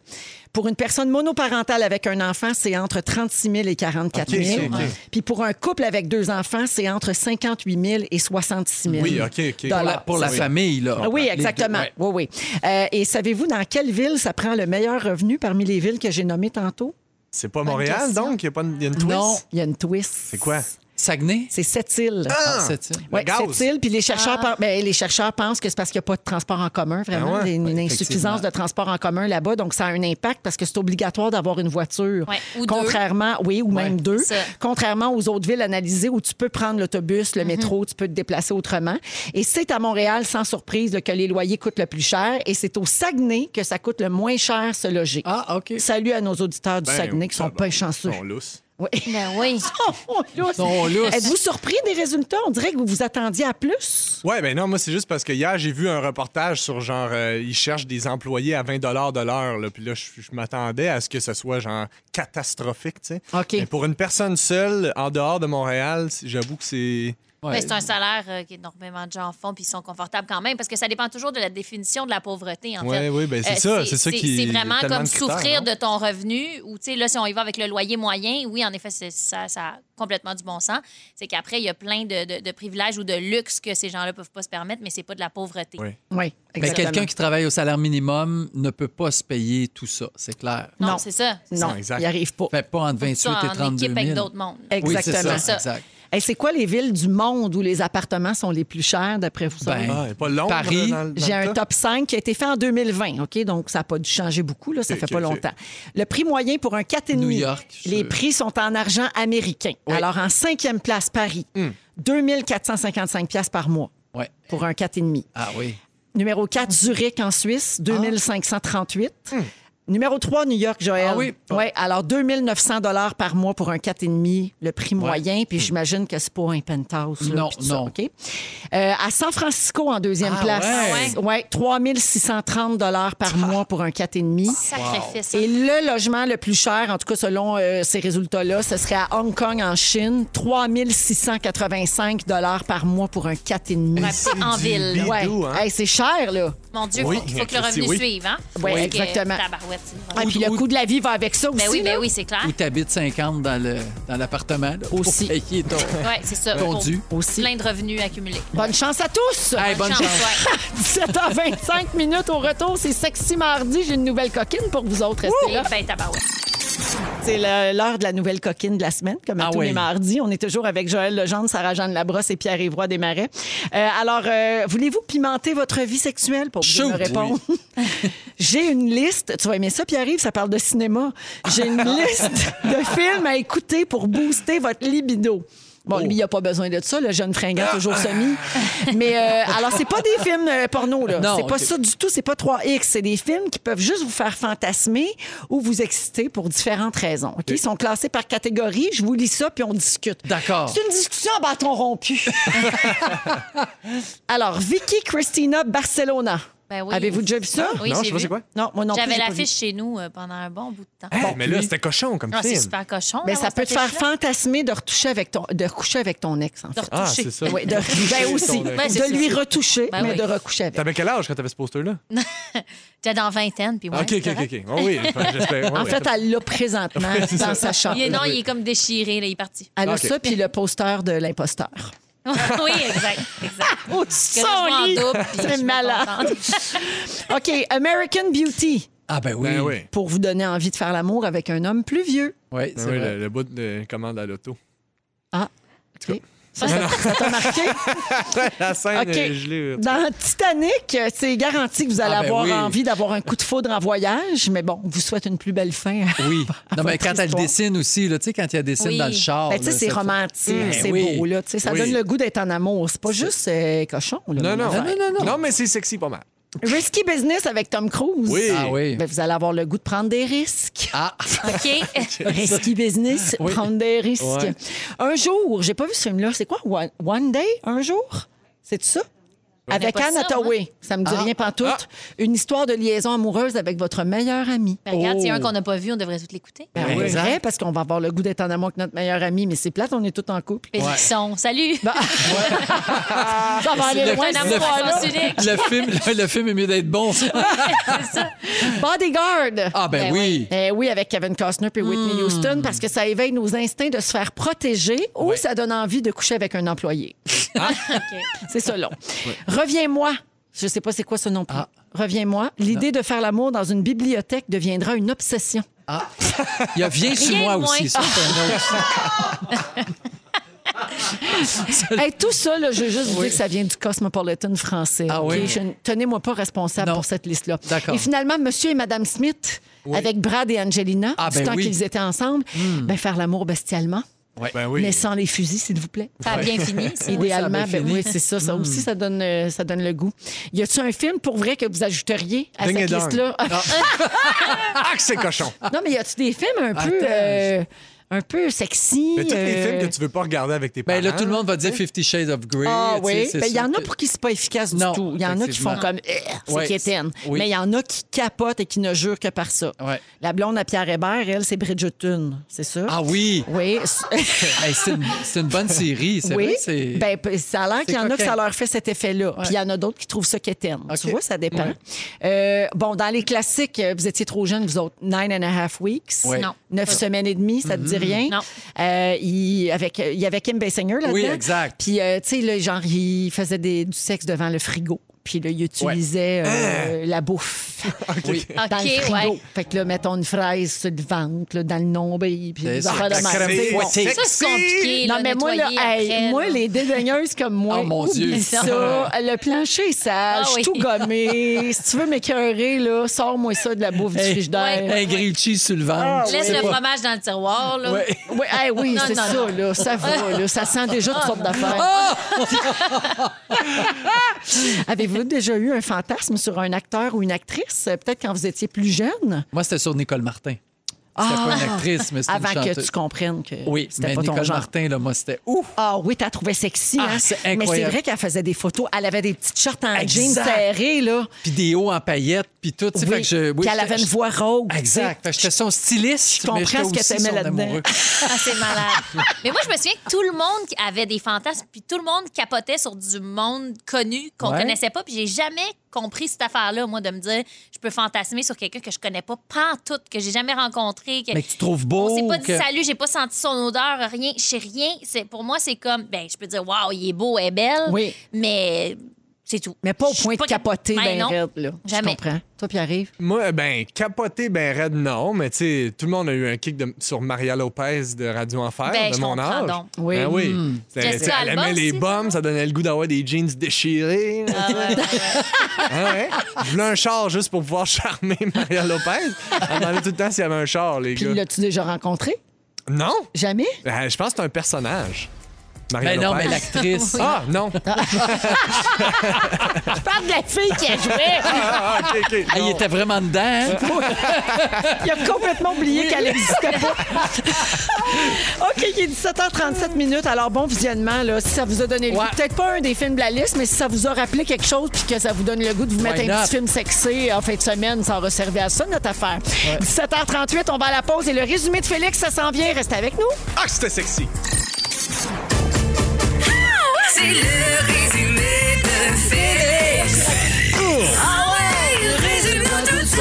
Speaker 2: Pour une personne monoparentale avec un enfant, c'est entre 36 000 et 44 000.
Speaker 1: Ok, ok, ok.
Speaker 2: Puis pour un couple avec deux enfants, c'est entre 58 000 et 66 000.
Speaker 3: Oui, ok, ok.
Speaker 2: dollars.
Speaker 3: Pour la- pour la
Speaker 2: Oui.
Speaker 3: famille, là.
Speaker 2: Ah Oui,
Speaker 3: Les
Speaker 2: exactement.
Speaker 3: deux, ouais.
Speaker 2: Oui, oui. Euh, et savez-vous dans quelle ville ça prend le meilleur revenu parmi les villes que j'ai nommées tantôt?
Speaker 1: C'est pas Montréal,
Speaker 2: question.
Speaker 1: donc? Il y a pas une, il y a une twist?
Speaker 2: Non, il y a une twist. C'est
Speaker 1: Oh. quoi?
Speaker 3: Saguenay?
Speaker 2: C'est Sept-Îles.
Speaker 3: Ah! Ah, Sept-Îles.
Speaker 2: Ouais,
Speaker 3: Le gaz.
Speaker 2: Sept-Îles. Puis les chercheurs,
Speaker 4: Ah.
Speaker 2: pen- ben, les chercheurs pensent que c'est parce qu'il n'y a pas de transport en commun, vraiment.
Speaker 3: Ah ouais?
Speaker 2: Il y a une,
Speaker 3: Ouais,
Speaker 2: une
Speaker 3: effectivement.
Speaker 2: insuffisance de transport en commun là-bas. Donc, ça a un impact parce que c'est obligatoire d'avoir une voiture.
Speaker 4: Ouais, ou deux.
Speaker 2: Contrairement, oui, ou même deux.
Speaker 4: c'est ça.
Speaker 2: Contrairement aux autres villes analysées où tu peux prendre l'autobus,
Speaker 4: Mm-hmm.
Speaker 2: le métro, tu peux te déplacer autrement. Et c'est à Montréal, sans surprise, là, que les loyers coûtent le plus cher. Et c'est au Saguenay que ça coûte le moins cher se loger.
Speaker 3: Ah, OK.
Speaker 2: Salut à nos auditeurs du
Speaker 1: Ben,
Speaker 2: Saguenay qui sont pas chanceux.
Speaker 1: On lousse.
Speaker 2: Oui.
Speaker 4: Ben oui.
Speaker 3: Sont lousses.
Speaker 2: Êtes-vous surpris des résultats? On dirait que vous vous attendiez à plus.
Speaker 1: Ouais, ben non, moi, c'est juste parce que hier, j'ai vu un reportage sur genre, euh, ils cherchent des employés à 20 de l'heure, là. Puis là, je, je m'attendais à ce que ce soit, genre, catastrophique, tu sais.
Speaker 2: OK.
Speaker 1: Mais pour une personne seule, en dehors de Montréal, c'est- j'avoue que c'est.
Speaker 4: Mais c'est un salaire euh, qu'énormément de gens font, puis ils sont confortables quand même, parce que ça dépend toujours de la définition de la pauvreté, en
Speaker 1: Ouais,
Speaker 4: fait. Euh,
Speaker 1: ouais, ben c'est ça, c'est ça qui-
Speaker 4: C'est
Speaker 1: il y a
Speaker 4: vraiment
Speaker 1: tellement
Speaker 4: comme
Speaker 1: de critères,
Speaker 4: souffrir
Speaker 1: non?
Speaker 4: de ton revenu, ou tu sais, là, si on y va avec le loyer moyen, oui, en effet, c'est- ça, ça a complètement du bon sens. C'est qu'après, il y a plein de, de- de privilèges ou de luxe que ces gens-là peuvent pas se permettre, mais c'est pas de la pauvreté.
Speaker 1: Ouais.
Speaker 2: Oui,
Speaker 3: Ben, quelqu'un qui travaille au salaire minimum ne peut pas se payer tout ça, c'est clair.
Speaker 4: Non, c'est ça. c'est
Speaker 2: Non,
Speaker 4: ça.
Speaker 1: exact.
Speaker 2: il arrive pas.
Speaker 3: Fait pas entre 28
Speaker 4: Ça,
Speaker 3: et
Speaker 4: en
Speaker 3: 32
Speaker 4: équipe
Speaker 3: 000.
Speaker 4: avec d'autres mondes.
Speaker 3: Oui, c'est
Speaker 2: Exactement.
Speaker 3: ça,
Speaker 4: C'est ça.
Speaker 3: exact.
Speaker 2: Hey, c'est quoi les villes du monde où les appartements sont les plus chers, d'après vous? ça?
Speaker 3: Ben,
Speaker 1: Ah, et pas long.
Speaker 3: Paris,
Speaker 1: là, dans le- dans
Speaker 2: J'ai
Speaker 1: le
Speaker 2: un
Speaker 1: tas.
Speaker 2: top 5 qui a été fait en 2020, OK? Donc, ça n'a pas dû changer beaucoup, là, ça
Speaker 1: Ok,
Speaker 2: fait
Speaker 1: ok,
Speaker 2: pas
Speaker 1: ok.
Speaker 2: longtemps. Le prix moyen pour un 4,5.
Speaker 3: New York, je suis
Speaker 2: Les
Speaker 3: sûr.
Speaker 2: prix sont en argent américain. Alors, en cinquième place, Paris,
Speaker 3: Hmm.
Speaker 2: 2455 pièces par mois
Speaker 3: Ouais.
Speaker 2: pour un 4,5.
Speaker 3: Ah oui.
Speaker 2: Numéro 4, Zurich en Suisse,
Speaker 3: Ah.
Speaker 2: 2538. Numéro 3, New York, Joël.
Speaker 3: Hmm. Ah oui.
Speaker 2: Ouais, alors 2900 dollars par mois pour un 4,5, le prix moyen. Puis j'imagine que c'est pas un penthouse. là,
Speaker 3: Hmm. Non,
Speaker 2: puis tout ça,
Speaker 3: non.
Speaker 2: OK? Euh, à San Francisco, en deuxième
Speaker 3: Ah
Speaker 2: place.
Speaker 3: ouais. Ah.
Speaker 2: Ouais, 3630 dollars par mois pour un 4,5.
Speaker 4: Sacrifice. hein.
Speaker 2: Et le logement le plus cher, en tout cas selon euh, ces résultats-là, ce serait à Hong Kong en Chine, 3685 dollars par mois pour un 4,5.
Speaker 4: Ouais, pas en
Speaker 1: du
Speaker 4: ville.
Speaker 1: bidou.
Speaker 4: là.
Speaker 2: Ouais.
Speaker 1: hein?
Speaker 2: Hey, c'est cher, là.
Speaker 4: Mon Dieu, il
Speaker 1: Oui,
Speaker 4: faut, faut que
Speaker 1: Christy,
Speaker 4: le revenu
Speaker 1: oui.
Speaker 4: suive, hein?
Speaker 2: Oui,
Speaker 4: Fait que,
Speaker 2: exactement.
Speaker 4: tabarouette, c'est une
Speaker 2: Ah, puis le
Speaker 3: Ou-
Speaker 2: coût de la vie va avec ça aussi.
Speaker 4: Ben oui,
Speaker 2: là.
Speaker 4: ben oui, c'est clair.
Speaker 3: Ou t'habites 50 dans le- dans l'appartement là,
Speaker 2: Aussi.
Speaker 3: pour payer ton...
Speaker 4: Oui, c'est ça.
Speaker 3: Ton
Speaker 4: Pour
Speaker 3: dû.
Speaker 2: Aussi.
Speaker 4: Plein de revenus accumulés.
Speaker 2: Bonne chance à tous!
Speaker 3: Hey, bonne chance.
Speaker 4: ouais.
Speaker 2: 17h25 minutes au retour, c'est Sexy Mardi. J'ai une nouvelle coquine pour vous autres. Restez là.
Speaker 4: Eh ben, tabarouette.
Speaker 2: C'est le- l'heure de la nouvelle coquine de la semaine, comme à
Speaker 3: Ah
Speaker 2: tous
Speaker 3: oui.
Speaker 2: les mardis. On est toujours avec Joël Legendre, Sarah-Jeanne Labrosse et Pierre-Évroy Desmarais. Euh, alors, euh, voulez-vous pimenter votre vie sexuelle pour bien
Speaker 3: Shoot,
Speaker 2: me répondre? J'ai une liste. Tu vas aimer ça, Pierre-Yves, ça parle de cinéma. J'ai une liste de films à écouter pour booster votre libido. Bon,
Speaker 3: Oh.
Speaker 2: lui, il n'y a pas besoin de ça, le jeune fringant
Speaker 3: Ah.
Speaker 2: toujours semi. Mais euh, alors, c'est pas des films euh, porno, là.
Speaker 3: Non,
Speaker 2: C'est pas
Speaker 3: OK.
Speaker 2: ça du tout, c'est pas 3X. C'est des films qui peuvent juste vous faire fantasmer ou vous exciter pour différentes raisons. OK? Ils sont classés par catégorie. Je vous lis ça, puis on discute.
Speaker 3: D'accord.
Speaker 2: C'est une discussion à bâton rompu. Alors, Vicky Cristina Barcelona.
Speaker 4: Ben oui.
Speaker 2: Avez-vous déjà vu ça?
Speaker 4: Oui,
Speaker 1: non, je
Speaker 4: j'ai
Speaker 1: sais pas
Speaker 4: vu.
Speaker 1: c'est quoi.
Speaker 2: Non, moi non plus,
Speaker 4: J'avais
Speaker 2: j'ai pas vu.
Speaker 4: l'affiche chez nous euh, pendant un bon bout de temps.
Speaker 1: Hey, mais là, c'était cochon comme
Speaker 4: Ah, c'est
Speaker 1: film.
Speaker 4: super cochon.
Speaker 2: Mais Ben, ça
Speaker 4: d'avoir
Speaker 2: peut te
Speaker 4: cette
Speaker 2: faire
Speaker 4: affiche-là.
Speaker 2: fantasmer de retoucher avec ton, de recoucher avec ton ex, en fait.
Speaker 4: De
Speaker 1: Ah,
Speaker 4: retoucher.
Speaker 1: c'est ça.
Speaker 2: Oui, de, ben aussi,
Speaker 1: ton ex.
Speaker 4: Ouais, c'est ça.
Speaker 2: de lui retoucher,
Speaker 4: Ben
Speaker 2: mais
Speaker 4: oui.
Speaker 2: de recoucher avec.
Speaker 1: T'avais quel âge quand t'avais ce poster-là?
Speaker 4: J'étais dans vingtaine, puis ouais,
Speaker 1: ok,
Speaker 4: c'est
Speaker 1: ok, ok,
Speaker 4: correct.
Speaker 1: ok. Ah oui, enfin, j'espère. ouais,
Speaker 2: En
Speaker 1: ouais.
Speaker 2: fait, elle l'a présentement dans sa chambre.
Speaker 4: Il est, non, il est comme déchiré, là, il est parti.
Speaker 2: Elle a
Speaker 1: Ok.
Speaker 2: ça, puis le poster de l'imposteur.
Speaker 4: oui, exact, exact.
Speaker 2: Oh,
Speaker 4: Que là, je vois en double, puis je
Speaker 2: C'est
Speaker 4: suis
Speaker 2: malade.
Speaker 4: contente.
Speaker 2: OK, American Beauty,
Speaker 3: Ah ben oui.
Speaker 1: Ben oui.
Speaker 2: pour vous donner envie de faire l'amour avec un homme plus vieux.
Speaker 3: Oui,
Speaker 1: Ben
Speaker 3: c'est
Speaker 1: oui,
Speaker 3: vrai.
Speaker 1: le, le bout de commande à l'auto.
Speaker 2: OK. Ça, ça ça t'a marqué?
Speaker 1: La scène
Speaker 2: OK.
Speaker 1: euh, gelée.
Speaker 2: Dans Titanic, euh, c'est garanti que vous allez
Speaker 3: Ah, ben
Speaker 2: avoir
Speaker 3: oui.
Speaker 2: envie d'avoir un coup de foudre en voyage, mais bon, on vous souhaite une plus belle fin.
Speaker 3: Oui. Non, mais
Speaker 2: votre
Speaker 3: quand elle
Speaker 2: histoire.
Speaker 3: dessine aussi, là, tu sais, quand il y a des
Speaker 4: Oui.
Speaker 3: dans le char.
Speaker 2: Ben, tu sais,
Speaker 3: Ah, là,
Speaker 2: c'est
Speaker 3: ça-
Speaker 2: romantique,
Speaker 3: Ben
Speaker 2: c'est
Speaker 3: oui.
Speaker 2: beau, là. Tu sais, ça
Speaker 1: Oui.
Speaker 2: donne le goût d'être en amour. C'est pas juste euh, cochon, là,
Speaker 1: Non,
Speaker 2: mon
Speaker 1: non,
Speaker 2: affaire.
Speaker 1: non, non, non. mais c'est sexy pas mal.
Speaker 2: Risky Business avec Tom Cruise.
Speaker 1: Oui.
Speaker 3: Ah oui.
Speaker 2: Ben, vous allez avoir le goût de prendre des risques.
Speaker 3: Ah,
Speaker 4: OK.
Speaker 2: Risky business,
Speaker 3: Oui.
Speaker 2: prendre des risques.
Speaker 1: Ouais.
Speaker 2: Un jour, j'ai pas vu ce film-là. C'est quoi? One, One Day? Un jour? C'est ça?
Speaker 4: connais
Speaker 2: Avec
Speaker 4: pas
Speaker 2: Anne
Speaker 4: ça, hein?
Speaker 2: Hathaway, ça me dit
Speaker 4: Ah.
Speaker 2: rien pantoute, une histoire de liaison amoureuse avec votre meilleur ami.
Speaker 4: Ben, regarde,
Speaker 1: Oh.
Speaker 4: c'est un qu'on n'a pas vu, on devrait tout l'écouter.
Speaker 2: Ben, on devrait, parce qu'on va avoir le goût d'être en amour avec notre meilleur ami, mais c'est plate, on est tous en couple.
Speaker 4: Les sont. Salut!
Speaker 1: Ben,
Speaker 2: Ça va aller
Speaker 4: Le-
Speaker 2: loin,
Speaker 4: le-
Speaker 2: ce
Speaker 4: le-
Speaker 2: soir-là.
Speaker 3: le, film, le, le film est mieux d'être bon. ça.
Speaker 2: Bodyguard.
Speaker 3: Ah, ben Ben oui. oui.
Speaker 2: Eh oui, avec Kevin Costner et Whitney
Speaker 3: Hmm.
Speaker 2: Houston, parce que ça éveille nos instincts de se faire protéger ou ça donne envie de coucher avec un employé.
Speaker 3: Ah.
Speaker 2: C'est ça, long. Reviens-moi. Je sais pas c'est quoi ce nom.
Speaker 3: Ah.
Speaker 2: plus. Reviens-moi. L'idée de faire l'amour dans une bibliothèque deviendra une obsession.
Speaker 3: Il y a Viens sur
Speaker 2: Rien
Speaker 3: moi
Speaker 2: de
Speaker 3: aussi.
Speaker 2: moins.
Speaker 3: ça, c'est un autre.
Speaker 2: Hey, tout ça, là, je veux juste vous dire que ça vient du Cosmopolitan français.
Speaker 3: Ah oui.
Speaker 2: ok? Je ne- Tenez-moi pas responsable pour cette liste-là.
Speaker 3: D'accord.
Speaker 2: Et finalement, Monsieur et Madame Smith,
Speaker 3: Oui.
Speaker 2: avec Brad et Angelina,
Speaker 3: Ah,
Speaker 2: du
Speaker 3: ben
Speaker 2: temps
Speaker 3: oui. Hmm.
Speaker 2: qu'ils étaient ensemble, ben, faire l'amour bestialement.
Speaker 3: Ouais.
Speaker 1: Ben
Speaker 2: Mais sans les fusils, s'il vous plaît.
Speaker 4: Ça a bien fini, ça.
Speaker 2: Idéalement,
Speaker 3: Oui, ça a bien
Speaker 2: ben
Speaker 3: fini. Mm.
Speaker 2: oui, c'est ça. Ça aussi, ça donne, euh, ça donne le goût. Y a-tu un film pour vrai que vous ajouteriez à
Speaker 1: Ding
Speaker 2: cette
Speaker 1: et dong.
Speaker 2: liste-là?
Speaker 1: Ah, que c'est cochon!
Speaker 2: non, mais y a-tu des films un peu,
Speaker 3: Attends.
Speaker 2: euh, un peu sexy?
Speaker 1: Mais tous les
Speaker 2: euh,
Speaker 1: films que tu veux pas regarder avec tes parents.
Speaker 3: Ben là, tout le monde va dire Fifty Shades of Grey.
Speaker 2: Ah
Speaker 3: tu sais,
Speaker 2: oui,
Speaker 3: c'est
Speaker 2: Ben, il y
Speaker 3: sûr
Speaker 2: en a
Speaker 3: que-
Speaker 2: pour qui c'est pas efficace
Speaker 3: Non,
Speaker 2: du tout. Il y en a qui
Speaker 3: effectivement.
Speaker 2: font comme Eh, c'est
Speaker 3: Ouais,
Speaker 2: quétaine.
Speaker 3: oui.
Speaker 2: Mais il y en a qui capotent et qui ne jurent que par ça.
Speaker 3: Ouais.
Speaker 2: La blonde à Pierre Hébert, elle, c'est Bridgerton, c'est ça?
Speaker 3: Ah oui!
Speaker 2: Oui.
Speaker 3: Hey, c'est une, c'est une bonne série, c'est
Speaker 2: oui.
Speaker 3: vrai. c'est-
Speaker 2: Ben, p- ça a l'air qu'il y en a que
Speaker 3: coquin.
Speaker 2: ça leur fait cet effet-là. Puis il y en a d'autres qui trouvent ça quétaine. Tu
Speaker 3: Ok.
Speaker 2: vois, ça dépend. Euh, bon, dans les classiques, euh, vous étiez trop jeunes, vous autres. Nine and a half weeks.
Speaker 3: Ouais. Mm-hmm.
Speaker 4: Non.
Speaker 2: Neuf semaines et demie, ça te dit rien.
Speaker 4: Non.
Speaker 2: Euh, il, avec, il y avait Kim Basinger là-dedans.
Speaker 3: Oui, exact.
Speaker 2: Puis, euh, tu sais, là, genre, il faisait des- du sexe devant le frigo. Puis là, il utilisait euh, la bouffe
Speaker 3: Ah! Oui.
Speaker 2: dans
Speaker 4: OK,
Speaker 2: le frigo.
Speaker 4: ouais.
Speaker 2: Fait que là, mettons une fraise sur le ventre, là, dans le nombril. Puis
Speaker 3: C'est
Speaker 2: des
Speaker 3: ça,
Speaker 2: affaires de
Speaker 3: la
Speaker 2: même.
Speaker 3: crème
Speaker 2: ben, C'est bon.
Speaker 3: fouettée.
Speaker 4: Ça, c'est compliqué.
Speaker 2: Non,
Speaker 4: là,
Speaker 2: mais moi, là,
Speaker 4: nettoyer
Speaker 2: hey,
Speaker 4: après,
Speaker 2: moi
Speaker 4: là.
Speaker 2: les dédaigneuses comme moi,
Speaker 3: Oh, mon Dieu.
Speaker 2: oublie ça. Le plancher est sale,
Speaker 4: Ah
Speaker 2: je suis
Speaker 4: oui.
Speaker 2: tout gommé. si tu veux m'écœurer, là, sors-moi ça de la bouffe du
Speaker 3: Hey,
Speaker 2: frigidaire.
Speaker 3: Un grilled cheese sur le
Speaker 2: Ah
Speaker 3: ventre.
Speaker 4: Laisse
Speaker 3: C'est
Speaker 4: le
Speaker 3: pas-
Speaker 4: fromage dans le tiroir, là.
Speaker 3: Ah, Ouais.
Speaker 2: Oui, hey, oui
Speaker 4: Non,
Speaker 2: c'est
Speaker 4: non, Ah!
Speaker 2: ça,
Speaker 4: non.
Speaker 2: là. Ça va, là. Ça sent déjà toutes sortes d'affaires. Avez-vous déjà eu un fantasme sur un acteur ou une actrice? Euh, Peut-être quand vous étiez plus jeune?
Speaker 3: Moi, c'était sur Nicole Martin. C'était pas une actrice, mais c'était une
Speaker 2: Ah. Avant que
Speaker 3: chanteuse.
Speaker 2: tu comprennes que
Speaker 3: Oui,
Speaker 2: c'était
Speaker 3: mais
Speaker 2: pas ton
Speaker 3: Nicole
Speaker 2: genre.
Speaker 3: Martin, là, moi, c'était ouf.
Speaker 2: Ah oui, t'as trouvé sexy,
Speaker 3: Ah,
Speaker 2: hein?
Speaker 3: c'est
Speaker 2: Mais c'est
Speaker 3: incroyable.
Speaker 2: vrai qu'elle faisait des photos. Elle avait des petites shorts en jeans
Speaker 3: Exact.
Speaker 2: serrées, là.
Speaker 3: Puis des hauts en paillettes, puis tout. tu sais,
Speaker 2: Oui.
Speaker 3: Fait que je, oui,
Speaker 2: Puis elle
Speaker 3: j'étais-
Speaker 2: avait une voix raude. tu sais.
Speaker 3: Exact. Fait que j'étais son styliste,
Speaker 2: Je
Speaker 3: mais
Speaker 2: comprends
Speaker 3: j'étais
Speaker 2: ce que
Speaker 3: aussi
Speaker 2: t'aimais
Speaker 3: son
Speaker 2: là-dedans.
Speaker 3: amoureux.
Speaker 4: Ah, c'est malade. Mais moi, je me souviens que tout le monde avait des fantasmes, puis tout le monde capotait sur du monde connu qu'on
Speaker 3: Ouais.
Speaker 4: connaissait pas, puis j'ai jamais compris cette affaire-là, moi, de me dire, je peux fantasmer sur quelqu'un que je connais pas, tout, que j'ai jamais rencontré. Que...
Speaker 3: Mais que tu trouves beau.
Speaker 4: On s'est pas dit
Speaker 3: que-
Speaker 4: salut, j'ai pas senti son odeur, rien, je sais rien. C'est, pour moi, c'est comme, ben, je peux dire, waouh, il est beau, elle est belle,
Speaker 2: Oui.
Speaker 4: mais c'est tout.
Speaker 2: Mais pas au
Speaker 4: Je suis
Speaker 2: point de
Speaker 4: cap-
Speaker 2: capoter,
Speaker 4: Ben
Speaker 2: ben,
Speaker 4: non.
Speaker 2: raide, là. Je
Speaker 4: Jamais.
Speaker 2: comprends. Toi, puis arrive.
Speaker 1: Moi, ben, capoté, ben, raide, non, mais tu sais, tout le monde a eu un kick de- sur Maria Lopez de Radio Enfer,
Speaker 4: Ben,
Speaker 1: de
Speaker 4: je
Speaker 1: mon
Speaker 4: comprends
Speaker 1: âge.
Speaker 4: donc.
Speaker 2: Oui.
Speaker 1: Ben oui.
Speaker 3: Mm.
Speaker 1: C'est-
Speaker 4: Jessica
Speaker 1: tu sais, elle
Speaker 4: Alba
Speaker 1: aimait les
Speaker 4: aussi,
Speaker 1: bombes, ça donnait le goût d'avoir des jeans déchirés.
Speaker 4: Ah ouais, ouais.
Speaker 1: Hein, ouais. Je voulais un char juste pour pouvoir charmer Maria Lopez. On demandait tout le temps s'il y avait un char, les
Speaker 2: Puis
Speaker 1: gars.
Speaker 2: l'as-tu déjà rencontré?
Speaker 1: Non!
Speaker 2: Jamais?
Speaker 1: Ben, je pense que c'est un personnage. Maria
Speaker 3: Ben non,
Speaker 1: Lopez.
Speaker 3: mais l'actrice.
Speaker 1: Ah, non!
Speaker 2: Je parle de la fille qui a joué.
Speaker 1: Ah, ok, ok.
Speaker 3: Ah,
Speaker 1: Non.
Speaker 3: il était vraiment dedans. hein?
Speaker 2: Il a complètement oublié qu'elle n'existait pas. OK, il est 17h37 minutes. Alors, bon visionnement, là, si ça vous a donné le
Speaker 3: Ouais.
Speaker 2: goût. Peut-être pas un des films de la liste, mais si ça vous a rappelé quelque chose puis que ça vous donne le goût de vous mettre
Speaker 3: Why
Speaker 2: un
Speaker 3: not?
Speaker 2: petit film sexy en fin de semaine, ça aura servi à ça, notre affaire. 17h38, on va à la pause et le résumé de Félix, ça s'en vient. Restez avec nous.
Speaker 1: Ah, c'était sexy!
Speaker 5: C'est le résumé de Félix. Ah ouais, résume-nous tout ça.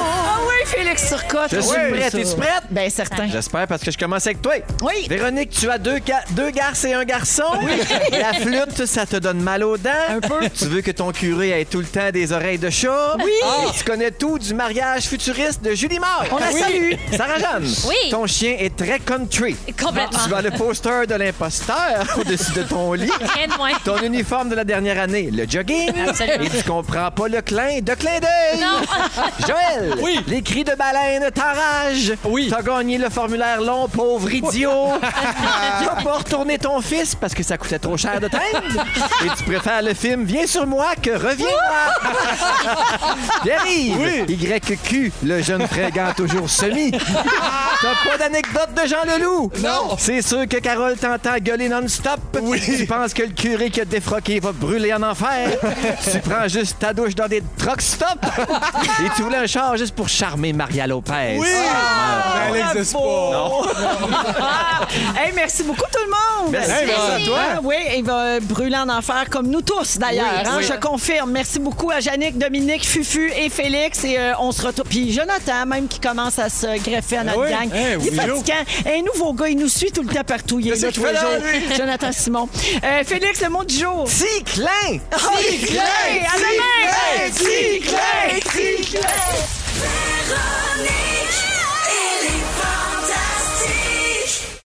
Speaker 2: Ah oui, Félix Turcotte. Ah
Speaker 11: Je suis
Speaker 2: Oui,
Speaker 11: prête.
Speaker 2: ça.
Speaker 11: Es-tu prête?
Speaker 2: Bien Ben, certain.
Speaker 11: J'espère parce que je commence avec toi.
Speaker 2: Oui.
Speaker 11: Véronique, tu as deux, ga- deux garces et un garçon. La flûte, ça te donne mal aux dents. Un peu. Tu veux que ton curé ait tout le temps des oreilles de chat. Oui. tu connais tout du mariage futuriste de Julie Maure.
Speaker 2: On la salue.
Speaker 11: Sarah-Jeanne.
Speaker 4: Oui.
Speaker 11: Ton chien est très country.
Speaker 4: Complètement.
Speaker 11: Tu as le poster de l'imposteur au-dessus de ton lit.
Speaker 4: Rien de moins.
Speaker 11: Ton uniforme de la dernière année, le jogging.
Speaker 4: Absolument.
Speaker 11: Et tu comprends pas le clin de clin d'œil.
Speaker 4: Non.
Speaker 11: Joël, les cris de baleine Caroline Tarage. Oui. T'as gagné le formulaire long, pauvre idiot. T'as pas retourné ton fils parce que ça coûtait trop cher de teindre. Et tu préfères le film Viens sur moi que Reviens-moi. J'arrive. YQ, le jeune fringant toujours semi. T'as pas d'anecdote de Jean Leloup? Non. C'est sûr que Carole t'entend gueuler non-stop. Oui. Tu penses que le curé qui a défroqué va brûler en enfer. tu prends juste ta douche dans des truck stops. Et tu voulais un char juste pour charmer Maria Lopez.
Speaker 1: Oui!
Speaker 11: Ah,
Speaker 1: Mais Ben, elle
Speaker 11: bravo.
Speaker 1: existe pas.
Speaker 11: Non.
Speaker 2: Ah! Hey, merci beaucoup tout le monde.
Speaker 11: Merci. Hey, merci à toi.
Speaker 2: Ah, Oui, il va brûler en enfer comme nous tous d'ailleurs.
Speaker 11: Oui,
Speaker 2: hein,
Speaker 11: oui.
Speaker 2: Je confirme. Merci beaucoup à Yannick, Dominique, Fufu et Félix. Et euh, on se retrouve. Puis Jonathan, même qui commence à se greffer à notre
Speaker 15: oui.
Speaker 2: gang.
Speaker 15: Eh
Speaker 2: il est
Speaker 15: oui.
Speaker 2: fatigant. Un nouveau gars, il nous suit tout le temps partout. Il est
Speaker 15: Qu'est-ce
Speaker 2: là
Speaker 15: qu'il
Speaker 2: tous les
Speaker 15: fait là,
Speaker 2: jours.
Speaker 15: lui?
Speaker 2: Jonathan Simon. Euh, Félix, le mot du jour.
Speaker 11: Cyclin!
Speaker 15: Cyclin!
Speaker 2: À